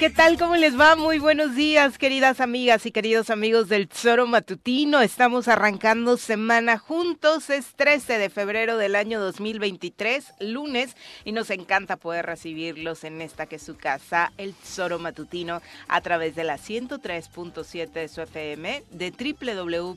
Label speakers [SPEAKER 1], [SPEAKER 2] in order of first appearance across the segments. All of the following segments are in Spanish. [SPEAKER 1] ¿Qué tal? ¿Cómo les va? Muy buenos días, queridas amigas y queridos amigos del Tesoro Matutino. Estamos arrancando semana juntos. Es 13 de febrero del año 2023, lunes, y nos encanta poder recibirlos en esta que es su casa, el Tesoro Matutino, a través de la 103.7 de su FM, de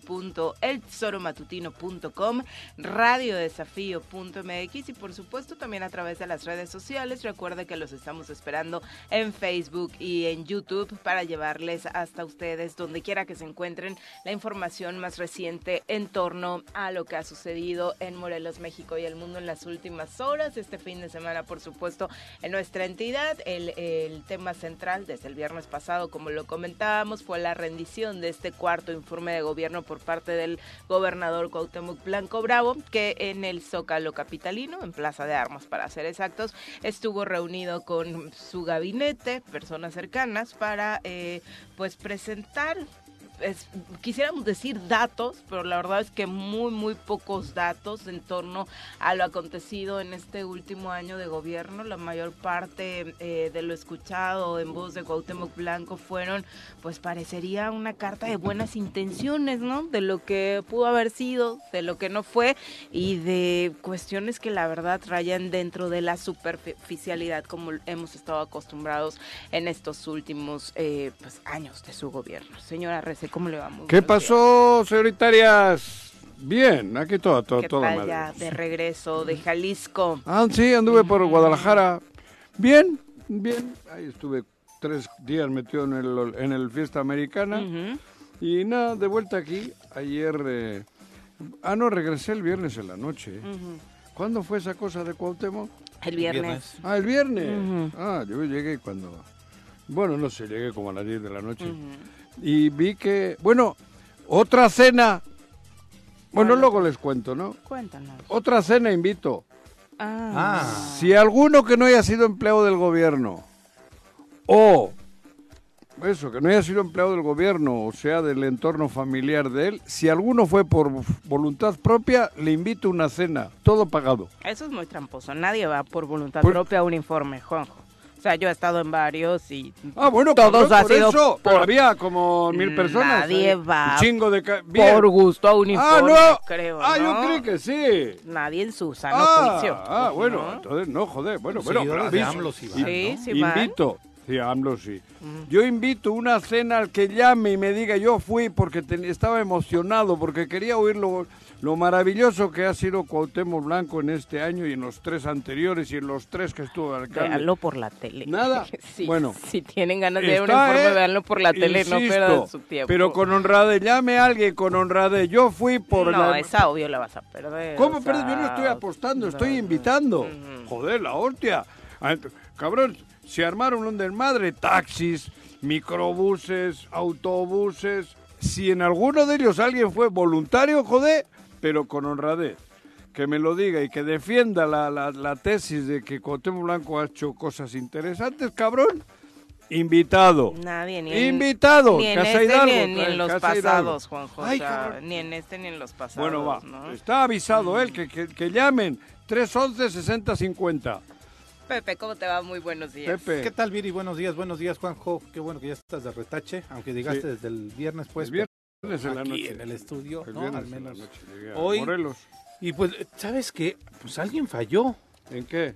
[SPEAKER 1] www.eltesoromatutino.com, radiodesafío.mx y por supuesto también a través de las redes sociales. Recuerde que los estamos esperando en Facebook y en YouTube para llevarles hasta ustedes, donde quiera que se encuentren, la información más reciente en torno a lo que ha sucedido en Morelos, México y el mundo en las últimas horas. Este fin de semana, por supuesto, en nuestra entidad, el, el tema central desde el viernes pasado, como lo comentábamos, fue la rendición de este cuarto informe de gobierno por parte del gobernador Cuauhtémoc Blanco Bravo, que en el Zócalo Capitalino, en Plaza de Armas para ser exactos, estuvo reunido con su gabinete, personas cercanas para eh, pues presentar es, quisiéramos decir datos, pero la verdad es que muy, muy pocos datos en torno a lo acontecido en este último año de gobierno. La mayor parte eh, de lo escuchado en voz de Cuauhtémoc Blanco fueron, pues parecería una carta de buenas intenciones, ¿no? De lo que pudo haber sido, de lo que no fue y de cuestiones que la verdad rayan dentro de la superficialidad como hemos estado acostumbrados en estos últimos eh, pues, años de su gobierno. Señora Rece ¿Cómo le vamos?
[SPEAKER 2] ¿Qué pasó, señoritarias? Bien, aquí todo, todo,
[SPEAKER 1] ¿Qué
[SPEAKER 2] todo
[SPEAKER 1] tal
[SPEAKER 2] madre.
[SPEAKER 1] ya de regreso de Jalisco?
[SPEAKER 2] Ah, sí, anduve por Guadalajara. Bien, bien. Ahí estuve tres días metido en el, en el Fiesta Americana.
[SPEAKER 1] Ujú.
[SPEAKER 2] Y nada, de vuelta aquí. Ayer. eh, ah, no, regresé el viernes en la noche.
[SPEAKER 1] Mm,
[SPEAKER 2] ¿Cuándo fue esa cosa de Cuauhtémoc?
[SPEAKER 1] El viernes.
[SPEAKER 2] Ah, el viernes. Ah, yo llegué cuando. Bueno, no sé, llegué como a las 10 de la noche. Y vi que. Bueno, otra cena. Bueno, luego les cuento, ¿no?
[SPEAKER 1] Cuéntanos.
[SPEAKER 2] Otra cena invito.
[SPEAKER 1] Ah,
[SPEAKER 3] Ah,
[SPEAKER 2] Si alguno que no haya sido empleado del gobierno o eso, que no haya sido empleado del gobierno, o sea, del entorno familiar de él, si alguno fue por voluntad propia, le invito una cena, todo pagado.
[SPEAKER 1] eso es muy tramposo. Nadie va por voluntad
[SPEAKER 2] Por-
[SPEAKER 1] propia a un informe, Juanjo. O sea, yo he estado en varios y...
[SPEAKER 2] Ah, bueno,
[SPEAKER 1] Todos
[SPEAKER 2] cabrón,
[SPEAKER 1] ha
[SPEAKER 2] por
[SPEAKER 1] sido
[SPEAKER 2] eso, pero
[SPEAKER 1] por-
[SPEAKER 2] había como mil personas.
[SPEAKER 1] Nadie
[SPEAKER 2] ahí,
[SPEAKER 1] va
[SPEAKER 2] Un chingo de... ca- bien.
[SPEAKER 1] Por gusto a un
[SPEAKER 2] ah,
[SPEAKER 1] informe,
[SPEAKER 2] no.
[SPEAKER 1] creo,
[SPEAKER 2] ah,
[SPEAKER 1] ¿no?
[SPEAKER 2] yo creí que sí.
[SPEAKER 1] Nadie en su sano
[SPEAKER 2] Ah,
[SPEAKER 1] juicio.
[SPEAKER 2] ah, bueno,
[SPEAKER 1] ¿no?
[SPEAKER 2] entonces no, joder, bueno,
[SPEAKER 3] Los
[SPEAKER 2] bueno, pero
[SPEAKER 3] seguidores de
[SPEAKER 2] aviso.
[SPEAKER 3] AMLO sí van,
[SPEAKER 1] Sí, sí van.
[SPEAKER 2] invito. ¿eh? Sí, AMLO sí.
[SPEAKER 1] Mm.
[SPEAKER 2] Yo invito una cena al que llame y me diga yo fui porque ten- estaba emocionado, porque quería oír lo, lo maravilloso que ha sido Cuauhtémoc Blanco en este año y en los tres anteriores y en los tres que estuvo al alcalde.
[SPEAKER 1] Véanlo por la tele.
[SPEAKER 2] Nada.
[SPEAKER 1] Sí,
[SPEAKER 2] Bueno.
[SPEAKER 1] Si tienen ganas de ver un
[SPEAKER 2] Está,
[SPEAKER 1] informe,
[SPEAKER 2] ¿eh?
[SPEAKER 1] véanlo por la tele, no
[SPEAKER 2] Insisto,
[SPEAKER 1] pierdan su tiempo.
[SPEAKER 2] Pero con honradez, llame a alguien con honradez. Yo fui por
[SPEAKER 1] no,
[SPEAKER 2] la...
[SPEAKER 1] esa obvio la vas a perder.
[SPEAKER 2] ¿Cómo
[SPEAKER 1] o sea,
[SPEAKER 2] pero Yo no estoy apostando, estoy
[SPEAKER 1] no, no.
[SPEAKER 2] invitando. Joder, la hostia. Ah, Cabrón, se armaron un desmadre. Taxis, microbuses, autobuses. Si en alguno de ellos alguien fue voluntario, joder, pero con honradez. Que me lo diga y que defienda la, la- la tesis de que Cuauhtémoc Blanco ha hecho cosas interesantes, cabrón. Invitado.
[SPEAKER 1] Nadie, ni en-
[SPEAKER 2] Invitado.
[SPEAKER 1] Ni en
[SPEAKER 2] Casa
[SPEAKER 1] este,
[SPEAKER 2] Hidalgo,
[SPEAKER 1] ni en, ni en
[SPEAKER 2] trae,
[SPEAKER 1] los
[SPEAKER 2] Casa Hidalgo.
[SPEAKER 1] pasados, Juanjo. o
[SPEAKER 2] Ay,
[SPEAKER 1] sea,
[SPEAKER 2] cabrón.
[SPEAKER 1] ni en este, ni en los pasados.
[SPEAKER 2] Bueno, va.
[SPEAKER 1] ¿no?
[SPEAKER 2] Está avisado él que, que, que llamen 311-6050.
[SPEAKER 1] Pepe, ¿cómo te va? Muy buenos días.
[SPEAKER 2] Pepe.
[SPEAKER 3] ¿Qué tal, Viri? Buenos días, buenos días, Juanjo. Qué bueno que ya estás de retache, aunque llegaste
[SPEAKER 2] Sí.
[SPEAKER 3] desde el viernes, pues.
[SPEAKER 2] El viernes
[SPEAKER 3] pero
[SPEAKER 2] en la
[SPEAKER 3] aquí
[SPEAKER 2] noche.
[SPEAKER 3] en el estudio,
[SPEAKER 2] El
[SPEAKER 3] ¿no?
[SPEAKER 2] viernes
[SPEAKER 3] Al
[SPEAKER 2] en la
[SPEAKER 3] menos.
[SPEAKER 2] noche llegué a
[SPEAKER 3] Hoy-
[SPEAKER 2] Morelos.
[SPEAKER 3] Y pues, ¿sabes qué? Pues alguien falló
[SPEAKER 2] ¿En qué?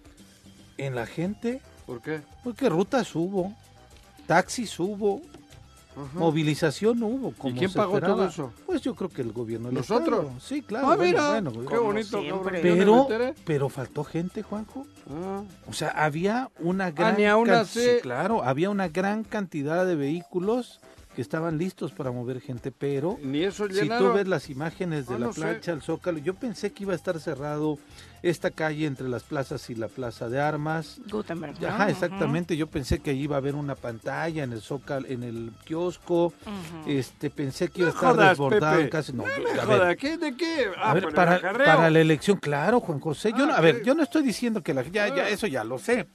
[SPEAKER 3] en la gente,
[SPEAKER 2] ¿Por qué?
[SPEAKER 3] porque rutas hubo, taxis hubo, movilización hubo. Como
[SPEAKER 2] quién
[SPEAKER 3] se
[SPEAKER 2] pagó
[SPEAKER 3] esperaba.
[SPEAKER 2] todo eso?
[SPEAKER 3] Pues yo creo que el gobierno. del
[SPEAKER 2] ¿Nosotros?
[SPEAKER 3] Estado. Sí, claro.
[SPEAKER 2] ah,
[SPEAKER 3] bueno,
[SPEAKER 2] mira.
[SPEAKER 3] bueno,
[SPEAKER 2] qué
[SPEAKER 3] bueno.
[SPEAKER 2] bonito.
[SPEAKER 1] siempre.
[SPEAKER 2] cabrón. Yo no me
[SPEAKER 3] Pero,
[SPEAKER 2] enteré.
[SPEAKER 3] pero faltó gente, Juanjo.
[SPEAKER 2] Ah,
[SPEAKER 3] O sea, había una gran
[SPEAKER 2] ni aún
[SPEAKER 3] can-
[SPEAKER 2] así.
[SPEAKER 3] sí, claro, había una gran cantidad de vehículos que estaban listos para mover gente, pero
[SPEAKER 2] ni eso
[SPEAKER 3] si
[SPEAKER 2] llenaron.
[SPEAKER 3] tú ves las imágenes de
[SPEAKER 2] Ah,
[SPEAKER 3] la
[SPEAKER 2] no sé.
[SPEAKER 3] plancha al Zócalo, yo pensé que iba a estar cerrado esta calle entre las plazas y la Plaza de Armas.
[SPEAKER 1] Gutenberg. ¿no?
[SPEAKER 3] Ajá, exactamente, yo pensé que ahí iba a haber una pantalla en el Zócalo, en el kiosco. Este, pensé que iba a
[SPEAKER 2] No
[SPEAKER 3] estar
[SPEAKER 2] jodas,
[SPEAKER 3] desbordado
[SPEAKER 2] Pepe.
[SPEAKER 3] casi no. a ver,
[SPEAKER 2] Joder, ¿qué, ¿de qué? Ah,
[SPEAKER 3] a ver,
[SPEAKER 2] pero el
[SPEAKER 3] para,
[SPEAKER 2] acarreo.
[SPEAKER 3] para la elección, claro, Juan José. Yo
[SPEAKER 2] Ah,
[SPEAKER 3] no, a ver,
[SPEAKER 2] sí.
[SPEAKER 3] yo no estoy diciendo que la ya, ya eso ya lo sé.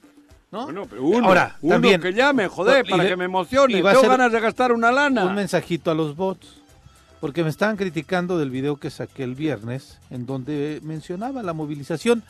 [SPEAKER 3] ¿no?
[SPEAKER 2] Ah. Bueno, pero uno,
[SPEAKER 3] Ahora,
[SPEAKER 2] uno
[SPEAKER 3] también,
[SPEAKER 2] que llame, joder,
[SPEAKER 3] y
[SPEAKER 2] para
[SPEAKER 3] le-
[SPEAKER 2] que me emocione.
[SPEAKER 3] y va a
[SPEAKER 2] Tengo
[SPEAKER 3] ser
[SPEAKER 2] ganas de gastar una lana.
[SPEAKER 3] un mensajito a los bots. Porque me estaban criticando del video que saqué el viernes, en donde mencionaba la movilización.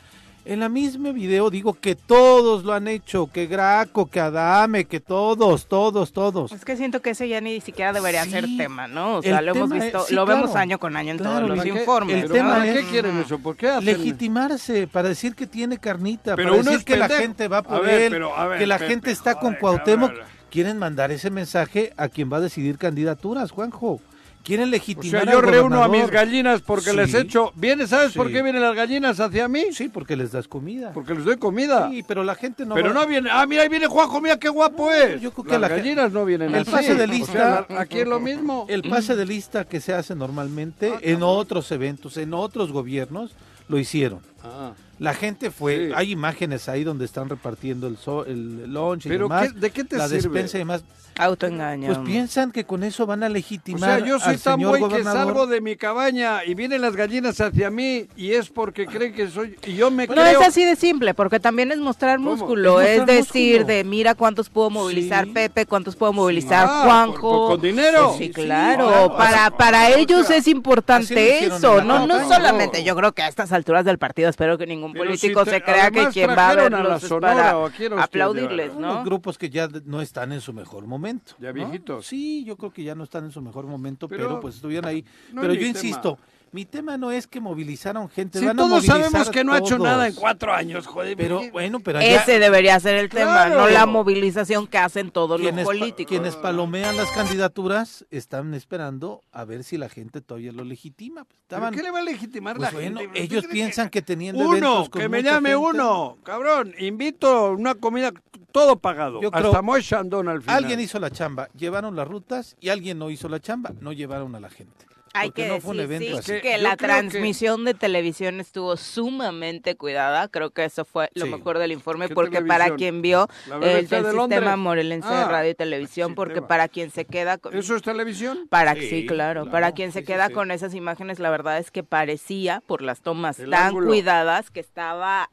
[SPEAKER 3] En la misma video digo que todos lo han hecho, que Graco, que Adame, que todos, todos, todos.
[SPEAKER 1] Es que siento que ese ya ni siquiera debería
[SPEAKER 3] Sí.
[SPEAKER 1] ser tema, ¿no? O sea,
[SPEAKER 3] El
[SPEAKER 1] lo hemos
[SPEAKER 3] tema es-
[SPEAKER 1] visto,
[SPEAKER 3] sí,
[SPEAKER 1] lo
[SPEAKER 3] claro.
[SPEAKER 1] vemos año con año en
[SPEAKER 3] Claro,
[SPEAKER 1] todos
[SPEAKER 3] ¿para
[SPEAKER 1] los
[SPEAKER 3] qué?
[SPEAKER 1] informes.
[SPEAKER 3] El
[SPEAKER 2] Pero
[SPEAKER 3] tema
[SPEAKER 2] ¿Para
[SPEAKER 3] es-
[SPEAKER 2] qué quieren eso? ¿Por qué hacen?
[SPEAKER 3] Legitimarse para decir que tiene carnita,
[SPEAKER 2] Pero
[SPEAKER 3] para
[SPEAKER 2] uno
[SPEAKER 3] decir
[SPEAKER 2] es
[SPEAKER 3] que la
[SPEAKER 2] pendejo.
[SPEAKER 3] gente va por
[SPEAKER 2] A ver,
[SPEAKER 3] él,
[SPEAKER 2] pero, a ver,
[SPEAKER 3] que la
[SPEAKER 2] Pepe,
[SPEAKER 3] gente está con
[SPEAKER 2] joder,
[SPEAKER 3] Cuauhtémoc.
[SPEAKER 2] cabrón.
[SPEAKER 3] Quieren mandar ese mensaje a quien va a decidir candidaturas, Juanjo. Quieren
[SPEAKER 2] O
[SPEAKER 3] legitimar
[SPEAKER 2] sea, yo
[SPEAKER 3] Ah, al
[SPEAKER 2] reúno a
[SPEAKER 3] gobernador.
[SPEAKER 2] mis gallinas porque
[SPEAKER 3] Sí.
[SPEAKER 2] les echo. ¿Viene, sabes por
[SPEAKER 3] Sí.
[SPEAKER 2] qué vienen las gallinas hacia mí?
[SPEAKER 3] Sí, porque les das comida.
[SPEAKER 2] Porque les doy comida.
[SPEAKER 3] Sí, pero la gente no
[SPEAKER 2] Pero
[SPEAKER 3] va-
[SPEAKER 2] no viene. Ah, mira, ahí viene Juanjo, mira qué guapo es.
[SPEAKER 3] yo creo que
[SPEAKER 2] las
[SPEAKER 3] la-
[SPEAKER 2] gallinas no vienen
[SPEAKER 3] el
[SPEAKER 2] así.
[SPEAKER 3] pase de
[SPEAKER 2] O sea,
[SPEAKER 3] lista-
[SPEAKER 2] la- aquí es lo mismo. Mm. Ah,
[SPEAKER 3] El pase de lista que se hace normalmente en otros eventos, en otros gobiernos, lo hicieron.
[SPEAKER 2] Ah.
[SPEAKER 3] La gente fue,
[SPEAKER 2] Sí.
[SPEAKER 3] hay imágenes ahí donde están repartiendo el, so- el lunch y
[SPEAKER 2] Pero
[SPEAKER 3] demás,
[SPEAKER 2] ¿qué- de qué te
[SPEAKER 3] la
[SPEAKER 2] sirve?
[SPEAKER 3] despensa y demás.
[SPEAKER 1] Autoengaño.
[SPEAKER 3] Pues piensan que con eso van a
[SPEAKER 2] O
[SPEAKER 3] legitimar
[SPEAKER 2] sea, yo soy
[SPEAKER 3] al
[SPEAKER 2] tan
[SPEAKER 3] señor
[SPEAKER 2] buey que
[SPEAKER 3] gobernador.
[SPEAKER 2] salgo de mi cabaña y vienen las gallinas hacia mí y es porque creen que soy. Y yo me
[SPEAKER 1] No
[SPEAKER 2] creo.
[SPEAKER 1] es así de simple, porque también es mostrar
[SPEAKER 2] ¿Cómo?
[SPEAKER 1] músculo,
[SPEAKER 3] Es
[SPEAKER 1] es,
[SPEAKER 3] mostrar
[SPEAKER 1] decir,
[SPEAKER 3] músculo.
[SPEAKER 1] de mira cuántos puedo movilizar
[SPEAKER 3] Sí.
[SPEAKER 1] Pepe, cuántos puedo movilizar
[SPEAKER 2] Ah,
[SPEAKER 1] Juanjo. Pues
[SPEAKER 2] por- por- con dinero.
[SPEAKER 1] Sí,
[SPEAKER 3] Sí,
[SPEAKER 1] claro,
[SPEAKER 3] claro.
[SPEAKER 1] para, para ellos
[SPEAKER 2] sea,
[SPEAKER 1] es
[SPEAKER 3] así lo
[SPEAKER 1] importante
[SPEAKER 3] hicieron
[SPEAKER 1] eso,
[SPEAKER 3] en la
[SPEAKER 1] no, no
[SPEAKER 2] campaña.
[SPEAKER 1] solamente, yo creo que a estas alturas del partido espero que ningún
[SPEAKER 2] Pero
[SPEAKER 1] político
[SPEAKER 2] si te-
[SPEAKER 1] se crea que
[SPEAKER 2] además
[SPEAKER 1] quien va a
[SPEAKER 2] trajeron a la
[SPEAKER 1] verlos es
[SPEAKER 2] Sonora,
[SPEAKER 1] para
[SPEAKER 2] ¿o a quién los
[SPEAKER 1] aplaudirles,
[SPEAKER 2] quieren?
[SPEAKER 1] ¿no?
[SPEAKER 3] Unos grupos que ya no están en su mejor momento.
[SPEAKER 2] Ya
[SPEAKER 3] ¿no?
[SPEAKER 2] viejitos.
[SPEAKER 3] Sí, yo creo que ya no están en su mejor momento,
[SPEAKER 2] Pero
[SPEAKER 3] pero, pues estuvieron ahí.
[SPEAKER 2] no
[SPEAKER 3] pero
[SPEAKER 2] es
[SPEAKER 3] yo
[SPEAKER 2] mi
[SPEAKER 3] insisto, mi tema no es que movilizaron gente.
[SPEAKER 2] Si
[SPEAKER 3] van a
[SPEAKER 2] todos
[SPEAKER 3] movilizar
[SPEAKER 2] sabemos que no ha hecho
[SPEAKER 3] todos.
[SPEAKER 2] nada en cuatro años, joder.
[SPEAKER 3] Pero
[SPEAKER 2] ¿qué?
[SPEAKER 3] bueno, pero allá-
[SPEAKER 1] Ese debería ser el tema,
[SPEAKER 2] Claro.
[SPEAKER 1] no la movilización que hacen todos los
[SPEAKER 3] quienes, pa-
[SPEAKER 1] políticos.
[SPEAKER 3] quienes palomean las candidaturas están esperando a ver si la gente todavía lo legitima. Pues,
[SPEAKER 2] ¿Pero
[SPEAKER 3] Estaban,
[SPEAKER 2] ¿Qué le va a legitimar
[SPEAKER 3] pues,
[SPEAKER 2] la
[SPEAKER 3] bueno,
[SPEAKER 2] gente? ¿Usted
[SPEAKER 3] ellos
[SPEAKER 2] cree
[SPEAKER 3] piensan que, teniendo
[SPEAKER 2] Uno,
[SPEAKER 3] eventos con
[SPEAKER 2] que me
[SPEAKER 3] mucha
[SPEAKER 2] llame
[SPEAKER 3] gente-
[SPEAKER 2] uno. Cabrón, invito una comida, todo pagado.
[SPEAKER 3] Yo creo-
[SPEAKER 2] hasta Moe Shandon al final.
[SPEAKER 3] Alguien hizo la chamba, llevaron las rutas y alguien no hizo la chamba, no llevaron a la gente.
[SPEAKER 1] Hay
[SPEAKER 3] Porque
[SPEAKER 1] que
[SPEAKER 3] no fue un
[SPEAKER 1] decir,
[SPEAKER 3] evento
[SPEAKER 1] sí,
[SPEAKER 3] así.
[SPEAKER 2] Es
[SPEAKER 1] que
[SPEAKER 2] Yo
[SPEAKER 1] la
[SPEAKER 2] creo que-
[SPEAKER 1] transmisión de televisión estuvo sumamente cuidada. Creo que eso fue lo
[SPEAKER 3] Sí.
[SPEAKER 1] mejor del informe,
[SPEAKER 2] ¿Qué
[SPEAKER 1] porque para
[SPEAKER 2] televisión?
[SPEAKER 1] quien vio
[SPEAKER 2] La
[SPEAKER 1] eh, el
[SPEAKER 2] BBC de
[SPEAKER 1] del sistema
[SPEAKER 2] Londres.
[SPEAKER 1] morelense de
[SPEAKER 2] Ah,
[SPEAKER 1] radio y televisión,
[SPEAKER 2] sí,
[SPEAKER 1] porque
[SPEAKER 2] tema.
[SPEAKER 1] para quien se queda con...
[SPEAKER 2] ¿Eso es televisión?
[SPEAKER 1] Para sí,
[SPEAKER 3] Sí,
[SPEAKER 1] claro,
[SPEAKER 3] claro,
[SPEAKER 1] para quien se
[SPEAKER 3] sí, sí,
[SPEAKER 1] queda
[SPEAKER 3] sí.
[SPEAKER 1] con esas imágenes, la verdad es que parecía por las tomas
[SPEAKER 2] El
[SPEAKER 1] tan
[SPEAKER 2] ángulo.
[SPEAKER 1] cuidadas que estaba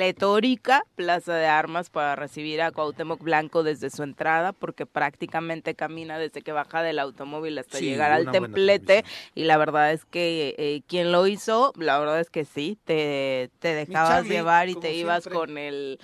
[SPEAKER 1] pletórica Plaza de Armas para recibir a Cuauhtémoc Blanco desde su entrada, porque prácticamente camina desde que baja del automóvil hasta
[SPEAKER 3] Sí,
[SPEAKER 1] llegar al
[SPEAKER 3] una buena
[SPEAKER 1] templete y la verdad es que eh, quien lo hizo, la verdad es que sí, te, te dejabas
[SPEAKER 3] Charlie,
[SPEAKER 1] llevar y
[SPEAKER 3] como
[SPEAKER 1] te ibas
[SPEAKER 3] siempre.
[SPEAKER 1] con el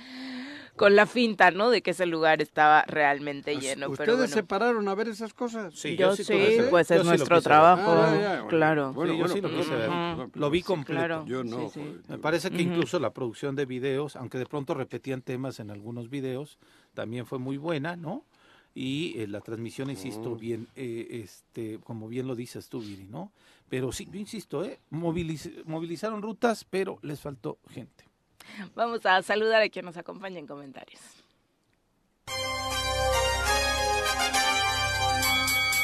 [SPEAKER 1] con la finta, ¿no? De que ese lugar estaba realmente lleno.
[SPEAKER 2] ¿Ustedes
[SPEAKER 1] pero bueno.
[SPEAKER 2] se pararon a ver esas cosas?
[SPEAKER 3] Sí,
[SPEAKER 1] yo,
[SPEAKER 3] yo sí
[SPEAKER 1] sí,
[SPEAKER 3] lo quise ver.
[SPEAKER 1] pues
[SPEAKER 3] Yo
[SPEAKER 1] es
[SPEAKER 3] sí lo
[SPEAKER 1] nuestro
[SPEAKER 3] quise ver.
[SPEAKER 1] trabajo,
[SPEAKER 2] Ah, ya, ya, bueno.
[SPEAKER 1] claro.
[SPEAKER 2] Bueno,
[SPEAKER 3] Sí, yo
[SPEAKER 2] bueno,
[SPEAKER 3] sí lo
[SPEAKER 2] pues,
[SPEAKER 3] quise ver.
[SPEAKER 1] Ujú.
[SPEAKER 3] Lo vi completo.
[SPEAKER 1] claro.
[SPEAKER 2] Yo no.
[SPEAKER 1] Sí, sí.
[SPEAKER 2] joder.
[SPEAKER 3] Me parece que incluso la producción de videos, aunque de pronto repetían temas en algunos videos, también fue muy buena, ¿no? Y eh, la transmisión,
[SPEAKER 1] Oh.
[SPEAKER 3] insisto, bien, eh, este, como bien lo dices tú, Viri, ¿no? Pero sí, yo insisto, ¿eh? Moviliz- movilizaron rutas, pero les faltó gente.
[SPEAKER 1] Vamos a saludar a quien nos acompaña en comentarios.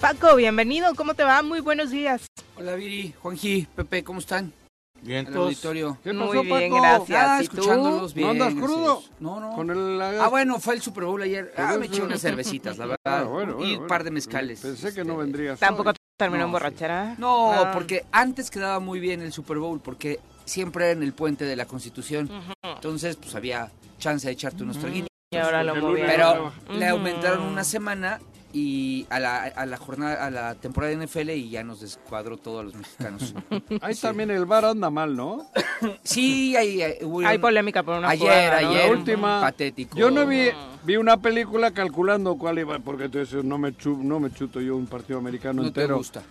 [SPEAKER 1] Paco, bienvenido, ¿cómo te va? Muy buenos días.
[SPEAKER 4] Hola Viri, Juanji, Pepe, ¿cómo están?
[SPEAKER 3] Bien,
[SPEAKER 4] El auditorio.
[SPEAKER 2] ¿Qué
[SPEAKER 1] Muy
[SPEAKER 2] pasó,
[SPEAKER 1] bien,
[SPEAKER 2] Paco?
[SPEAKER 1] gracias.
[SPEAKER 4] Ah,
[SPEAKER 1] ¿y tú?
[SPEAKER 4] escuchándolos bien.
[SPEAKER 2] ¿No andas
[SPEAKER 4] gracias.
[SPEAKER 2] crudo?
[SPEAKER 4] No, no.
[SPEAKER 2] Con el...
[SPEAKER 4] Ah, bueno, fue el Super Bowl ayer. Ah,
[SPEAKER 2] Pero
[SPEAKER 4] me
[SPEAKER 2] eso-
[SPEAKER 4] eché unas cervecitas, la verdad.
[SPEAKER 2] Ah, bueno,
[SPEAKER 4] y
[SPEAKER 2] bueno,
[SPEAKER 4] un par de
[SPEAKER 2] bueno.
[SPEAKER 4] mezcales.
[SPEAKER 2] Pensé que
[SPEAKER 4] este.
[SPEAKER 2] no vendrías
[SPEAKER 1] ¿Tampoco
[SPEAKER 2] hoy.
[SPEAKER 1] terminó
[SPEAKER 4] No,
[SPEAKER 1] en borrachera?
[SPEAKER 4] No,
[SPEAKER 1] Ah.
[SPEAKER 4] porque antes quedaba muy bien el Super Bowl, porque siempre era en el puente de la Constitución. Entonces, pues había chance de echarte unos traguitos.
[SPEAKER 1] Y ahora lo
[SPEAKER 2] El
[SPEAKER 1] movieron.
[SPEAKER 2] lunes.
[SPEAKER 4] Pero le
[SPEAKER 1] Ujú.
[SPEAKER 4] aumentaron una semana y a la, a la jornada, a la temporada de NFL y ya nos descuadró todo a los mexicanos.
[SPEAKER 2] Ahí también el bar anda mal, ¿no?
[SPEAKER 4] sí, hay, hay, hubo
[SPEAKER 1] Hay
[SPEAKER 4] un-
[SPEAKER 1] polémica por una
[SPEAKER 4] ayer,
[SPEAKER 1] jugada, ¿no?
[SPEAKER 4] ayer,
[SPEAKER 2] La última.
[SPEAKER 4] patético.
[SPEAKER 2] Yo no vi, vi una película calculando cuál iba, porque entonces no me, chu- no me chuto yo un partido americano
[SPEAKER 4] No te
[SPEAKER 2] entero.
[SPEAKER 4] gusta.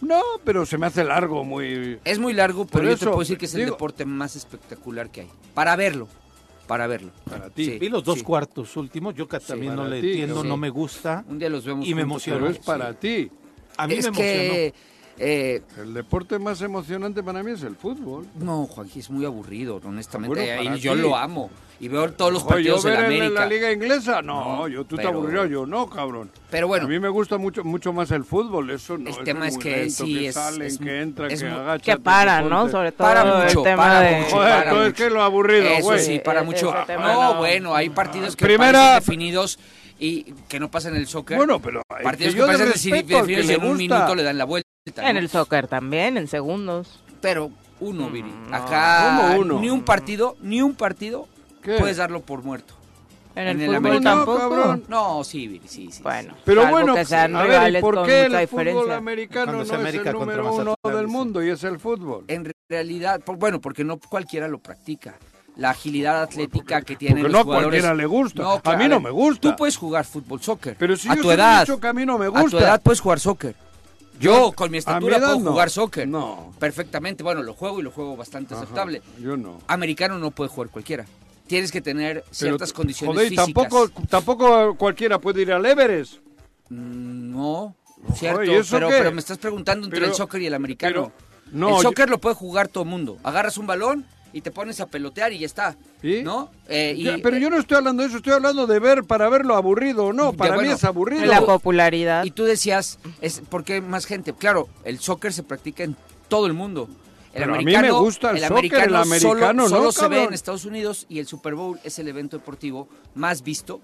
[SPEAKER 2] No, pero se me hace largo, muy...
[SPEAKER 4] Es muy largo, pero
[SPEAKER 2] Por
[SPEAKER 4] yo te
[SPEAKER 2] eso,
[SPEAKER 4] puedo decir que es el
[SPEAKER 2] digo-
[SPEAKER 4] deporte más espectacular que hay. Para verlo. Para verlo.
[SPEAKER 2] Para ti.
[SPEAKER 4] Sí,
[SPEAKER 3] Vi los dos
[SPEAKER 4] sí.
[SPEAKER 3] cuartos últimos, yo que también
[SPEAKER 2] para
[SPEAKER 3] no le
[SPEAKER 2] ti,
[SPEAKER 3] entiendo,
[SPEAKER 4] sí.
[SPEAKER 3] no me gusta.
[SPEAKER 4] Un día los vemos.
[SPEAKER 3] Y me
[SPEAKER 4] juntos,
[SPEAKER 3] emocionó.
[SPEAKER 2] Pero es
[SPEAKER 4] sí.
[SPEAKER 2] para ti.
[SPEAKER 3] A mí
[SPEAKER 4] es
[SPEAKER 3] me emocionó.
[SPEAKER 4] que Eh,
[SPEAKER 2] El deporte más emocionante para mí es el fútbol.
[SPEAKER 4] no, Juanji, es muy aburrido, honestamente.
[SPEAKER 2] Bueno, para
[SPEAKER 4] y yo
[SPEAKER 2] ti.
[SPEAKER 4] lo amo. Y veo todos los
[SPEAKER 2] Oye, yo
[SPEAKER 4] partidos de
[SPEAKER 2] ver
[SPEAKER 4] la
[SPEAKER 2] en la-
[SPEAKER 4] América.
[SPEAKER 2] en la liga inglesa, no,
[SPEAKER 4] No,
[SPEAKER 2] yo tú te
[SPEAKER 4] pero-
[SPEAKER 2] aburrió, yo no, cabrón.
[SPEAKER 4] Pero bueno.
[SPEAKER 2] a mí me gusta mucho mucho más el fútbol, eso no.
[SPEAKER 4] El
[SPEAKER 2] eso
[SPEAKER 4] tema es
[SPEAKER 2] muy
[SPEAKER 4] que
[SPEAKER 2] lento,
[SPEAKER 4] sí,
[SPEAKER 2] que
[SPEAKER 4] es-
[SPEAKER 2] salen,
[SPEAKER 4] es mu-
[SPEAKER 2] que entran,
[SPEAKER 4] es
[SPEAKER 2] que
[SPEAKER 4] mu-
[SPEAKER 2] agachas,
[SPEAKER 1] Que para, ¿no? Sobre todo
[SPEAKER 4] Para mucho,
[SPEAKER 1] el tema
[SPEAKER 4] para
[SPEAKER 1] de...
[SPEAKER 4] mucho.
[SPEAKER 2] Joder,
[SPEAKER 4] para
[SPEAKER 2] todo es
[SPEAKER 4] mucho.
[SPEAKER 2] que lo aburrido,
[SPEAKER 4] Eso
[SPEAKER 2] güey.
[SPEAKER 4] sí, para
[SPEAKER 1] Eh,
[SPEAKER 4] mucho.
[SPEAKER 1] ese tema
[SPEAKER 4] no,
[SPEAKER 1] no.
[SPEAKER 4] bueno, hay partidos que
[SPEAKER 2] Primera-
[SPEAKER 4] parecen definidos y que no pasan en el soccer.
[SPEAKER 2] Bueno, pero el
[SPEAKER 4] partidos
[SPEAKER 2] que
[SPEAKER 4] que,
[SPEAKER 2] yo le
[SPEAKER 4] parecen
[SPEAKER 2] respeto,
[SPEAKER 4] defini-
[SPEAKER 2] al que
[SPEAKER 4] definidos
[SPEAKER 2] le
[SPEAKER 4] y en un
[SPEAKER 2] gusta.
[SPEAKER 4] minuto le dan la vuelta.
[SPEAKER 1] En
[SPEAKER 4] ¿no?
[SPEAKER 1] el soccer también, en segundos. Mm,
[SPEAKER 4] Pero uno, Viri. Acá
[SPEAKER 2] ¿Cómo uno?
[SPEAKER 4] ni un partido, ni un partido
[SPEAKER 2] ¿Qué?
[SPEAKER 4] puedes darlo por muerto.
[SPEAKER 1] En
[SPEAKER 4] En
[SPEAKER 1] el, fútbol
[SPEAKER 4] el América.
[SPEAKER 1] tampoco.
[SPEAKER 2] No, cabrón.
[SPEAKER 4] No, sí, Viri, sí, sí, sí.
[SPEAKER 1] Bueno,
[SPEAKER 2] Pero
[SPEAKER 1] salvo
[SPEAKER 2] bueno,
[SPEAKER 1] que
[SPEAKER 2] pues,
[SPEAKER 1] sean
[SPEAKER 2] a ver,
[SPEAKER 1] rivales
[SPEAKER 2] ¿y por
[SPEAKER 1] con
[SPEAKER 2] qué
[SPEAKER 1] mucha
[SPEAKER 2] el fútbol
[SPEAKER 1] diferencia.
[SPEAKER 2] americano
[SPEAKER 3] Cuando
[SPEAKER 2] no
[SPEAKER 3] es
[SPEAKER 2] es el
[SPEAKER 3] América contra
[SPEAKER 2] número uno
[SPEAKER 3] Mazatlán,
[SPEAKER 2] del
[SPEAKER 3] sí.
[SPEAKER 2] mundo y es el fútbol?
[SPEAKER 4] En realidad, por- bueno, porque no cualquiera lo practica. La agilidad atlética que tienen los
[SPEAKER 2] porque no a
[SPEAKER 4] jugadores.
[SPEAKER 2] cualquiera le gusta. A mí
[SPEAKER 4] claro,
[SPEAKER 2] no me gusta.
[SPEAKER 4] Tú puedes jugar fútbol, soccer.
[SPEAKER 2] Pero si
[SPEAKER 4] a
[SPEAKER 2] yo
[SPEAKER 4] tu
[SPEAKER 2] siempre he
[SPEAKER 4] edad,
[SPEAKER 2] dicho que a mí no me
[SPEAKER 4] A tu
[SPEAKER 2] gusta.
[SPEAKER 4] edad puedes jugar soccer. Yo, con mi
[SPEAKER 2] mi
[SPEAKER 4] estatura,
[SPEAKER 2] edad,
[SPEAKER 4] puedo
[SPEAKER 2] no.
[SPEAKER 4] jugar soccer.
[SPEAKER 2] No.
[SPEAKER 4] Perfectamente. Bueno, lo juego y lo juego bastante
[SPEAKER 2] Ajá,
[SPEAKER 4] aceptable.
[SPEAKER 2] Yo no.
[SPEAKER 4] Americano no puede jugar cualquiera. Tienes que tener
[SPEAKER 2] Pero,
[SPEAKER 4] ciertas condiciones
[SPEAKER 2] joder, y
[SPEAKER 4] físicas.
[SPEAKER 2] tampoco, tampoco cualquiera puede ir al Everest.
[SPEAKER 4] Mm, No,
[SPEAKER 2] Ojo,
[SPEAKER 4] cierto,
[SPEAKER 2] ¿y eso
[SPEAKER 4] pero,
[SPEAKER 2] qué?
[SPEAKER 4] pero me estás preguntando entre
[SPEAKER 2] Pero-
[SPEAKER 4] el soccer y el americano.
[SPEAKER 2] pero- no,
[SPEAKER 4] el
[SPEAKER 2] yo-
[SPEAKER 4] soccer lo puede jugar todo mundo. Agarras un balón y te pones a pelotear y ya está.
[SPEAKER 2] ¿Sí?
[SPEAKER 4] ¿No? Eh, y-
[SPEAKER 2] Ya, pero yo no estoy hablando de eso, estoy hablando de ver para verlo aburrido o no.
[SPEAKER 4] Ya,
[SPEAKER 2] Para mí
[SPEAKER 4] bueno,
[SPEAKER 2] es aburrido.
[SPEAKER 1] La
[SPEAKER 4] Luego-
[SPEAKER 1] popularidad.
[SPEAKER 4] Y tú decías, es ¿por qué más gente? Claro, el soccer se practica en todo el mundo. El
[SPEAKER 2] Pero a mí
[SPEAKER 4] americano,
[SPEAKER 2] me gusta el soccer, el americano no,
[SPEAKER 4] solo, solo se ve
[SPEAKER 2] cabrón.
[SPEAKER 4] en Estados Unidos y el Super Bowl es el evento deportivo más visto.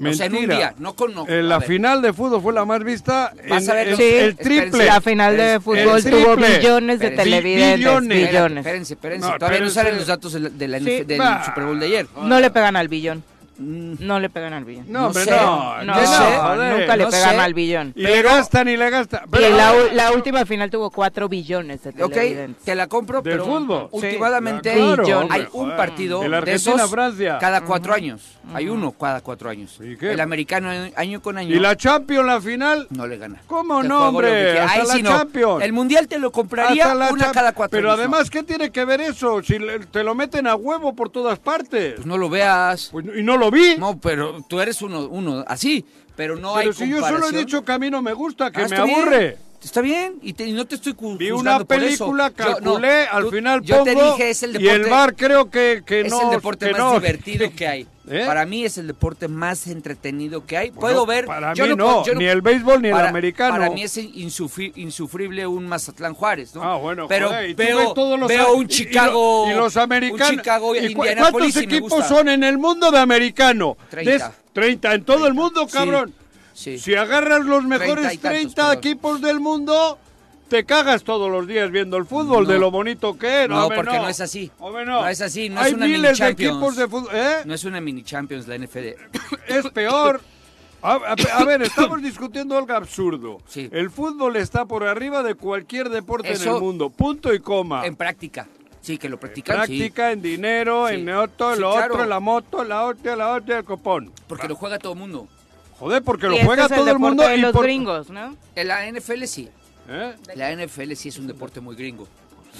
[SPEAKER 4] O sea,
[SPEAKER 2] Mentira.
[SPEAKER 4] en un día, no con no,
[SPEAKER 2] Eh,
[SPEAKER 4] a
[SPEAKER 2] la
[SPEAKER 4] ver.
[SPEAKER 2] final de fútbol fue la más vista.
[SPEAKER 4] Vas
[SPEAKER 2] en-
[SPEAKER 4] a ver
[SPEAKER 2] en-
[SPEAKER 4] los-
[SPEAKER 1] Sí.
[SPEAKER 2] el
[SPEAKER 4] Espérense.
[SPEAKER 2] triple.
[SPEAKER 1] La final de
[SPEAKER 4] Es-
[SPEAKER 1] fútbol
[SPEAKER 2] el
[SPEAKER 1] tuvo
[SPEAKER 2] triple.
[SPEAKER 1] billones de
[SPEAKER 4] Bi-
[SPEAKER 1] televidentes.
[SPEAKER 2] billones.
[SPEAKER 1] Billones.
[SPEAKER 4] Espérense, espérense.
[SPEAKER 2] No,
[SPEAKER 4] Todavía no
[SPEAKER 2] espérense.
[SPEAKER 4] salen los datos de la- de la
[SPEAKER 1] Sí,
[SPEAKER 4] NF del
[SPEAKER 2] va.
[SPEAKER 4] Super Bowl de ayer.
[SPEAKER 1] No le pegan al billón.
[SPEAKER 4] Mm,
[SPEAKER 1] No le pegan al billón.
[SPEAKER 2] No, hombre,
[SPEAKER 4] sé,
[SPEAKER 2] no.
[SPEAKER 1] No,
[SPEAKER 2] que
[SPEAKER 4] sé,
[SPEAKER 2] joder.
[SPEAKER 1] nunca le
[SPEAKER 4] no
[SPEAKER 1] pegan
[SPEAKER 4] sé.
[SPEAKER 1] al billón.
[SPEAKER 2] Y le gastan y le gastan.
[SPEAKER 1] Y
[SPEAKER 2] Pero-
[SPEAKER 1] la, u- la última final tuvo cuatro billones de
[SPEAKER 4] ok,
[SPEAKER 1] televidentes.
[SPEAKER 4] te la compro,
[SPEAKER 2] Del
[SPEAKER 4] pero
[SPEAKER 2] fútbol.
[SPEAKER 4] últimamente
[SPEAKER 1] Sí, claro,
[SPEAKER 4] hay
[SPEAKER 1] hombre,
[SPEAKER 4] un
[SPEAKER 2] joder.
[SPEAKER 4] partido
[SPEAKER 2] El
[SPEAKER 4] de
[SPEAKER 2] Argentina,
[SPEAKER 4] esos
[SPEAKER 2] Francia.
[SPEAKER 4] cada cuatro años. Hay uno cada cuatro años.
[SPEAKER 2] ¿Y qué?
[SPEAKER 4] El americano año- año con año
[SPEAKER 2] Y la Champions, la final.
[SPEAKER 4] no le gana.
[SPEAKER 2] ¿Cómo
[SPEAKER 4] Te
[SPEAKER 2] no,
[SPEAKER 4] juego lo que
[SPEAKER 2] hombre?
[SPEAKER 4] quiera.
[SPEAKER 2] Hasta
[SPEAKER 4] Ahí
[SPEAKER 2] la
[SPEAKER 4] sí no.
[SPEAKER 2] Champions.
[SPEAKER 4] El mundial te lo compraría
[SPEAKER 2] hasta la
[SPEAKER 4] una
[SPEAKER 2] Champ-
[SPEAKER 4] cada cuatro
[SPEAKER 2] Pero
[SPEAKER 4] años.
[SPEAKER 2] además,
[SPEAKER 4] No.
[SPEAKER 2] ¿qué tiene que ver eso? Si le- te lo meten a huevo por todas partes.
[SPEAKER 4] Pues no lo veas.
[SPEAKER 2] Pues, y no lo vi.
[SPEAKER 4] No, pero tú eres uno, uno así. Pero no hay
[SPEAKER 2] Pero si yo solo he
[SPEAKER 4] comparación.
[SPEAKER 2] dicho que a mí no me gusta, que
[SPEAKER 4] Ah,
[SPEAKER 2] me
[SPEAKER 4] está bien.
[SPEAKER 2] aburre.
[SPEAKER 4] Está bien, y, te- y no te estoy cu-
[SPEAKER 2] Vi
[SPEAKER 4] juzgando
[SPEAKER 2] una
[SPEAKER 4] por eso.
[SPEAKER 2] película,
[SPEAKER 4] Yo- no,
[SPEAKER 2] calculé, al
[SPEAKER 4] tú-
[SPEAKER 2] final
[SPEAKER 4] yo te
[SPEAKER 2] pongo,
[SPEAKER 4] dije, es el
[SPEAKER 2] y
[SPEAKER 4] deporte,
[SPEAKER 2] el bar creo que, que
[SPEAKER 4] es
[SPEAKER 2] no.
[SPEAKER 4] el deporte
[SPEAKER 2] que
[SPEAKER 4] más
[SPEAKER 2] no.
[SPEAKER 4] divertido que hay.
[SPEAKER 2] ¿Eh?
[SPEAKER 4] Para mí es el deporte más entretenido que hay.
[SPEAKER 2] Bueno,
[SPEAKER 4] Puedo ver...
[SPEAKER 2] para
[SPEAKER 4] yo
[SPEAKER 2] mí
[SPEAKER 4] puedo-
[SPEAKER 2] no,
[SPEAKER 4] yo
[SPEAKER 2] ni el béisbol ni el
[SPEAKER 4] para-
[SPEAKER 2] americano.
[SPEAKER 4] Para mí es insufri- insufrible un Mazatlán Juárez, ¿no?
[SPEAKER 2] Ah, bueno,
[SPEAKER 4] pero
[SPEAKER 2] joder, y tú
[SPEAKER 4] veo,
[SPEAKER 2] ves todos los-
[SPEAKER 4] veo
[SPEAKER 2] y-
[SPEAKER 4] un
[SPEAKER 2] y lo-
[SPEAKER 4] Chicago...
[SPEAKER 2] Y, los americanos.
[SPEAKER 4] Un Chicago
[SPEAKER 2] ¿Y cu-
[SPEAKER 4] Indianapolis
[SPEAKER 2] ¿Cuántos
[SPEAKER 4] y me
[SPEAKER 2] equipos
[SPEAKER 4] gusta.
[SPEAKER 2] son en el mundo de americano?
[SPEAKER 4] Treinta.
[SPEAKER 2] Des- 30 en todo el mundo,
[SPEAKER 4] Sí,
[SPEAKER 2] cabrón.
[SPEAKER 4] sí.
[SPEAKER 2] Si agarras los
[SPEAKER 4] Treinta
[SPEAKER 2] mejores
[SPEAKER 4] y
[SPEAKER 2] 30
[SPEAKER 4] tantos, perdón.
[SPEAKER 2] equipos del mundo, te cagas todos los días viendo el fútbol,
[SPEAKER 4] No.
[SPEAKER 2] de lo bonito que es.
[SPEAKER 4] No,
[SPEAKER 2] Hombre,
[SPEAKER 4] porque no es así.
[SPEAKER 2] Hombre, no.
[SPEAKER 4] No es así, no
[SPEAKER 2] Hay
[SPEAKER 4] es una mini
[SPEAKER 2] miles de
[SPEAKER 4] Champions.
[SPEAKER 2] equipos de fútbol. ¿eh?
[SPEAKER 4] No es una mini Champions la NFD.
[SPEAKER 2] es peor. A, a- a ver, estamos discutiendo algo absurdo.
[SPEAKER 4] Sí.
[SPEAKER 2] El fútbol está por arriba de cualquier deporte en
[SPEAKER 4] Eso-
[SPEAKER 2] el mundo. Punto y coma.
[SPEAKER 4] En práctica. Sí, que lo practican, sí.
[SPEAKER 2] Práctica, en dinero,
[SPEAKER 4] Sí.
[SPEAKER 2] en otro,
[SPEAKER 4] Sí,
[SPEAKER 2] lo
[SPEAKER 4] claro.
[SPEAKER 2] otro, la moto, la otra, la otra, el copón.
[SPEAKER 4] Porque lo juega todo el mundo.
[SPEAKER 2] Joder, porque
[SPEAKER 1] Y
[SPEAKER 2] lo
[SPEAKER 1] este
[SPEAKER 2] juega
[SPEAKER 1] es el
[SPEAKER 2] todo el,
[SPEAKER 1] deporte
[SPEAKER 2] mundo
[SPEAKER 1] de
[SPEAKER 2] y
[SPEAKER 1] los
[SPEAKER 2] por-
[SPEAKER 1] gringos, ¿no?
[SPEAKER 4] En la NFL sí.
[SPEAKER 2] ¿Eh?
[SPEAKER 4] La NFL sí es un deporte muy gringo.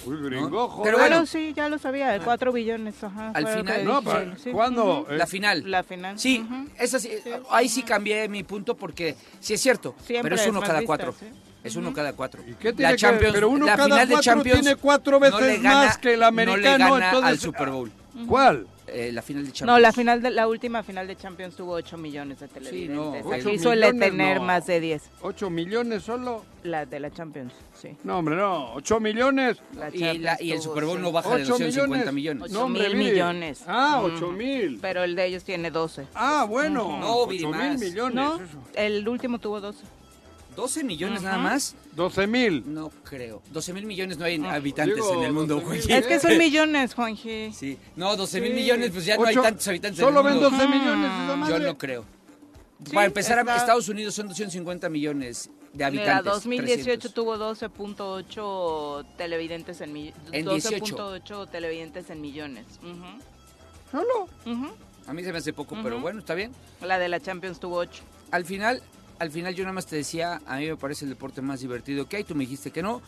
[SPEAKER 2] Uy, gringo,
[SPEAKER 4] No.
[SPEAKER 2] joder.
[SPEAKER 4] Pero
[SPEAKER 1] Pero
[SPEAKER 4] bueno.
[SPEAKER 1] sí, ya lo sabía, de cuatro billones, ajá.
[SPEAKER 4] Al
[SPEAKER 1] fue lo que
[SPEAKER 4] final-
[SPEAKER 2] No,
[SPEAKER 1] dije,
[SPEAKER 2] pero
[SPEAKER 1] sí,
[SPEAKER 2] ¿cuándo?
[SPEAKER 1] ujú.
[SPEAKER 2] Eh,
[SPEAKER 4] La final.
[SPEAKER 1] La final.
[SPEAKER 4] Sí,
[SPEAKER 1] ujú.
[SPEAKER 4] esa sí, ahí sí cambié mi punto porque sí es cierto,
[SPEAKER 1] Siempre
[SPEAKER 4] pero es
[SPEAKER 1] es
[SPEAKER 4] uno
[SPEAKER 1] más
[SPEAKER 4] cada
[SPEAKER 1] vista,
[SPEAKER 4] cuatro.
[SPEAKER 1] sí.
[SPEAKER 4] Es uno cada cuatro.
[SPEAKER 2] ¿Y qué tiene que ver? Pero uno
[SPEAKER 4] la
[SPEAKER 2] cada
[SPEAKER 4] final de
[SPEAKER 2] cuatro
[SPEAKER 4] Champions
[SPEAKER 2] tiene cuatro
[SPEAKER 4] no le
[SPEAKER 2] veces
[SPEAKER 4] gana-
[SPEAKER 2] más que el americano,
[SPEAKER 4] No le gana
[SPEAKER 2] entonces- ah.
[SPEAKER 4] al Super Bowl.
[SPEAKER 2] ¿Cuál?
[SPEAKER 4] Eh, la final de Champions.
[SPEAKER 1] No, la final de, la última final de Champions tuvo 8 millones de televidentes.
[SPEAKER 4] no, ocho
[SPEAKER 1] Aquí suele
[SPEAKER 2] millones,
[SPEAKER 1] tener
[SPEAKER 2] no.
[SPEAKER 1] más de 10,
[SPEAKER 2] ¿Ocho millones solo?
[SPEAKER 1] la de la Champions, sí.
[SPEAKER 2] No, hombre, no. ¿Ocho millones?
[SPEAKER 1] La
[SPEAKER 4] Y, la-
[SPEAKER 1] Champions
[SPEAKER 4] y el
[SPEAKER 1] tuvo,
[SPEAKER 4] Super Bowl
[SPEAKER 1] sí.
[SPEAKER 4] no baja de
[SPEAKER 2] 8
[SPEAKER 4] 250 millones.
[SPEAKER 1] Ocho mil
[SPEAKER 2] mire.
[SPEAKER 1] millones. Mm.
[SPEAKER 2] Ah,
[SPEAKER 1] Ujú.
[SPEAKER 2] 8 mil.
[SPEAKER 1] Pero el de ellos tiene 12.
[SPEAKER 2] Ah, bueno.
[SPEAKER 4] No, Viri,
[SPEAKER 2] 8 mil
[SPEAKER 4] más.
[SPEAKER 2] millones.
[SPEAKER 1] No, el último tuvo 12.
[SPEAKER 4] 12 millones nada más.
[SPEAKER 2] 12 mil. Ah, pues
[SPEAKER 4] No creo. 12 mil millones no hay habitantes
[SPEAKER 2] Digo,
[SPEAKER 4] en el mundo,
[SPEAKER 2] 12,000.
[SPEAKER 4] güey.
[SPEAKER 2] Sí.
[SPEAKER 1] Es que son millones, Juanji.
[SPEAKER 4] Sí. No, 12 mil millones, pues ya no hay
[SPEAKER 2] Ocho-
[SPEAKER 4] tantos habitantes
[SPEAKER 2] Solo
[SPEAKER 4] en el
[SPEAKER 2] ven
[SPEAKER 4] mundo.
[SPEAKER 2] 12 millones esa
[SPEAKER 4] Yo
[SPEAKER 2] madre.
[SPEAKER 4] no creo.
[SPEAKER 1] Sí,
[SPEAKER 4] Para empezar,
[SPEAKER 1] está-
[SPEAKER 4] Estados Unidos son 250 millones de
[SPEAKER 1] En
[SPEAKER 4] habitantes.
[SPEAKER 1] la 2018
[SPEAKER 4] 300.
[SPEAKER 1] tuvo 12.8 televidentes en millones.
[SPEAKER 4] En
[SPEAKER 1] 12.8 televidentes en millones. Ujú,
[SPEAKER 2] Solo.
[SPEAKER 1] ujú.
[SPEAKER 4] A mí se me hace poco, pero
[SPEAKER 1] Ujú.
[SPEAKER 4] bueno, está bien.
[SPEAKER 1] La de la Champions tuvo 8.
[SPEAKER 4] Al final, al final yo nada más te decía, a mí me parece el deporte más divertido que hay, tú me dijiste que no.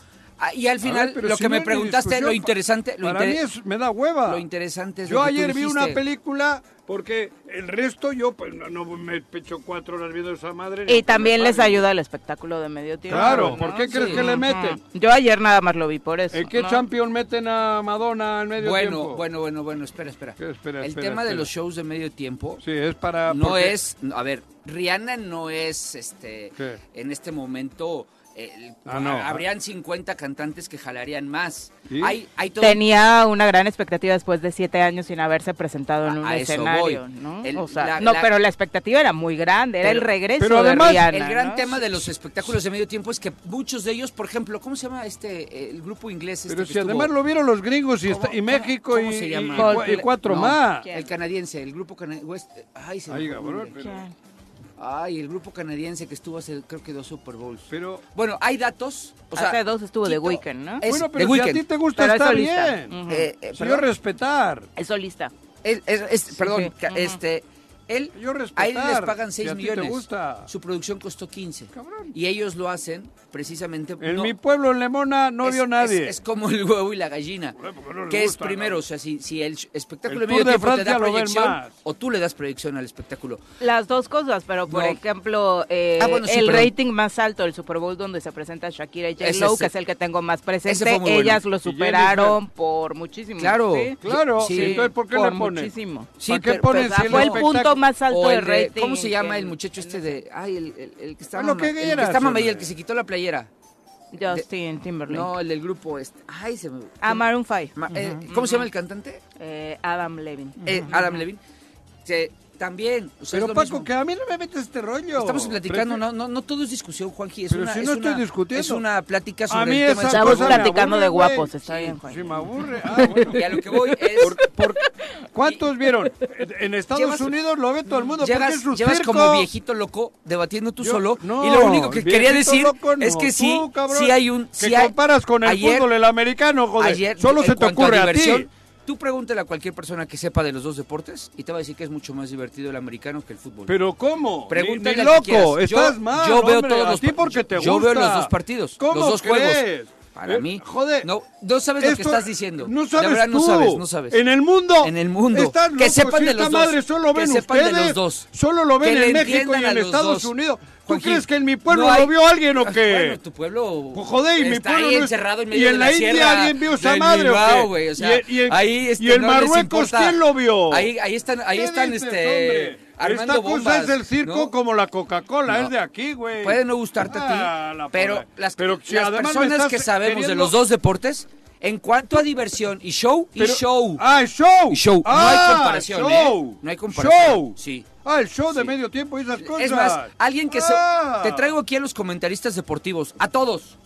[SPEAKER 4] Ah, Y al final,
[SPEAKER 2] pero
[SPEAKER 4] lo
[SPEAKER 2] si
[SPEAKER 4] que
[SPEAKER 2] no
[SPEAKER 4] me
[SPEAKER 2] es ni
[SPEAKER 4] preguntaste, lo
[SPEAKER 2] discusión,
[SPEAKER 4] interesante. Lo
[SPEAKER 2] para
[SPEAKER 4] inter-
[SPEAKER 2] mí es- me da hueva.
[SPEAKER 4] Lo interesante es.
[SPEAKER 2] Yo
[SPEAKER 4] lo que tú
[SPEAKER 2] ayer vi una
[SPEAKER 4] dijiste.
[SPEAKER 2] película porque el resto yo pues no, no me pecho cuatro horas viendo esa madre.
[SPEAKER 1] Y también les
[SPEAKER 2] ayuda
[SPEAKER 1] ayuda el espectáculo de medio tiempo.
[SPEAKER 2] Claro,
[SPEAKER 1] ¿no?
[SPEAKER 2] ¿por qué crees
[SPEAKER 4] Sí.
[SPEAKER 2] que le
[SPEAKER 1] Ujú.
[SPEAKER 2] meten?
[SPEAKER 1] Yo ayer nada más lo vi por eso.
[SPEAKER 2] ¿En qué
[SPEAKER 1] ¿no?
[SPEAKER 2] champion meten a Madonna en medio
[SPEAKER 4] Bueno,
[SPEAKER 2] tiempo?
[SPEAKER 4] bueno, bueno, bueno, espera, espera.
[SPEAKER 2] ¿Qué? Espera,
[SPEAKER 4] el
[SPEAKER 2] espera,
[SPEAKER 4] tema de
[SPEAKER 2] espera.
[SPEAKER 4] los shows de medio tiempo
[SPEAKER 2] Sí, es para...
[SPEAKER 4] no
[SPEAKER 2] porque-
[SPEAKER 4] es. A ver, Rihanna no es este.
[SPEAKER 2] ¿Qué?
[SPEAKER 4] En este momento. el-
[SPEAKER 2] Ah, no.
[SPEAKER 4] Habrían 50 cantantes que jalarían más.
[SPEAKER 2] ¿Sí?
[SPEAKER 4] Hay, hay todo
[SPEAKER 1] Tenía una gran expectativa después de siete años sin haberse presentado en
[SPEAKER 4] A-
[SPEAKER 1] un
[SPEAKER 4] a eso
[SPEAKER 1] escenario,
[SPEAKER 4] voy.
[SPEAKER 1] ¿no?
[SPEAKER 4] El-
[SPEAKER 1] O sea,
[SPEAKER 4] la-
[SPEAKER 1] no,
[SPEAKER 4] la-
[SPEAKER 1] pero la expectativa era muy grande, era el
[SPEAKER 4] Pero-
[SPEAKER 1] regreso
[SPEAKER 2] pero además-
[SPEAKER 1] de Rihanna.
[SPEAKER 4] El gran
[SPEAKER 1] ¿no?
[SPEAKER 4] tema de los espectáculos de medio tiempo es que muchos de ellos, por ejemplo, ¿cómo se llama este eh, el grupo inglés? Este
[SPEAKER 2] Pero
[SPEAKER 4] que
[SPEAKER 2] si
[SPEAKER 4] estuvo?
[SPEAKER 2] además lo vieron los gringos y,
[SPEAKER 4] ¿Cómo-
[SPEAKER 2] está- y
[SPEAKER 4] cómo-
[SPEAKER 2] México
[SPEAKER 4] cómo
[SPEAKER 2] y,
[SPEAKER 4] se
[SPEAKER 2] y-
[SPEAKER 4] llama?
[SPEAKER 2] y cua- y
[SPEAKER 1] Coldplay.
[SPEAKER 2] cuatro
[SPEAKER 4] No.
[SPEAKER 2] más.
[SPEAKER 1] ¿Quién?
[SPEAKER 4] El canadiense, el grupo canadiense. Ay, se me
[SPEAKER 2] Ay,
[SPEAKER 4] fue el nombre.
[SPEAKER 2] cabrón, pero,
[SPEAKER 1] ¿Quién?
[SPEAKER 4] Ay, el grupo canadiense que estuvo hace creo que dos Super Bowls.
[SPEAKER 2] pero-
[SPEAKER 4] Bueno, hay datos. O sea,
[SPEAKER 1] Hace dos estuvo The
[SPEAKER 4] Quito
[SPEAKER 1] Weeknd, ¿no?
[SPEAKER 4] es
[SPEAKER 2] bueno,
[SPEAKER 4] The
[SPEAKER 2] pero si a
[SPEAKER 4] Weeknd.
[SPEAKER 2] ti te gusta,
[SPEAKER 1] Pero es
[SPEAKER 2] está
[SPEAKER 1] solista.
[SPEAKER 2] bien.
[SPEAKER 1] Ujú.
[SPEAKER 4] Eh, eh,
[SPEAKER 2] Si yo
[SPEAKER 4] perdón,
[SPEAKER 2] respetar.
[SPEAKER 1] Es solista.
[SPEAKER 4] él- es- es- perdón,
[SPEAKER 1] sí.
[SPEAKER 4] ca-
[SPEAKER 1] Ujú.
[SPEAKER 4] este, él,
[SPEAKER 2] Yo
[SPEAKER 4] a él les
[SPEAKER 2] respetar,
[SPEAKER 4] pagan
[SPEAKER 2] si
[SPEAKER 4] 6
[SPEAKER 2] a ti te
[SPEAKER 4] millones.
[SPEAKER 2] gusta.
[SPEAKER 4] Su producción costó 15.
[SPEAKER 2] Cabrón.
[SPEAKER 4] Y ellos lo hacen precisamente.
[SPEAKER 2] En
[SPEAKER 4] no-
[SPEAKER 2] mi pueblo, en Lemona, no
[SPEAKER 4] es-
[SPEAKER 2] vio nadie.
[SPEAKER 4] Es, es como el huevo y la gallina.
[SPEAKER 2] Bueno, porque no les
[SPEAKER 4] ¿Qué es
[SPEAKER 2] gusta,
[SPEAKER 4] primero?
[SPEAKER 2] ¿no?
[SPEAKER 4] O sea, si, si el espectáculo de
[SPEAKER 2] El
[SPEAKER 4] medio
[SPEAKER 2] Tour de
[SPEAKER 4] tiempo te
[SPEAKER 2] Francia
[SPEAKER 4] da
[SPEAKER 2] lo ven
[SPEAKER 4] proyección
[SPEAKER 2] más.
[SPEAKER 4] o tú le das proyección al espectáculo.
[SPEAKER 1] Las dos cosas, pero por
[SPEAKER 4] No.
[SPEAKER 1] ejemplo, eh,
[SPEAKER 4] Ah, bueno, sí,
[SPEAKER 1] el
[SPEAKER 4] perdón.
[SPEAKER 1] rating más alto del Super Bowl donde se presenta Shakira y J.
[SPEAKER 4] Ese
[SPEAKER 1] Lo,
[SPEAKER 4] sí.
[SPEAKER 1] que es el que tengo más
[SPEAKER 4] Ese
[SPEAKER 1] presente,
[SPEAKER 4] fue muy bueno.
[SPEAKER 1] ellas lo
[SPEAKER 2] Y Jennifer.
[SPEAKER 1] superaron por muchísimo.
[SPEAKER 4] Claro.
[SPEAKER 1] ¿sí?
[SPEAKER 2] Claro,
[SPEAKER 4] Sí.
[SPEAKER 2] entonces ¿por qué
[SPEAKER 1] por
[SPEAKER 2] le ponen?
[SPEAKER 1] muchísimo.
[SPEAKER 4] Sí,
[SPEAKER 2] ¿Para qué
[SPEAKER 4] pero-
[SPEAKER 2] ponen
[SPEAKER 4] pero-
[SPEAKER 2] si
[SPEAKER 1] Ah, fue el
[SPEAKER 2] espectáculo-
[SPEAKER 1] punto más alto
[SPEAKER 4] O
[SPEAKER 1] de
[SPEAKER 4] el de-
[SPEAKER 1] rating.
[SPEAKER 4] ¿Cómo se llama
[SPEAKER 1] que-
[SPEAKER 4] el muchacho este de. Ay, el, el- el que está.
[SPEAKER 2] Bueno,
[SPEAKER 4] mama-
[SPEAKER 2] ¿qué
[SPEAKER 4] el que
[SPEAKER 2] eras,
[SPEAKER 4] está mama y
[SPEAKER 2] hombre?
[SPEAKER 4] el que se quitó la playera.
[SPEAKER 1] Justin Timberlake.
[SPEAKER 4] No, el del grupo este. Ay, se me.
[SPEAKER 1] Ah, Maroon 5.
[SPEAKER 4] Ma- eh, ¿Cómo se llama el cantante?
[SPEAKER 1] Eh, Adam Levin.
[SPEAKER 4] Eh, Adam Levine. Se- también. o sea, es
[SPEAKER 2] Pero
[SPEAKER 4] lo
[SPEAKER 2] Paco,
[SPEAKER 4] mismo.
[SPEAKER 2] que a mí no me metes este rollo.
[SPEAKER 4] Estamos platicando,
[SPEAKER 2] Prefi-
[SPEAKER 4] no, no, no todo es discusión, Juanji. Es
[SPEAKER 2] Pero
[SPEAKER 4] una,
[SPEAKER 2] si
[SPEAKER 4] es
[SPEAKER 2] no estoy
[SPEAKER 4] una-
[SPEAKER 2] discutiendo.
[SPEAKER 4] Es una plática
[SPEAKER 2] A
[SPEAKER 4] sobre
[SPEAKER 2] mí
[SPEAKER 4] el tema
[SPEAKER 2] esa
[SPEAKER 4] del
[SPEAKER 1] Estamos
[SPEAKER 2] cosa me
[SPEAKER 4] programa.
[SPEAKER 1] platicando
[SPEAKER 2] aburre,
[SPEAKER 1] de guapos,
[SPEAKER 2] güey.
[SPEAKER 1] está bien, Juan.
[SPEAKER 2] Sí, me aburre. Ah, bueno.
[SPEAKER 4] Y a lo que voy es.
[SPEAKER 2] Por- ¿Cuántos vieron? En Estados
[SPEAKER 4] Llevas-
[SPEAKER 2] Unidos lo ve todo el mundo. porque
[SPEAKER 4] Llegas,
[SPEAKER 2] es su
[SPEAKER 4] llevas
[SPEAKER 2] circo.
[SPEAKER 4] como viejito loco debatiendo tú
[SPEAKER 2] Yo-
[SPEAKER 4] solo
[SPEAKER 2] no,
[SPEAKER 4] y lo único que quería
[SPEAKER 2] viejito
[SPEAKER 4] decir
[SPEAKER 2] loco no,
[SPEAKER 4] es que sí,
[SPEAKER 2] tú, cabrón,
[SPEAKER 4] sí hay un...
[SPEAKER 2] Que
[SPEAKER 4] sí hay-
[SPEAKER 2] comparas con el
[SPEAKER 4] ayer-
[SPEAKER 2] fútbol, el americano, joder.
[SPEAKER 4] ayer,
[SPEAKER 2] Solo
[SPEAKER 4] en
[SPEAKER 2] se te
[SPEAKER 4] cuanto
[SPEAKER 2] ocurre a,
[SPEAKER 4] diversión,
[SPEAKER 2] ti.
[SPEAKER 4] Tú pregúntale a cualquier persona que sepa de los dos deportes y te va a decir que es mucho más divertido el americano que el fútbol.
[SPEAKER 2] Pero ¿cómo?
[SPEAKER 4] Pregúntale
[SPEAKER 2] Ni- ni
[SPEAKER 4] al que
[SPEAKER 2] loco,
[SPEAKER 4] quieras. Yo-
[SPEAKER 2] estás mal.
[SPEAKER 4] yo veo
[SPEAKER 2] hombre,
[SPEAKER 4] todos
[SPEAKER 2] a
[SPEAKER 4] los
[SPEAKER 2] ti
[SPEAKER 4] par-
[SPEAKER 2] porque te
[SPEAKER 4] yo
[SPEAKER 2] gusta.
[SPEAKER 4] veo los dos partidos,
[SPEAKER 2] ¿Cómo
[SPEAKER 4] los dos juegos.
[SPEAKER 2] crees?
[SPEAKER 4] Para
[SPEAKER 2] Eh,
[SPEAKER 4] mí,
[SPEAKER 2] joder.
[SPEAKER 4] no, no sabes lo que
[SPEAKER 2] Esto-
[SPEAKER 4] estás diciendo.
[SPEAKER 2] No
[SPEAKER 4] La
[SPEAKER 2] sabes
[SPEAKER 4] verdad, no
[SPEAKER 2] tú.
[SPEAKER 4] sabes, no sabes.
[SPEAKER 2] En el mundo.
[SPEAKER 4] En el mundo.
[SPEAKER 2] Estás
[SPEAKER 4] Que
[SPEAKER 2] loco,
[SPEAKER 4] sepan
[SPEAKER 2] si
[SPEAKER 4] de
[SPEAKER 2] esta
[SPEAKER 4] los dos.
[SPEAKER 2] madre solo
[SPEAKER 4] Que
[SPEAKER 2] ven
[SPEAKER 4] sepan de
[SPEAKER 2] ustedes.
[SPEAKER 4] los dos.
[SPEAKER 2] Solo lo ven
[SPEAKER 4] Que le
[SPEAKER 2] en México
[SPEAKER 4] entiendan
[SPEAKER 2] y
[SPEAKER 4] a
[SPEAKER 2] en
[SPEAKER 4] los
[SPEAKER 2] Estados
[SPEAKER 4] dos.
[SPEAKER 2] Unidos. ¿Tú
[SPEAKER 4] Joaquín,
[SPEAKER 2] crees que en mi pueblo
[SPEAKER 4] no hay-
[SPEAKER 2] lo vio alguien o qué?
[SPEAKER 4] Bueno, tu pueblo.
[SPEAKER 2] Pues, joder, y mi
[SPEAKER 4] está
[SPEAKER 2] pueblo
[SPEAKER 4] ahí
[SPEAKER 2] no es-
[SPEAKER 4] encerrado en
[SPEAKER 2] y
[SPEAKER 4] medio
[SPEAKER 2] en
[SPEAKER 4] de
[SPEAKER 2] la
[SPEAKER 4] la,
[SPEAKER 2] India
[SPEAKER 4] sierra
[SPEAKER 2] alguien vio esa
[SPEAKER 4] del
[SPEAKER 2] madre, ¿o
[SPEAKER 4] Bilbao,
[SPEAKER 2] qué?
[SPEAKER 4] güey, o sea,
[SPEAKER 2] Y- y en-
[SPEAKER 4] ahí, este,
[SPEAKER 2] y en
[SPEAKER 4] no les
[SPEAKER 2] Marruecos,
[SPEAKER 4] importa.
[SPEAKER 2] ¿quién lo vio?
[SPEAKER 4] Ahí, ahí están, ahí
[SPEAKER 2] ¿Qué
[SPEAKER 4] están,
[SPEAKER 2] dices,
[SPEAKER 4] este,
[SPEAKER 2] hombre?
[SPEAKER 4] armando
[SPEAKER 2] Esta cosa
[SPEAKER 4] bombas,
[SPEAKER 2] es el circo
[SPEAKER 4] ¿no?
[SPEAKER 2] como la Coca-Cola,
[SPEAKER 4] No.
[SPEAKER 2] es de aquí, güey.
[SPEAKER 4] Puede no gustarte
[SPEAKER 2] Ah,
[SPEAKER 4] a ti,
[SPEAKER 2] la
[SPEAKER 4] pero
[SPEAKER 2] pobre.
[SPEAKER 4] las,
[SPEAKER 2] Pero si
[SPEAKER 4] las
[SPEAKER 2] además me
[SPEAKER 4] personas
[SPEAKER 2] estás
[SPEAKER 4] que sabemos de
[SPEAKER 2] queriendo-
[SPEAKER 4] los dos deportes, en cuanto a diversión y show, y
[SPEAKER 2] Pero-
[SPEAKER 4] show.
[SPEAKER 2] Ah, el show.
[SPEAKER 4] Y show. No hay
[SPEAKER 2] Ah,
[SPEAKER 4] comparación,
[SPEAKER 2] show.
[SPEAKER 4] ¿eh? No hay comparación.
[SPEAKER 2] Show.
[SPEAKER 4] Sí.
[SPEAKER 2] Ah, el show de
[SPEAKER 4] Sí.
[SPEAKER 2] medio tiempo y esas cosas.
[SPEAKER 4] Es más, alguien que
[SPEAKER 2] Ah.
[SPEAKER 4] se... Te traigo aquí a los comentaristas deportivos, a todos.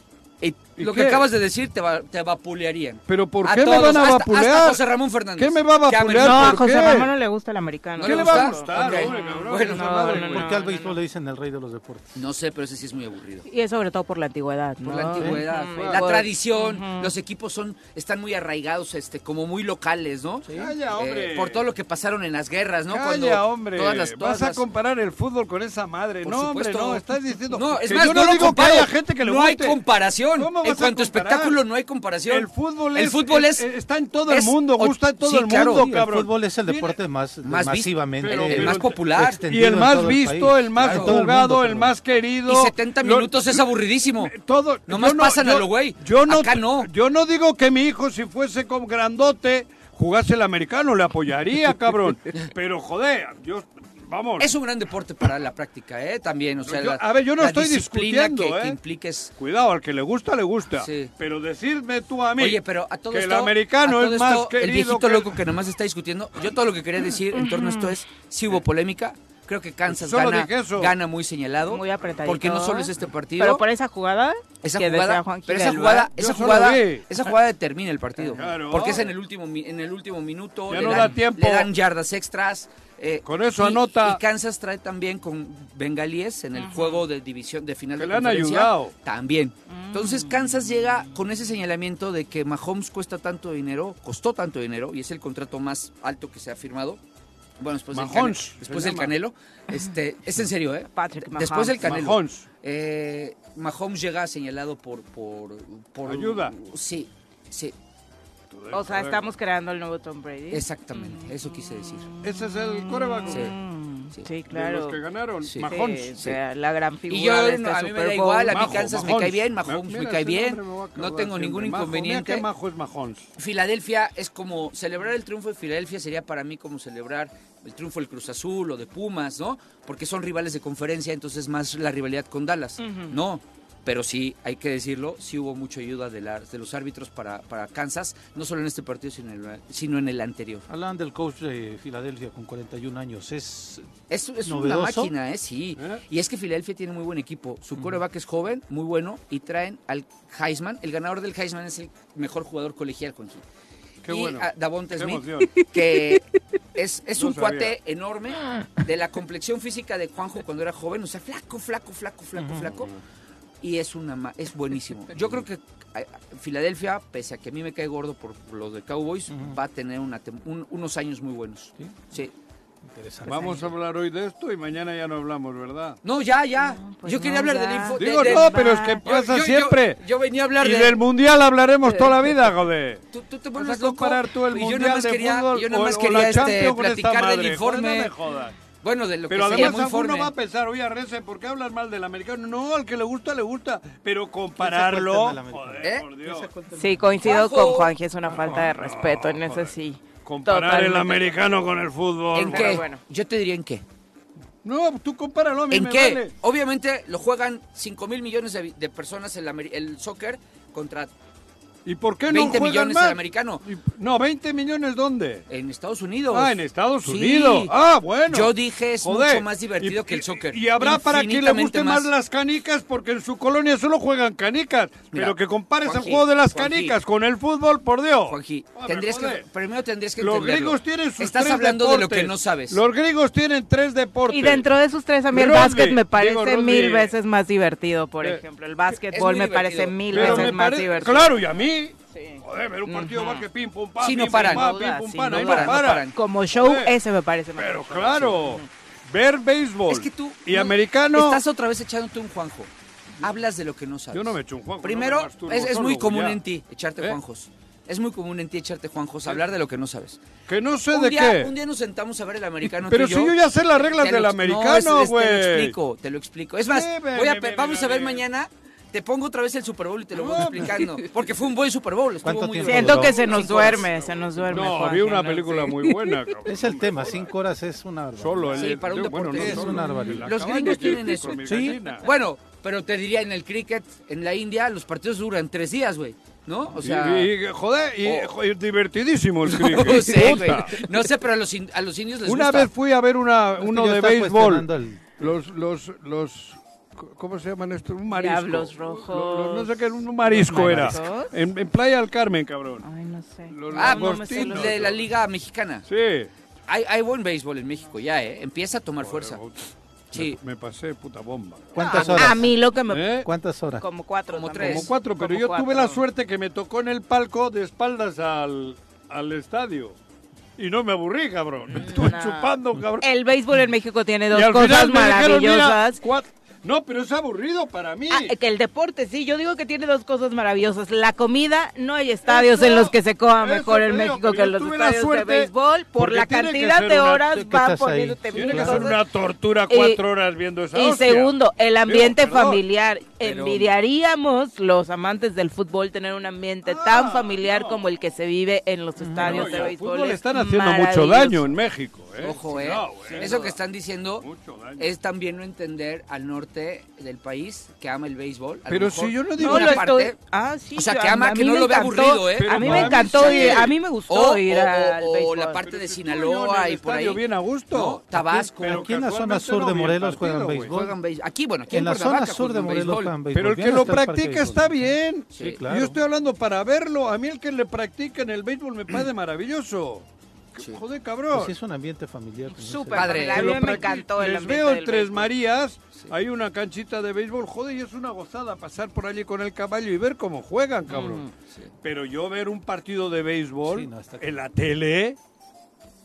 [SPEAKER 4] Y
[SPEAKER 2] ¿Y
[SPEAKER 4] lo
[SPEAKER 2] qué?
[SPEAKER 4] que acabas de decir te, va- te vapulearían.
[SPEAKER 2] ¿Pero por
[SPEAKER 4] A
[SPEAKER 2] qué me
[SPEAKER 4] todos,
[SPEAKER 2] van a
[SPEAKER 4] hasta-
[SPEAKER 2] vapulear?
[SPEAKER 4] hasta José Ramón Fernández.
[SPEAKER 2] ¿Qué me va a
[SPEAKER 4] Que a
[SPEAKER 2] vapulear?
[SPEAKER 4] ver,
[SPEAKER 1] No, a
[SPEAKER 2] ¿Por
[SPEAKER 1] José
[SPEAKER 2] qué?
[SPEAKER 1] Ramón no le gusta el americano.
[SPEAKER 4] ¿No
[SPEAKER 2] ¿Qué
[SPEAKER 4] le
[SPEAKER 2] le
[SPEAKER 4] gusta?
[SPEAKER 2] va a gustar,
[SPEAKER 4] Ok.
[SPEAKER 2] hombre, cabrón?
[SPEAKER 4] Bueno,
[SPEAKER 2] Esa
[SPEAKER 1] no,
[SPEAKER 2] madre,
[SPEAKER 1] no,
[SPEAKER 2] güey.
[SPEAKER 3] Porque al
[SPEAKER 1] no,
[SPEAKER 3] béisbol
[SPEAKER 1] no.
[SPEAKER 3] le dicen el rey de los deportes.
[SPEAKER 4] No sé, pero ese sí es muy aburrido.
[SPEAKER 1] Y es sobre todo por la antigüedad, ¿no?
[SPEAKER 4] Por
[SPEAKER 2] ah,
[SPEAKER 4] la antigüedad,
[SPEAKER 1] Ujú,
[SPEAKER 4] güey,
[SPEAKER 1] y
[SPEAKER 4] la
[SPEAKER 1] por-
[SPEAKER 4] tradición,
[SPEAKER 1] Ujú.
[SPEAKER 4] los equipos son están muy arraigados, este, como muy locales, ¿no? Eh,
[SPEAKER 2] Calla, hombre.
[SPEAKER 4] por todo lo que pasaron en las guerras, ¿no?
[SPEAKER 2] Calla,
[SPEAKER 4] Cuando
[SPEAKER 2] hombre.
[SPEAKER 4] todas las- todas
[SPEAKER 2] Vas a
[SPEAKER 4] las-
[SPEAKER 2] comparar el fútbol con esa madre.
[SPEAKER 4] Por
[SPEAKER 2] no,
[SPEAKER 4] supuesto.
[SPEAKER 2] hombre, no. Estás diciendo.
[SPEAKER 4] No, es
[SPEAKER 2] que
[SPEAKER 4] más,
[SPEAKER 2] yo
[SPEAKER 4] no,
[SPEAKER 2] no
[SPEAKER 4] lo
[SPEAKER 2] digo que
[SPEAKER 4] comparo.
[SPEAKER 2] haya gente que le
[SPEAKER 4] No hay
[SPEAKER 2] guste.
[SPEAKER 4] comparación.
[SPEAKER 2] ¿Cómo
[SPEAKER 4] En
[SPEAKER 2] vas a
[SPEAKER 4] cuanto a
[SPEAKER 2] comparar?
[SPEAKER 4] espectáculo no hay comparación.
[SPEAKER 2] El fútbol
[SPEAKER 4] El
[SPEAKER 2] es-
[SPEAKER 4] fútbol
[SPEAKER 2] es-
[SPEAKER 4] es-
[SPEAKER 2] está en todo el
[SPEAKER 4] es
[SPEAKER 2] mundo,
[SPEAKER 4] o-
[SPEAKER 2] gusta en todo
[SPEAKER 4] sí,
[SPEAKER 2] el
[SPEAKER 4] claro.
[SPEAKER 2] mundo,
[SPEAKER 4] Sí,
[SPEAKER 3] el
[SPEAKER 2] cabrón.
[SPEAKER 3] fútbol es el
[SPEAKER 2] Mira,
[SPEAKER 3] deporte más,
[SPEAKER 4] Más visto,
[SPEAKER 3] masivamente.
[SPEAKER 2] pero-
[SPEAKER 4] el
[SPEAKER 2] pero-
[SPEAKER 4] más popular.
[SPEAKER 2] Y el más visto, el más
[SPEAKER 4] Claro.
[SPEAKER 2] jugado, el más
[SPEAKER 4] Y
[SPEAKER 2] querido.
[SPEAKER 4] 70
[SPEAKER 2] Lo-
[SPEAKER 4] minutos es aburridísimo.
[SPEAKER 2] Todo,
[SPEAKER 4] Nomás
[SPEAKER 2] yo
[SPEAKER 4] pasan a
[SPEAKER 2] yo-
[SPEAKER 4] lo güey.
[SPEAKER 2] Yo no,
[SPEAKER 4] Acá no.
[SPEAKER 2] Yo no digo que mi hijo, si fuese con grandote, jugase el americano, le apoyaría, cabrón. Pero joder, yo. Vamos.
[SPEAKER 4] Es un gran deporte para la práctica, ¿eh? También, o sea,
[SPEAKER 2] Yo-
[SPEAKER 4] la-
[SPEAKER 2] a ver, yo no
[SPEAKER 4] la
[SPEAKER 2] estoy
[SPEAKER 4] disciplina
[SPEAKER 2] discutiendo,
[SPEAKER 4] que, que
[SPEAKER 2] ¿eh?
[SPEAKER 4] implica es-
[SPEAKER 2] Cuidado, al que le gusta, le gusta.
[SPEAKER 4] Sí.
[SPEAKER 2] Pero decirme tú a mí
[SPEAKER 4] Oye, pero a todo
[SPEAKER 2] que
[SPEAKER 4] esto,
[SPEAKER 2] el americano
[SPEAKER 4] a todo
[SPEAKER 2] es más
[SPEAKER 4] esto,
[SPEAKER 2] querido.
[SPEAKER 4] El viejito
[SPEAKER 2] que el-
[SPEAKER 4] loco que nomás está discutiendo. Yo todo lo que quería decir en torno a esto es, si hubo polémica. Creo que Kansas
[SPEAKER 2] Solo
[SPEAKER 4] gana,
[SPEAKER 2] dije eso.
[SPEAKER 4] gana muy señalado.
[SPEAKER 1] Muy apretadito. ¿eh?
[SPEAKER 4] Porque no solo es este partido.
[SPEAKER 1] Pero por esa jugada,
[SPEAKER 4] Esa
[SPEAKER 1] que
[SPEAKER 4] jugada,
[SPEAKER 1] decía Juan
[SPEAKER 4] pero esa
[SPEAKER 1] Gil del
[SPEAKER 4] jugada,
[SPEAKER 1] VAR,
[SPEAKER 2] Yo
[SPEAKER 4] esa
[SPEAKER 2] solo
[SPEAKER 4] jugada,
[SPEAKER 2] vi.
[SPEAKER 4] esa jugada determina el partido.
[SPEAKER 2] Claro.
[SPEAKER 4] Porque es en el último mi- en el último minuto,
[SPEAKER 2] Ya
[SPEAKER 4] le,
[SPEAKER 2] no
[SPEAKER 4] dan,
[SPEAKER 2] da tiempo.
[SPEAKER 4] le dan yardas extras. eh,
[SPEAKER 2] Con eso
[SPEAKER 4] y-
[SPEAKER 2] anota.
[SPEAKER 4] Y Kansas trae también con bengalíes en el juego de división de final
[SPEAKER 2] Que
[SPEAKER 4] de
[SPEAKER 2] le han
[SPEAKER 4] conferencia,
[SPEAKER 2] ayudado.
[SPEAKER 4] También.
[SPEAKER 1] Mm.
[SPEAKER 4] Entonces Kansas llega con ese señalamiento de que Mahomes cuesta tanto dinero, costó tanto dinero y es el contrato más alto que se ha firmado. Bueno, después del,
[SPEAKER 2] Mahomes,
[SPEAKER 4] Cane-
[SPEAKER 2] se
[SPEAKER 4] después del
[SPEAKER 2] llama.
[SPEAKER 4] Canelo, este, es en serio, ¿eh?
[SPEAKER 1] Patrick
[SPEAKER 4] Después del
[SPEAKER 1] Mahomes.
[SPEAKER 4] Canelo.
[SPEAKER 2] Mahomes.
[SPEAKER 4] Eh, Mahomes llega señalado por, por, por
[SPEAKER 2] Ayuda.
[SPEAKER 4] Sí, sí,
[SPEAKER 1] O sea, estamos creando el nuevo Tom Brady.
[SPEAKER 4] exactamente. Eso quise decir.
[SPEAKER 2] Ese es el coreback
[SPEAKER 4] Sí.
[SPEAKER 1] Mm, Sí,
[SPEAKER 2] de
[SPEAKER 1] claro.
[SPEAKER 2] los que ganaron.
[SPEAKER 4] Sí.
[SPEAKER 2] Mahomes.
[SPEAKER 1] Sí, o
[SPEAKER 4] sí.
[SPEAKER 1] sea, la gran figura
[SPEAKER 4] Y yo
[SPEAKER 1] de este
[SPEAKER 4] no, a mí me
[SPEAKER 1] Super
[SPEAKER 4] da
[SPEAKER 1] Bowl.
[SPEAKER 4] igual, a mí
[SPEAKER 2] Majo,
[SPEAKER 4] Kansas me
[SPEAKER 2] Mahomes.
[SPEAKER 4] cae bien,
[SPEAKER 2] Mira,
[SPEAKER 4] Mahomes me
[SPEAKER 2] ese
[SPEAKER 4] cae bien,
[SPEAKER 2] nombre me va a acabar
[SPEAKER 4] no tengo ningún
[SPEAKER 2] siempre. Majo, mira
[SPEAKER 4] inconveniente.
[SPEAKER 2] qué majo es Mahomes.
[SPEAKER 4] Filadelfia es como celebrar el triunfo de Filadelfia sería para mí como celebrar el triunfo del Cruz Azul o de Pumas, ¿no? Porque son rivales de conferencia, entonces más la rivalidad con Dallas. No, pero sí, hay que decirlo, sí hubo mucha ayuda de, la- de los árbitros para, para Kansas, no solo en este partido, sino en el, sino en el anterior.
[SPEAKER 3] Hablan del coach de Filadelfia con 41 años. Es
[SPEAKER 4] Es, es una
[SPEAKER 3] ¿Novedoso?
[SPEAKER 4] máquina, ¿eh? Sí.
[SPEAKER 2] ¿Eh?
[SPEAKER 4] Y es que Filadelfia tiene muy buen equipo. Su coreback es joven, muy bueno, y traen al Heisman. El ganador del Heisman es el mejor jugador colegial, Juanji.
[SPEAKER 2] Qué
[SPEAKER 4] y
[SPEAKER 2] bueno.
[SPEAKER 4] a Davonte
[SPEAKER 2] Qué
[SPEAKER 4] Smith,
[SPEAKER 2] emoción.
[SPEAKER 4] que es, es
[SPEAKER 2] No
[SPEAKER 4] un
[SPEAKER 2] sabía.
[SPEAKER 4] cuate enorme de la complexión física de Juanjo cuando era joven. O sea, flaco, flaco, flaco, flaco, flaco. Y es, una, ma- es buenísimo. Yo creo que eh, Filadelfia, pese a que a mí me cae gordo por los de Cowboys, va a tener una tem- un- unos años muy buenos.
[SPEAKER 3] ¿Sí?
[SPEAKER 4] Sí.
[SPEAKER 3] interesante.
[SPEAKER 2] Vamos a hablar hoy de esto y mañana ya no hablamos, ¿verdad?
[SPEAKER 4] No, ya, ya.
[SPEAKER 1] pues
[SPEAKER 4] yo quería
[SPEAKER 1] no,
[SPEAKER 4] hablar
[SPEAKER 1] ya.
[SPEAKER 4] del info. de-
[SPEAKER 2] Digo,
[SPEAKER 4] del-
[SPEAKER 2] no, pero es que
[SPEAKER 4] yo-
[SPEAKER 2] pasa
[SPEAKER 4] yo- yo-
[SPEAKER 2] siempre.
[SPEAKER 4] Yo, venía a hablar
[SPEAKER 2] Y
[SPEAKER 4] de-
[SPEAKER 2] del mundial hablaremos toda la vida, joder.
[SPEAKER 4] Tú, tú te
[SPEAKER 2] ¿Vas
[SPEAKER 4] vuelves
[SPEAKER 2] a
[SPEAKER 4] loco.
[SPEAKER 2] comparar tú el
[SPEAKER 4] y yo
[SPEAKER 2] mundial
[SPEAKER 4] nada más
[SPEAKER 2] de
[SPEAKER 4] quería,
[SPEAKER 2] fútbol
[SPEAKER 4] yo nada
[SPEAKER 2] o-
[SPEAKER 4] más
[SPEAKER 2] o
[SPEAKER 4] quería
[SPEAKER 2] la
[SPEAKER 4] este,
[SPEAKER 2] Champions con esta
[SPEAKER 4] platicar del
[SPEAKER 2] madre? Joder,
[SPEAKER 4] informe.
[SPEAKER 2] no me jodas.
[SPEAKER 4] bueno, de lo
[SPEAKER 2] Pero
[SPEAKER 4] que se
[SPEAKER 2] además
[SPEAKER 4] llamó
[SPEAKER 2] alguno
[SPEAKER 4] informe.
[SPEAKER 2] va a pensar, oye, Rece, ¿por qué hablas mal del americano? No, al que le gusta, le gusta. Pero
[SPEAKER 3] ¿Quién
[SPEAKER 2] compararlo...
[SPEAKER 3] se cuenta en el
[SPEAKER 4] americano?
[SPEAKER 2] Joder,
[SPEAKER 4] ¿Eh?
[SPEAKER 2] por Dios.
[SPEAKER 1] Sí, coincido
[SPEAKER 4] Juanjo.
[SPEAKER 1] con Juanji, es una falta de respeto, en eso sí.
[SPEAKER 2] Comparar el
[SPEAKER 1] Totalmente.
[SPEAKER 2] americano con el fútbol.
[SPEAKER 4] ¿En
[SPEAKER 2] joder.
[SPEAKER 4] qué?
[SPEAKER 1] bueno.
[SPEAKER 4] Yo te diría en qué.
[SPEAKER 2] No, tú compáralo, a mí
[SPEAKER 4] ¿En
[SPEAKER 2] me
[SPEAKER 4] qué?
[SPEAKER 2] vale.
[SPEAKER 4] Obviamente lo juegan 5 mil millones de, de personas el, ameri- el soccer contra
[SPEAKER 2] ¿Y por qué no
[SPEAKER 4] 20
[SPEAKER 2] juegan
[SPEAKER 4] millones
[SPEAKER 2] más?
[SPEAKER 4] el americano.
[SPEAKER 2] Y- No, ¿20 millones dónde?
[SPEAKER 4] En Estados Unidos.
[SPEAKER 2] Ah, en Estados
[SPEAKER 4] Sí.
[SPEAKER 2] Unidos. Ah, bueno.
[SPEAKER 4] Yo dije, es
[SPEAKER 2] Joder.
[SPEAKER 4] mucho más divertido
[SPEAKER 2] Y-
[SPEAKER 4] que el soccer.
[SPEAKER 2] Y, y habrá para quien le
[SPEAKER 4] Infinitamente
[SPEAKER 2] guste más. las canicas, porque en su colonia solo juegan canicas.
[SPEAKER 4] Mira,
[SPEAKER 2] pero que compares
[SPEAKER 4] Juanji,
[SPEAKER 2] el juego de las
[SPEAKER 4] Juanji.
[SPEAKER 2] canicas con el fútbol, por Dios.
[SPEAKER 4] Juanji,
[SPEAKER 2] Hombre,
[SPEAKER 4] tendrías que,
[SPEAKER 2] joder.
[SPEAKER 4] primero tendrías que
[SPEAKER 2] Los
[SPEAKER 4] entenderlo.
[SPEAKER 2] griegos tienen sus
[SPEAKER 4] Estás
[SPEAKER 2] tres
[SPEAKER 4] hablando de lo que
[SPEAKER 2] deportes.
[SPEAKER 4] no sabes.
[SPEAKER 2] Los griegos tienen tres deportes.
[SPEAKER 1] Y dentro de esos tres, a mí el
[SPEAKER 2] Rugby,
[SPEAKER 1] básquet me parece
[SPEAKER 2] digo, rugby.
[SPEAKER 1] mil veces más divertido, por
[SPEAKER 2] Eh,
[SPEAKER 1] ejemplo. El básquetbol
[SPEAKER 4] muy
[SPEAKER 1] me parece
[SPEAKER 4] divertido.
[SPEAKER 1] mil
[SPEAKER 2] Pero
[SPEAKER 1] veces
[SPEAKER 2] me
[SPEAKER 1] más
[SPEAKER 2] pare-
[SPEAKER 1] divertido.
[SPEAKER 2] Claro, y a mí.
[SPEAKER 1] Sí.
[SPEAKER 2] Joder, ver un partido de básquet, pim, pum, pam,
[SPEAKER 4] Sí, no
[SPEAKER 2] pim, pum,
[SPEAKER 4] paran.
[SPEAKER 2] pam,
[SPEAKER 1] Sin
[SPEAKER 2] pim,
[SPEAKER 1] duda,
[SPEAKER 2] pum,
[SPEAKER 1] sin
[SPEAKER 2] pam, ahí
[SPEAKER 4] duda,
[SPEAKER 2] no
[SPEAKER 4] no
[SPEAKER 2] paran.
[SPEAKER 4] paran.
[SPEAKER 1] Como show,
[SPEAKER 2] Joder.
[SPEAKER 1] ese me parece más
[SPEAKER 2] Pero
[SPEAKER 1] divertido.
[SPEAKER 2] claro, ver béisbol
[SPEAKER 4] Es que tú
[SPEAKER 2] y
[SPEAKER 4] no,
[SPEAKER 2] americano.
[SPEAKER 4] Estás otra vez echándote un Juanjo. Hablas de lo que no sabes.
[SPEAKER 2] Yo no me echo un Juanjo, no me
[SPEAKER 4] Primero,
[SPEAKER 2] masturbo
[SPEAKER 4] es, es
[SPEAKER 2] solo,
[SPEAKER 4] muy
[SPEAKER 2] güey,
[SPEAKER 4] común
[SPEAKER 2] ya.
[SPEAKER 4] en ti echarte
[SPEAKER 2] ¿Eh?
[SPEAKER 4] Juanjos. Es muy común en ti echarte Juanjos, hablar de lo que no sabes.
[SPEAKER 2] Que no sé
[SPEAKER 4] un,
[SPEAKER 2] de
[SPEAKER 4] día,
[SPEAKER 2] qué.
[SPEAKER 4] un día nos sentamos a ver el americano.
[SPEAKER 2] Pero
[SPEAKER 4] tú y
[SPEAKER 2] si yo ya sé las reglas
[SPEAKER 4] Te lo
[SPEAKER 2] del
[SPEAKER 4] ex- no, es-
[SPEAKER 2] americano,
[SPEAKER 4] es- Te lo
[SPEAKER 2] güey.
[SPEAKER 4] explico, te lo explico. Es más,
[SPEAKER 2] Sí, ve,
[SPEAKER 4] voy a
[SPEAKER 2] ve,
[SPEAKER 4] pe-
[SPEAKER 2] ve,
[SPEAKER 4] vamos
[SPEAKER 2] ve, Ah.
[SPEAKER 4] a ver
[SPEAKER 2] ve.
[SPEAKER 4] mañana. Te pongo otra vez el Super Bowl y te lo voy
[SPEAKER 2] No,
[SPEAKER 4] explicando. Porque fue un buen Super Bowl. estuvo
[SPEAKER 3] ¿Cuánto
[SPEAKER 4] muy
[SPEAKER 3] tiempo
[SPEAKER 4] bueno.
[SPEAKER 1] Siento que
[SPEAKER 3] Cinco
[SPEAKER 1] se nos
[SPEAKER 4] Cinco horas.
[SPEAKER 1] duerme, se nos duerme.
[SPEAKER 2] no,
[SPEAKER 1] Juanji,
[SPEAKER 2] vi una
[SPEAKER 1] no
[SPEAKER 2] película
[SPEAKER 1] sé.
[SPEAKER 2] muy buena. cabrón.
[SPEAKER 3] Es el tema, cinco horas es una barbaridad.
[SPEAKER 2] Solo el.
[SPEAKER 4] Sí, para un
[SPEAKER 2] bueno,
[SPEAKER 4] deporte
[SPEAKER 3] es
[SPEAKER 2] solo
[SPEAKER 3] una
[SPEAKER 2] el-
[SPEAKER 3] barbaridad.
[SPEAKER 2] la
[SPEAKER 4] Los
[SPEAKER 2] cabaña
[SPEAKER 4] gringos
[SPEAKER 2] que-
[SPEAKER 4] tienen
[SPEAKER 2] que
[SPEAKER 4] eso.
[SPEAKER 2] con mi
[SPEAKER 3] Sí.
[SPEAKER 2] gallina.
[SPEAKER 4] Bueno, pero te diría en el cricket, en la India, los partidos duran tres días, güey. ¿No? O
[SPEAKER 2] Y-
[SPEAKER 4] sea.
[SPEAKER 2] y, joder, y,
[SPEAKER 4] Oh.
[SPEAKER 2] joder, divertidísimo el cricket.
[SPEAKER 4] No sé, güey.
[SPEAKER 2] puta.
[SPEAKER 4] No sé, pero a los, in- a los indios les
[SPEAKER 2] Una
[SPEAKER 4] gusta.
[SPEAKER 2] vez fui a ver una,
[SPEAKER 3] Es que
[SPEAKER 2] uno
[SPEAKER 3] yo
[SPEAKER 2] de
[SPEAKER 3] estaba
[SPEAKER 2] béisbol.
[SPEAKER 3] cuestionando el-
[SPEAKER 2] Los, los, los, ¿cómo se llaman estos? Un marisco.
[SPEAKER 1] Diablos rojos.
[SPEAKER 2] Los- los- no sé qué, un marisco
[SPEAKER 1] ¿Los
[SPEAKER 2] era.
[SPEAKER 1] mariscos?
[SPEAKER 2] En, en Playa del Carmen, cabrón.
[SPEAKER 1] Ay, no sé.
[SPEAKER 2] Los
[SPEAKER 4] Ah,
[SPEAKER 1] no me sé
[SPEAKER 2] langostinos.
[SPEAKER 1] los-
[SPEAKER 4] de la Liga Mexicana.
[SPEAKER 2] Sí.
[SPEAKER 4] Hay, hay buen béisbol en México ya, ¿eh? Empieza a tomar fuerza.
[SPEAKER 2] Me-
[SPEAKER 4] Sí.
[SPEAKER 2] Me, pasé puta bomba.
[SPEAKER 3] ¿Cuántas
[SPEAKER 1] A-
[SPEAKER 3] horas?
[SPEAKER 1] A mí lo que me...
[SPEAKER 2] ¿Eh?
[SPEAKER 3] ¿Cuántas horas?
[SPEAKER 1] Como cuatro.
[SPEAKER 4] Como
[SPEAKER 1] también.
[SPEAKER 4] tres.
[SPEAKER 2] Como cuatro, pero
[SPEAKER 1] Como
[SPEAKER 2] yo tuve la
[SPEAKER 1] cuatro.
[SPEAKER 2] suerte que me tocó en el palco de espaldas al, al estadio. Y no me aburrí, cabrón. Me estuve
[SPEAKER 1] No.
[SPEAKER 2] chupando, cabrón.
[SPEAKER 1] El béisbol en México tiene
[SPEAKER 2] y
[SPEAKER 1] dos
[SPEAKER 2] al
[SPEAKER 1] cosas
[SPEAKER 2] final me dijeron, mira,
[SPEAKER 1] maravillosas.
[SPEAKER 2] cuat- No, pero es aburrido para mí.
[SPEAKER 1] Ah, que el deporte, sí, yo digo que tiene dos cosas maravillosas. La comida, no hay estadios en los que se coma
[SPEAKER 2] eso
[SPEAKER 1] mejor
[SPEAKER 2] te
[SPEAKER 1] en
[SPEAKER 2] digo,
[SPEAKER 1] México
[SPEAKER 2] pero
[SPEAKER 1] que
[SPEAKER 2] yo
[SPEAKER 1] en los
[SPEAKER 2] tuve la
[SPEAKER 1] estadios
[SPEAKER 2] suerte,
[SPEAKER 1] de béisbol. Por
[SPEAKER 2] porque
[SPEAKER 1] la
[SPEAKER 2] tiene que
[SPEAKER 1] cantidad
[SPEAKER 2] ser
[SPEAKER 1] de
[SPEAKER 2] una-
[SPEAKER 1] horas va
[SPEAKER 3] que estás ahí.
[SPEAKER 1] poniéndote
[SPEAKER 2] Tiene
[SPEAKER 1] mil
[SPEAKER 2] que ser
[SPEAKER 1] cosas.
[SPEAKER 2] una tortura cuatro
[SPEAKER 1] Y-
[SPEAKER 2] horas viendo esa
[SPEAKER 1] Y
[SPEAKER 2] hostia.
[SPEAKER 1] segundo, el ambiente
[SPEAKER 2] Digo, perdón.
[SPEAKER 1] familiar.
[SPEAKER 4] Pero-
[SPEAKER 1] Envidiaríamos los amantes del fútbol tener un ambiente
[SPEAKER 2] Ah,
[SPEAKER 1] tan familiar
[SPEAKER 2] no.
[SPEAKER 1] como el que se vive en los
[SPEAKER 2] No,
[SPEAKER 1] estadios
[SPEAKER 2] y
[SPEAKER 1] de
[SPEAKER 2] al
[SPEAKER 1] béisbol.
[SPEAKER 2] fútbol
[SPEAKER 1] Es
[SPEAKER 2] están haciendo mucho
[SPEAKER 1] maravilloso.
[SPEAKER 2] daño en México. ¿eh?
[SPEAKER 4] Ojo, ¿eh?
[SPEAKER 2] Cuidado, ¿eh?
[SPEAKER 4] Eso que están diciendo
[SPEAKER 2] Mucho daño.
[SPEAKER 4] es también no entender al norte del país que ama el béisbol. A lo
[SPEAKER 2] Pero si
[SPEAKER 4] mejor
[SPEAKER 2] yo no digo
[SPEAKER 1] No,
[SPEAKER 4] una
[SPEAKER 1] lo
[SPEAKER 4] parte-
[SPEAKER 1] estoy... Ah, sí.
[SPEAKER 4] O sea,
[SPEAKER 1] yo-
[SPEAKER 4] que
[SPEAKER 1] a-
[SPEAKER 4] ama
[SPEAKER 1] a
[SPEAKER 4] que
[SPEAKER 1] mí
[SPEAKER 4] no
[SPEAKER 1] me
[SPEAKER 4] lo ve
[SPEAKER 1] encantó-
[SPEAKER 4] aburrido, ¿eh?
[SPEAKER 1] A mí
[SPEAKER 2] Pero
[SPEAKER 1] me
[SPEAKER 2] para mí
[SPEAKER 1] encantó
[SPEAKER 2] sí.
[SPEAKER 1] ir, a mí me gustó
[SPEAKER 4] O-
[SPEAKER 1] ir
[SPEAKER 4] o-
[SPEAKER 1] al
[SPEAKER 4] o- o
[SPEAKER 1] béisbol.
[SPEAKER 4] la parte-
[SPEAKER 2] Pero
[SPEAKER 4] de
[SPEAKER 2] si estoy
[SPEAKER 4] Sinaloa
[SPEAKER 2] yo en el
[SPEAKER 4] y por ahí.
[SPEAKER 2] estadio bien a gusto.
[SPEAKER 4] No, Tabasco.
[SPEAKER 2] Pero
[SPEAKER 3] Aquí en la zona
[SPEAKER 2] casualmente
[SPEAKER 3] sur
[SPEAKER 2] no
[SPEAKER 3] de
[SPEAKER 2] vi el
[SPEAKER 3] Morelos
[SPEAKER 2] partido,
[SPEAKER 3] juegan
[SPEAKER 2] güey.
[SPEAKER 3] béisbol.
[SPEAKER 4] Juegan béis- Aquí, bueno, aquí en,
[SPEAKER 3] En la zona
[SPEAKER 4] Cuernavaca
[SPEAKER 3] sur de
[SPEAKER 4] juegan
[SPEAKER 3] Morelos
[SPEAKER 4] béisbol.
[SPEAKER 3] juegan béisbol.
[SPEAKER 2] Pero el
[SPEAKER 3] Bien
[SPEAKER 2] que lo
[SPEAKER 3] está el parque de
[SPEAKER 2] practica
[SPEAKER 3] béisbol.
[SPEAKER 2] está bien.
[SPEAKER 4] Sí,
[SPEAKER 3] claro.
[SPEAKER 2] Yo estoy hablando para verlo. A mí el que le practica en el béisbol me parece maravilloso. Qué-
[SPEAKER 4] Sí.
[SPEAKER 2] Joder, cabrón.
[SPEAKER 3] Pues sí, es un ambiente familiar. pues, como dice
[SPEAKER 1] Súper
[SPEAKER 3] el-
[SPEAKER 4] Padre.
[SPEAKER 1] padre. A
[SPEAKER 2] Que
[SPEAKER 1] mí
[SPEAKER 2] lo
[SPEAKER 1] me
[SPEAKER 2] practi-
[SPEAKER 1] encantó el
[SPEAKER 2] Les
[SPEAKER 1] ambiente
[SPEAKER 2] veo en
[SPEAKER 1] del
[SPEAKER 2] Tres
[SPEAKER 1] béisbol.
[SPEAKER 2] Marías. Hay una canchita de béisbol. Joder, y es una gozada pasar por allí con el caballo y ver cómo juegan, cabrón. Pero yo ver un partido de béisbol
[SPEAKER 3] Sí, no, está
[SPEAKER 2] en la tele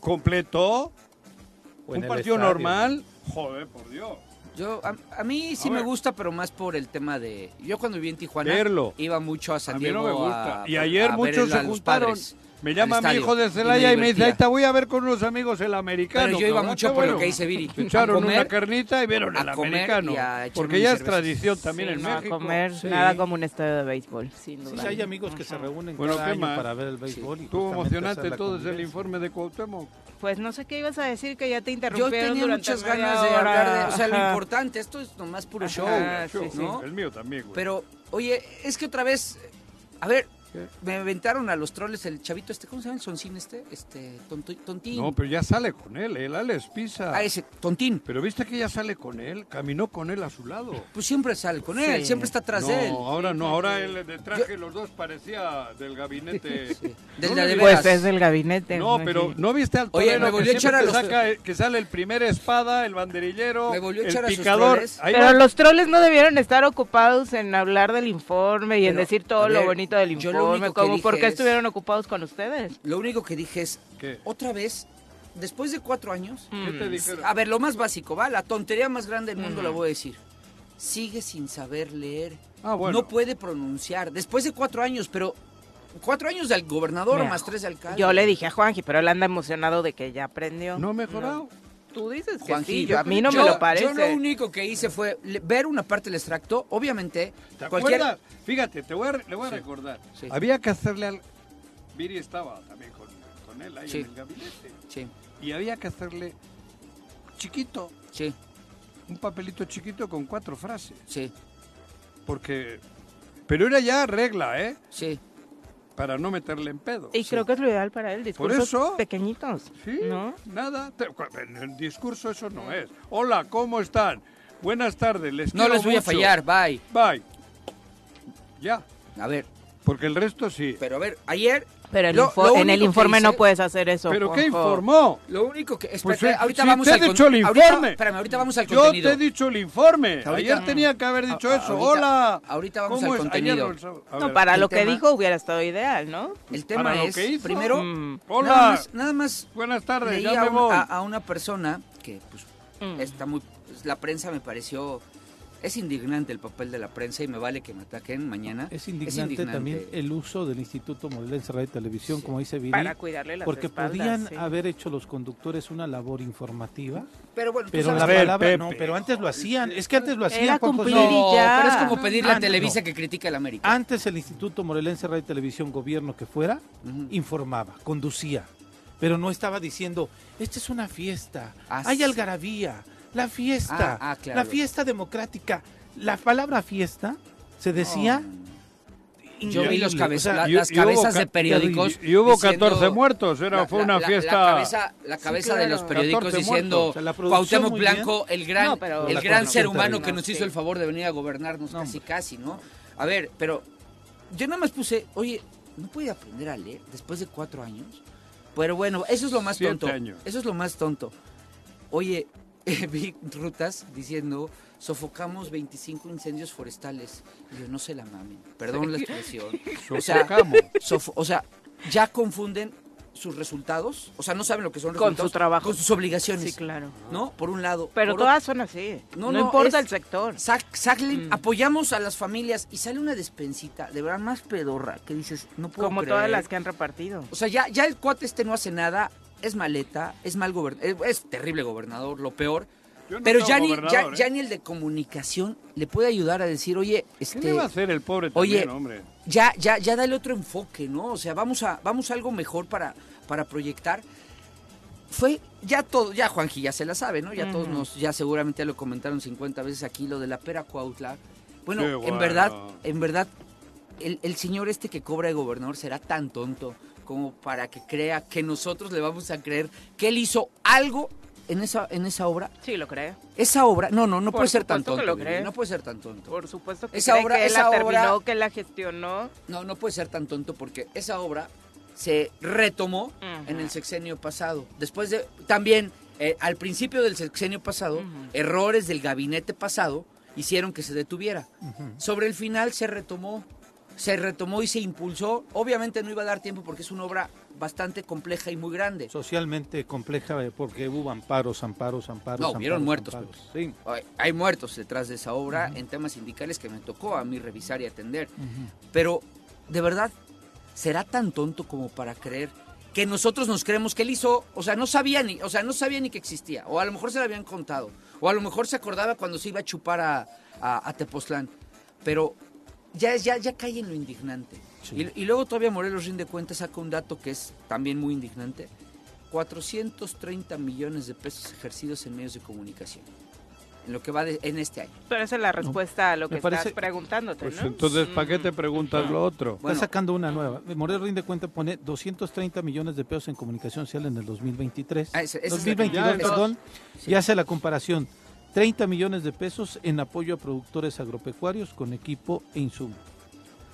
[SPEAKER 2] completo,
[SPEAKER 3] o en
[SPEAKER 2] un
[SPEAKER 3] el
[SPEAKER 2] partido
[SPEAKER 3] estadio.
[SPEAKER 2] normal, joder, por Dios.
[SPEAKER 4] Yo, a, a mí sí
[SPEAKER 2] A
[SPEAKER 4] me
[SPEAKER 2] ver.
[SPEAKER 4] gusta, pero más por el tema de... Yo cuando viví en Tijuana...
[SPEAKER 2] Verlo.
[SPEAKER 4] Iba mucho a San
[SPEAKER 2] A mí
[SPEAKER 4] Diego
[SPEAKER 2] no me gusta.
[SPEAKER 4] a-
[SPEAKER 2] y ayer
[SPEAKER 4] a ver
[SPEAKER 2] muchos
[SPEAKER 4] el-
[SPEAKER 2] se
[SPEAKER 4] a los
[SPEAKER 2] juntaron.
[SPEAKER 4] padres,
[SPEAKER 2] Me
[SPEAKER 4] al
[SPEAKER 2] llama mi
[SPEAKER 4] estadio,
[SPEAKER 2] hijo de Celaya y, me dice,
[SPEAKER 4] divertía.
[SPEAKER 2] ahí te voy a ver con unos amigos el americano.
[SPEAKER 4] Pero yo iba
[SPEAKER 2] cabrón,
[SPEAKER 4] mucho
[SPEAKER 2] qué
[SPEAKER 4] por lo
[SPEAKER 2] bueno".
[SPEAKER 4] que dice Viri.
[SPEAKER 2] Se
[SPEAKER 4] A
[SPEAKER 2] echaron una
[SPEAKER 4] comer,
[SPEAKER 2] carnita y vieron
[SPEAKER 4] a
[SPEAKER 2] el
[SPEAKER 4] comer
[SPEAKER 2] americano.
[SPEAKER 4] y a echarme
[SPEAKER 2] Porque
[SPEAKER 4] mis
[SPEAKER 2] ya es
[SPEAKER 4] cervezas.
[SPEAKER 2] tradición también
[SPEAKER 1] Sí,
[SPEAKER 2] en
[SPEAKER 1] no, a
[SPEAKER 2] México.
[SPEAKER 1] comer
[SPEAKER 3] Sí.
[SPEAKER 1] nada como un estadio de béisbol, sin
[SPEAKER 3] Sí,
[SPEAKER 1] duda.
[SPEAKER 3] hay amigos que se reúnen
[SPEAKER 2] Bueno,
[SPEAKER 3] cada
[SPEAKER 2] ¿qué
[SPEAKER 3] año
[SPEAKER 2] más?
[SPEAKER 3] para ver el béisbol. y
[SPEAKER 2] Estuvo
[SPEAKER 3] justamente
[SPEAKER 2] emocionante
[SPEAKER 3] hacer la
[SPEAKER 2] todo desde el
[SPEAKER 3] convivencia.
[SPEAKER 2] informe de Cuauhtémoc.
[SPEAKER 1] Pues no sé qué ibas a decir, que ya te
[SPEAKER 4] Yo
[SPEAKER 1] interrumpieron
[SPEAKER 4] tenía
[SPEAKER 1] durante
[SPEAKER 4] muchas
[SPEAKER 1] media
[SPEAKER 4] ganas de
[SPEAKER 1] hora.
[SPEAKER 4] hablar de... O sea, lo
[SPEAKER 1] Ajá.
[SPEAKER 4] importante, esto es nomás puro
[SPEAKER 1] Ajá,
[SPEAKER 4] show.
[SPEAKER 1] sí,
[SPEAKER 2] Yo,
[SPEAKER 1] sí.
[SPEAKER 4] ¿no?
[SPEAKER 2] El mío también, güey.
[SPEAKER 4] Pero, oye, es que otra vez... A ver,
[SPEAKER 2] ¿Qué?
[SPEAKER 4] me aventaron a los troles el chavito este... ¿Cómo se llama el soncín este? Este, tonto- tontín.
[SPEAKER 2] No, pero ya sale con él, el Alex Pisa.
[SPEAKER 4] Ah, ese, tontín.
[SPEAKER 2] Pero viste que ya sale con él, caminó con él a su lado.
[SPEAKER 4] Pues siempre sale con él,
[SPEAKER 1] Sí.
[SPEAKER 4] siempre está atrás
[SPEAKER 2] no,
[SPEAKER 4] de él.
[SPEAKER 2] ahora no, ahora él de traje, los dos parecía del gabinete.
[SPEAKER 4] Del
[SPEAKER 2] No
[SPEAKER 4] de
[SPEAKER 2] le
[SPEAKER 4] de
[SPEAKER 2] digas-
[SPEAKER 4] veras.
[SPEAKER 1] Pues es del gabinete.
[SPEAKER 2] No,
[SPEAKER 1] imagínate.
[SPEAKER 2] pero ¿no viste al
[SPEAKER 4] Oye,
[SPEAKER 2] torero
[SPEAKER 4] me
[SPEAKER 2] que
[SPEAKER 4] volvió a echar
[SPEAKER 2] siempre
[SPEAKER 4] a
[SPEAKER 2] te
[SPEAKER 4] los-
[SPEAKER 2] saca, eh, que sale el primer espada, el banderillero,
[SPEAKER 4] Me volvió a
[SPEAKER 2] el
[SPEAKER 4] echar a sus
[SPEAKER 2] picador?
[SPEAKER 4] troles.
[SPEAKER 2] Ahí
[SPEAKER 1] Pero
[SPEAKER 2] va.
[SPEAKER 1] los troles no debieron estar ocupados en hablar del informe y en
[SPEAKER 4] Pero,
[SPEAKER 1] decir todo
[SPEAKER 4] a
[SPEAKER 1] lo
[SPEAKER 4] ver,
[SPEAKER 1] bonito del
[SPEAKER 4] yo lo
[SPEAKER 1] informe,
[SPEAKER 4] único que
[SPEAKER 1] como
[SPEAKER 4] dije
[SPEAKER 1] por qué
[SPEAKER 4] es-
[SPEAKER 1] estuvieron ocupados con ustedes.
[SPEAKER 4] Lo único que dije es,
[SPEAKER 2] ¿Qué?
[SPEAKER 4] otra vez, después de cuatro años,
[SPEAKER 1] Mm.
[SPEAKER 4] Mm.
[SPEAKER 2] ¿Qué te dijeron?
[SPEAKER 4] a ver, lo más básico, va, la tontería más grande del mundo la voy a decir. Sigue sin saber leer.
[SPEAKER 2] Ah, bueno.
[SPEAKER 4] No puede pronunciar. Después de cuatro años, pero cuatro años del gobernador
[SPEAKER 1] Mira,
[SPEAKER 4] más tres de alcalde.
[SPEAKER 1] Yo le dije a Juanji, pero él anda emocionado de que ya aprendió.
[SPEAKER 2] No ha mejorado.
[SPEAKER 1] Tú dices que
[SPEAKER 4] Juanji,
[SPEAKER 1] sí, yo- a mí no
[SPEAKER 4] yo-
[SPEAKER 1] me lo parece.
[SPEAKER 4] Yo lo único que hice fue le- ver una parte del extracto, obviamente.
[SPEAKER 2] ¿Te
[SPEAKER 4] cualquier-
[SPEAKER 2] acuerdas? Fíjate, te voy a, re- le voy a recordar.
[SPEAKER 4] Sí.
[SPEAKER 2] Había que hacerle al... Viri estaba también con, con él ahí
[SPEAKER 4] Sí.
[SPEAKER 2] en el gabinete.
[SPEAKER 4] Sí,
[SPEAKER 2] Y había que hacerle chiquito,
[SPEAKER 4] sí,
[SPEAKER 2] un papelito chiquito con cuatro frases.
[SPEAKER 4] sí,
[SPEAKER 2] Porque... Pero era ya regla, ¿eh?
[SPEAKER 4] sí.
[SPEAKER 2] Para no meterle en pedo.
[SPEAKER 1] Y creo que es lo ideal para él,
[SPEAKER 2] Por
[SPEAKER 1] discursos
[SPEAKER 2] eso.
[SPEAKER 1] pequeñitos,
[SPEAKER 2] Sí,
[SPEAKER 1] ¿no?
[SPEAKER 2] nada. te- En el discurso eso no es. Hola, ¿cómo están? Buenas tardes, les
[SPEAKER 4] No
[SPEAKER 2] quiero
[SPEAKER 4] les voy a
[SPEAKER 2] mucho.
[SPEAKER 4] fallar, bye.
[SPEAKER 2] Bye. Ya,
[SPEAKER 4] A ver,
[SPEAKER 2] porque el resto sí.
[SPEAKER 4] pero a ver, ayer.
[SPEAKER 1] Pero el
[SPEAKER 4] lo-
[SPEAKER 1] info-
[SPEAKER 4] lo
[SPEAKER 1] en el
[SPEAKER 4] único que
[SPEAKER 1] informe no
[SPEAKER 4] hice-
[SPEAKER 1] puedes hacer eso.
[SPEAKER 2] ¿Pero qué
[SPEAKER 1] Juanjo.
[SPEAKER 2] informó?
[SPEAKER 4] Lo único que. Espérate,
[SPEAKER 2] Pues, eh,
[SPEAKER 4] ahorita
[SPEAKER 2] si
[SPEAKER 4] vamos
[SPEAKER 2] te
[SPEAKER 4] al
[SPEAKER 2] he
[SPEAKER 4] con-
[SPEAKER 2] dicho el
[SPEAKER 4] ahorita-
[SPEAKER 2] informe.
[SPEAKER 4] espérame, ahorita vamos al
[SPEAKER 2] Yo
[SPEAKER 4] contenido.
[SPEAKER 2] te he dicho el informe.
[SPEAKER 4] Ahorita-
[SPEAKER 2] Ayer tenía que haber dicho
[SPEAKER 4] A- a-
[SPEAKER 2] eso.
[SPEAKER 4] ahorita-
[SPEAKER 2] Hola.
[SPEAKER 4] ahorita vamos
[SPEAKER 2] ¿Cómo
[SPEAKER 4] al
[SPEAKER 2] es? Ayer
[SPEAKER 4] contenido.
[SPEAKER 2] no lo sab- a
[SPEAKER 1] No,
[SPEAKER 2] ver,
[SPEAKER 1] para
[SPEAKER 4] el
[SPEAKER 1] lo que
[SPEAKER 4] tema-
[SPEAKER 1] dijo hubiera estado ideal, ¿no?
[SPEAKER 4] El tema
[SPEAKER 2] Para lo
[SPEAKER 4] es,
[SPEAKER 2] que hizo.
[SPEAKER 4] primero,
[SPEAKER 1] Mm.
[SPEAKER 2] Hola.
[SPEAKER 4] nada más, nada más
[SPEAKER 2] Buenas tardes,
[SPEAKER 4] leí
[SPEAKER 2] ya
[SPEAKER 4] a,
[SPEAKER 2] me
[SPEAKER 4] un-
[SPEAKER 2] voy.
[SPEAKER 4] a- a una persona que pues,
[SPEAKER 1] Mm.
[SPEAKER 4] está muy... pues, la prensa me pareció... Es indignante el papel de la prensa y me vale que me ataquen mañana.
[SPEAKER 3] Es indignante, también el uso del Instituto Morelense Radio y Televisión,
[SPEAKER 4] Sí.
[SPEAKER 3] como dice Viri,
[SPEAKER 1] Para cuidarle las
[SPEAKER 3] porque
[SPEAKER 1] espaldas,
[SPEAKER 3] podían
[SPEAKER 1] sí.
[SPEAKER 3] haber hecho los conductores una labor informativa,
[SPEAKER 4] Pero bueno, tú
[SPEAKER 3] pero
[SPEAKER 4] sabes
[SPEAKER 3] la
[SPEAKER 2] A ver,
[SPEAKER 3] palabra
[SPEAKER 2] Pepe.
[SPEAKER 3] no, pero antes lo hacían, es que antes lo hacían
[SPEAKER 1] Era
[SPEAKER 3] Juanjo,
[SPEAKER 1] cumplir
[SPEAKER 3] no.
[SPEAKER 4] No,
[SPEAKER 1] y ya.
[SPEAKER 4] pero es como pedirle
[SPEAKER 3] Ah,
[SPEAKER 4] a Televisa
[SPEAKER 3] no.
[SPEAKER 4] que critique al América.
[SPEAKER 3] Antes el Instituto Morelense Radio y Televisión, gobierno que fuera,
[SPEAKER 4] Ujú.
[SPEAKER 3] informaba, conducía, pero no estaba diciendo, esta es una fiesta,
[SPEAKER 4] Ah,
[SPEAKER 3] hay
[SPEAKER 4] sí.
[SPEAKER 3] algarabía, la fiesta,
[SPEAKER 4] Ah, ah, claro.
[SPEAKER 3] la fiesta democrática. La palabra fiesta se decía...
[SPEAKER 4] Yo vi los
[SPEAKER 3] increíble,
[SPEAKER 4] cabe-
[SPEAKER 3] o sea,
[SPEAKER 4] la-
[SPEAKER 2] y-
[SPEAKER 4] las
[SPEAKER 2] y hubo
[SPEAKER 4] cabezas de
[SPEAKER 2] ca-
[SPEAKER 4] periódicos.
[SPEAKER 2] Y, y hubo
[SPEAKER 4] diciendo-
[SPEAKER 2] 14 muertos, era,
[SPEAKER 4] La-
[SPEAKER 2] fue
[SPEAKER 4] la-
[SPEAKER 2] una
[SPEAKER 4] la-
[SPEAKER 2] fiesta.
[SPEAKER 4] La cabeza, la cabeza de
[SPEAKER 2] claro.
[SPEAKER 4] los periódicos
[SPEAKER 2] 14
[SPEAKER 4] diciendo
[SPEAKER 2] muertos.
[SPEAKER 3] O sea, la producción
[SPEAKER 4] Cuauhtémoc
[SPEAKER 3] muy
[SPEAKER 4] Blanco, el gran,
[SPEAKER 1] No, pero-
[SPEAKER 4] el
[SPEAKER 3] La
[SPEAKER 4] gran ser
[SPEAKER 3] producción
[SPEAKER 4] humano
[SPEAKER 3] también.
[SPEAKER 4] que nos
[SPEAKER 1] No,
[SPEAKER 4] hizo
[SPEAKER 1] sí.
[SPEAKER 4] el favor de venir a gobernarnos
[SPEAKER 3] No,
[SPEAKER 4] casi casi, ¿no? A ver, pero yo nada más puse, oye, ¿no puede aprender a leer después de cuatro años? Pero bueno, eso es lo más
[SPEAKER 2] Siete
[SPEAKER 4] tonto.
[SPEAKER 2] años.
[SPEAKER 4] Eso es lo más tonto. Oye, vi rutas diciendo sofocamos 25 incendios forestales. Y yo no se la mamen. Perdón la expresión. O sea,
[SPEAKER 2] Sofocamos.
[SPEAKER 4] sofo- o sea, ya confunden sus resultados, o sea, no saben lo que son
[SPEAKER 1] Con su
[SPEAKER 4] resultados,
[SPEAKER 1] trabajo.
[SPEAKER 4] con sus obligaciones,
[SPEAKER 1] Sí, claro.
[SPEAKER 4] ¿no? Por un lado,
[SPEAKER 1] Pero
[SPEAKER 4] por
[SPEAKER 1] todas son así.
[SPEAKER 4] No,
[SPEAKER 1] No,
[SPEAKER 4] no,
[SPEAKER 1] importa
[SPEAKER 4] es-
[SPEAKER 1] el sector. Mm.
[SPEAKER 4] otro. Sac- saclen- apoyamos a las familias y sale una despensita, de verdad más pedorra, que dices, no puedo
[SPEAKER 1] Como
[SPEAKER 4] creer.
[SPEAKER 1] todas las que han repartido.
[SPEAKER 4] O sea, ya ya el cuate este no hace nada, es maleta, es mal gobernador, es terrible gobernador, lo peor.
[SPEAKER 2] Yo no
[SPEAKER 4] Pero
[SPEAKER 2] tengo
[SPEAKER 4] ya ni, ya,
[SPEAKER 2] gobernador, ¿eh?
[SPEAKER 4] ya ni el de comunicación le puede ayudar a decir, oye,
[SPEAKER 2] ¿Qué
[SPEAKER 4] este,
[SPEAKER 2] le va a hacer el pobre
[SPEAKER 4] Oye,
[SPEAKER 2] también, hombre?
[SPEAKER 4] ya, ya, ya dale otro enfoque, ¿no? O sea, vamos a, vamos a algo mejor para, para proyectar. Fue, ya todo, ya Juanji ya se la sabe, ¿no? Ya todos nos, ya seguramente ya lo comentaron 50 veces aquí, lo de la pera Cuautla. Bueno,
[SPEAKER 2] Sí,
[SPEAKER 4] en
[SPEAKER 2] bueno.
[SPEAKER 4] verdad, en verdad, el, el señor este que cobra de gobernador será tan tonto como para que crea que nosotros le vamos a creer que él hizo algo en esa, en esa obra.
[SPEAKER 1] Sí, lo creo.
[SPEAKER 4] Esa obra, no, no, no
[SPEAKER 1] Por
[SPEAKER 4] puede ser tan
[SPEAKER 1] supuesto que
[SPEAKER 4] tonto.
[SPEAKER 1] lo
[SPEAKER 4] Viri,
[SPEAKER 1] cree.
[SPEAKER 4] No puede ser tan tonto.
[SPEAKER 1] Por supuesto que,
[SPEAKER 4] Esa
[SPEAKER 1] cree
[SPEAKER 4] obra-
[SPEAKER 1] que él
[SPEAKER 4] esa
[SPEAKER 1] la
[SPEAKER 4] obra-
[SPEAKER 1] terminó, que él la gestionó.
[SPEAKER 4] No, no puede ser tan tonto porque esa obra se retomó en el sexenio pasado. Después de, también, eh, al principio del sexenio pasado, errores del gabinete pasado hicieron que se detuviera. Sobre el final se retomó. se retomó y se impulsó. Obviamente no iba a dar tiempo porque es una obra bastante compleja y muy grande.
[SPEAKER 3] Socialmente compleja eh, porque hubo amparos, amparos, amparos.
[SPEAKER 4] No, hubieron
[SPEAKER 3] amparos,
[SPEAKER 4] muertos,
[SPEAKER 3] amparos. Sí.
[SPEAKER 4] Hay- Hay muertos detrás de esa obra en temas sindicales que me tocó a mí revisar y atender. Pero, de verdad, ¿será tan tonto como para creer que nosotros nos creemos que él hizo? O sea, no sabía ni, o sea, no sabía ni que existía. O a lo mejor se lo habían contado. O a lo mejor se acordaba cuando se iba a chupar a, a- a Tepoztlán. Pero ya, es- ya, ya cae en lo indignante.
[SPEAKER 3] Sí.
[SPEAKER 4] Y, y luego todavía Morelos Rinde Cuentas saca un dato que es también muy indignante. 430 millones de pesos ejercidos en medios de comunicación. En lo que va de- en este año.
[SPEAKER 1] Pero esa es la respuesta a lo que
[SPEAKER 3] Me
[SPEAKER 1] estás
[SPEAKER 3] parece-
[SPEAKER 1] preguntándote,
[SPEAKER 2] Pues
[SPEAKER 1] ¿no? Mm.
[SPEAKER 2] entonces, ¿para qué te preguntas lo otro?
[SPEAKER 4] pues. Bueno.
[SPEAKER 3] Está sacando una nueva. Morelos rinde cuenta pone 230 millones de pesos en comunicación social en el 2023.
[SPEAKER 4] Ah, esa- esa es la que-
[SPEAKER 2] Ya,
[SPEAKER 3] 2022, perdón.
[SPEAKER 4] Sí.
[SPEAKER 3] Y hace la comparación. 30 millones de pesos en apoyo a productores agropecuarios con equipo e insumo.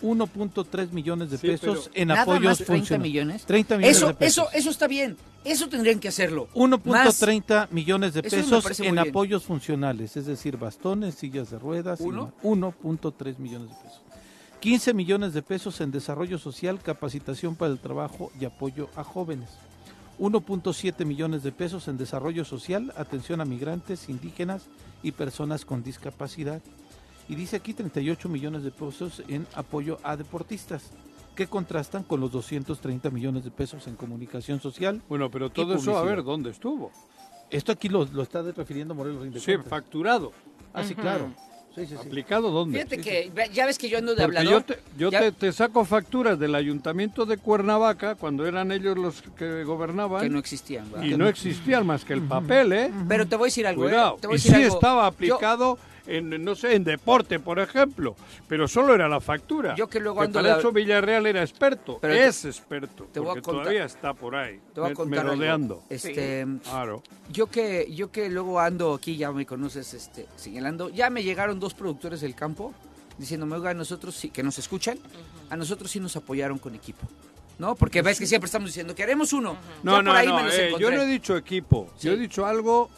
[SPEAKER 3] 1.3 millones de
[SPEAKER 2] Sí,
[SPEAKER 3] pesos en
[SPEAKER 4] Nada
[SPEAKER 3] apoyos
[SPEAKER 4] más 30
[SPEAKER 3] funcionales.
[SPEAKER 4] millones.
[SPEAKER 3] 30 millones
[SPEAKER 4] eso,
[SPEAKER 3] de pesos.
[SPEAKER 4] eso, eso está bien. Eso tendrían que hacerlo. Más
[SPEAKER 3] 1.30 millones de
[SPEAKER 4] Eso me
[SPEAKER 3] pesos
[SPEAKER 4] parece muy
[SPEAKER 3] en
[SPEAKER 4] bien.
[SPEAKER 3] apoyos funcionales, es decir, bastones, sillas de ruedas, y
[SPEAKER 4] ¿Uno?
[SPEAKER 3] ma- 1.3 millones de pesos. 15 millones de pesos en desarrollo social, capacitación para el trabajo y apoyo a jóvenes. 1.7 millones de pesos en desarrollo social, atención a migrantes, indígenas y personas con discapacidad. Y dice aquí 38 millones de pesos en apoyo a deportistas, que contrastan con los 230 millones de pesos en comunicación social.
[SPEAKER 2] Bueno, pero
[SPEAKER 3] Y
[SPEAKER 2] todo eso, a
[SPEAKER 3] publicidad.
[SPEAKER 2] ver, ¿dónde estuvo?
[SPEAKER 3] Esto aquí lo, lo está refiriendo Morelos Rinde
[SPEAKER 2] Sí,
[SPEAKER 3] Cuentas.
[SPEAKER 2] facturado.
[SPEAKER 3] Ah, sí, claro. Sí, sí, sí.
[SPEAKER 2] ¿Aplicado dónde?
[SPEAKER 4] Fíjate que ve- ya ves que yo ando de
[SPEAKER 2] Porque yo,
[SPEAKER 4] hablador.
[SPEAKER 2] te, yo
[SPEAKER 4] Ya-
[SPEAKER 2] te, te saco facturas del ayuntamiento de Cuernavaca cuando eran ellos los que gobernaban
[SPEAKER 4] Que no existían. ¿verdad?
[SPEAKER 2] y no existían más que el papel, ¿eh?
[SPEAKER 4] Pero te voy a decir algo. ¿eh?
[SPEAKER 2] Cuidado.
[SPEAKER 4] Te voy a
[SPEAKER 2] Y
[SPEAKER 4] decir
[SPEAKER 2] sí
[SPEAKER 4] algo.
[SPEAKER 2] estaba
[SPEAKER 4] Yo-
[SPEAKER 2] aplicado en, no sé, en deporte, por ejemplo, pero solo era la factura.
[SPEAKER 4] Yo que luego ando
[SPEAKER 2] para
[SPEAKER 4] de-
[SPEAKER 2] eso Villarreal era experto,
[SPEAKER 4] Pero te-
[SPEAKER 2] es experto,
[SPEAKER 4] te voy a
[SPEAKER 2] porque
[SPEAKER 4] contar-
[SPEAKER 2] todavía está por ahí,
[SPEAKER 4] te voy a
[SPEAKER 2] me-
[SPEAKER 4] contar algo.
[SPEAKER 2] merodeando.
[SPEAKER 4] Este,
[SPEAKER 2] Claro.
[SPEAKER 4] Yo que, yo que luego ando aquí, ya me conoces este, señalando, ya me llegaron dos productores del campo diciéndome, oiga, a nosotros sí, que nos escuchan, a nosotros sí nos apoyaron con equipo. ¿No? Porque ves que siempre estamos diciendo que haremos uno.
[SPEAKER 2] No,
[SPEAKER 4] Ya
[SPEAKER 2] no,
[SPEAKER 4] por ahí
[SPEAKER 2] no,
[SPEAKER 4] me los
[SPEAKER 2] eh, yo
[SPEAKER 4] encontré.
[SPEAKER 2] no he dicho equipo,
[SPEAKER 4] Sí.
[SPEAKER 2] yo he dicho algo,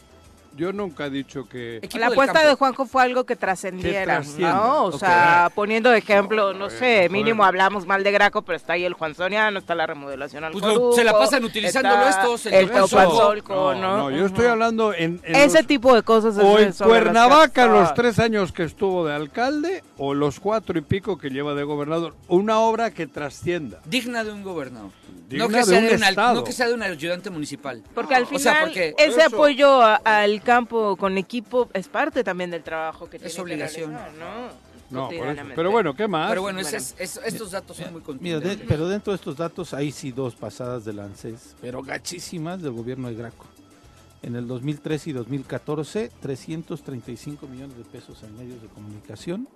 [SPEAKER 2] yo nunca he dicho que...
[SPEAKER 4] Equipo
[SPEAKER 1] la
[SPEAKER 4] del
[SPEAKER 1] apuesta
[SPEAKER 4] campo.
[SPEAKER 1] de Juanjo fue algo que trascendiera,
[SPEAKER 2] trascienda,
[SPEAKER 1] ¿no? O
[SPEAKER 2] ok.
[SPEAKER 1] sea, poniendo de ejemplo, no sé,
[SPEAKER 2] joder.
[SPEAKER 1] mínimo hablamos mal de Graco, pero está ahí el Juan Soriano, está la remodelación al
[SPEAKER 4] Pues lo- se la pasan utilizándolo estos, el
[SPEAKER 1] Ah, el, el
[SPEAKER 4] Topazolco.
[SPEAKER 1] Topazolco,
[SPEAKER 2] oh, no,
[SPEAKER 1] ¿no?
[SPEAKER 2] no, yo estoy
[SPEAKER 1] Ujú.
[SPEAKER 2] hablando en... en
[SPEAKER 1] Ese
[SPEAKER 2] los-
[SPEAKER 1] tipo de cosas es
[SPEAKER 2] O
[SPEAKER 1] de-
[SPEAKER 2] en
[SPEAKER 1] sobre las que
[SPEAKER 2] Cuernavaca los
[SPEAKER 1] está-
[SPEAKER 2] tres años que estuvo de alcalde o los cuatro y pico que lleva de gobernador. Una obra que trascienda.
[SPEAKER 4] Digna de un gobernador.
[SPEAKER 2] Digna
[SPEAKER 4] no, que
[SPEAKER 2] de
[SPEAKER 4] sea
[SPEAKER 2] un
[SPEAKER 4] de un al-
[SPEAKER 2] estado.
[SPEAKER 4] no que sea de un ayudante municipal.
[SPEAKER 1] Porque al
[SPEAKER 4] O
[SPEAKER 1] final
[SPEAKER 4] sea, porque-
[SPEAKER 1] ese
[SPEAKER 2] Eso.
[SPEAKER 1] apoyo a- al campo con equipo es parte también del trabajo que tiene que
[SPEAKER 4] obligación.
[SPEAKER 1] realizar, ¿no?
[SPEAKER 2] No, por eso.
[SPEAKER 1] Cotidianamente.
[SPEAKER 2] Pero bueno, ¿qué más?
[SPEAKER 4] Pero bueno, ese
[SPEAKER 1] Bueno.
[SPEAKER 4] es- es- estos datos son muy
[SPEAKER 3] Mira, de-
[SPEAKER 4] contundentes.
[SPEAKER 3] pero dentro de estos datos hay sí dos pasadas de lances, pero gachísimas del gobierno de Graco. En el 2013 y 2014, 335 millones de pesos en medios de comunicación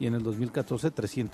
[SPEAKER 3] y en el 2014,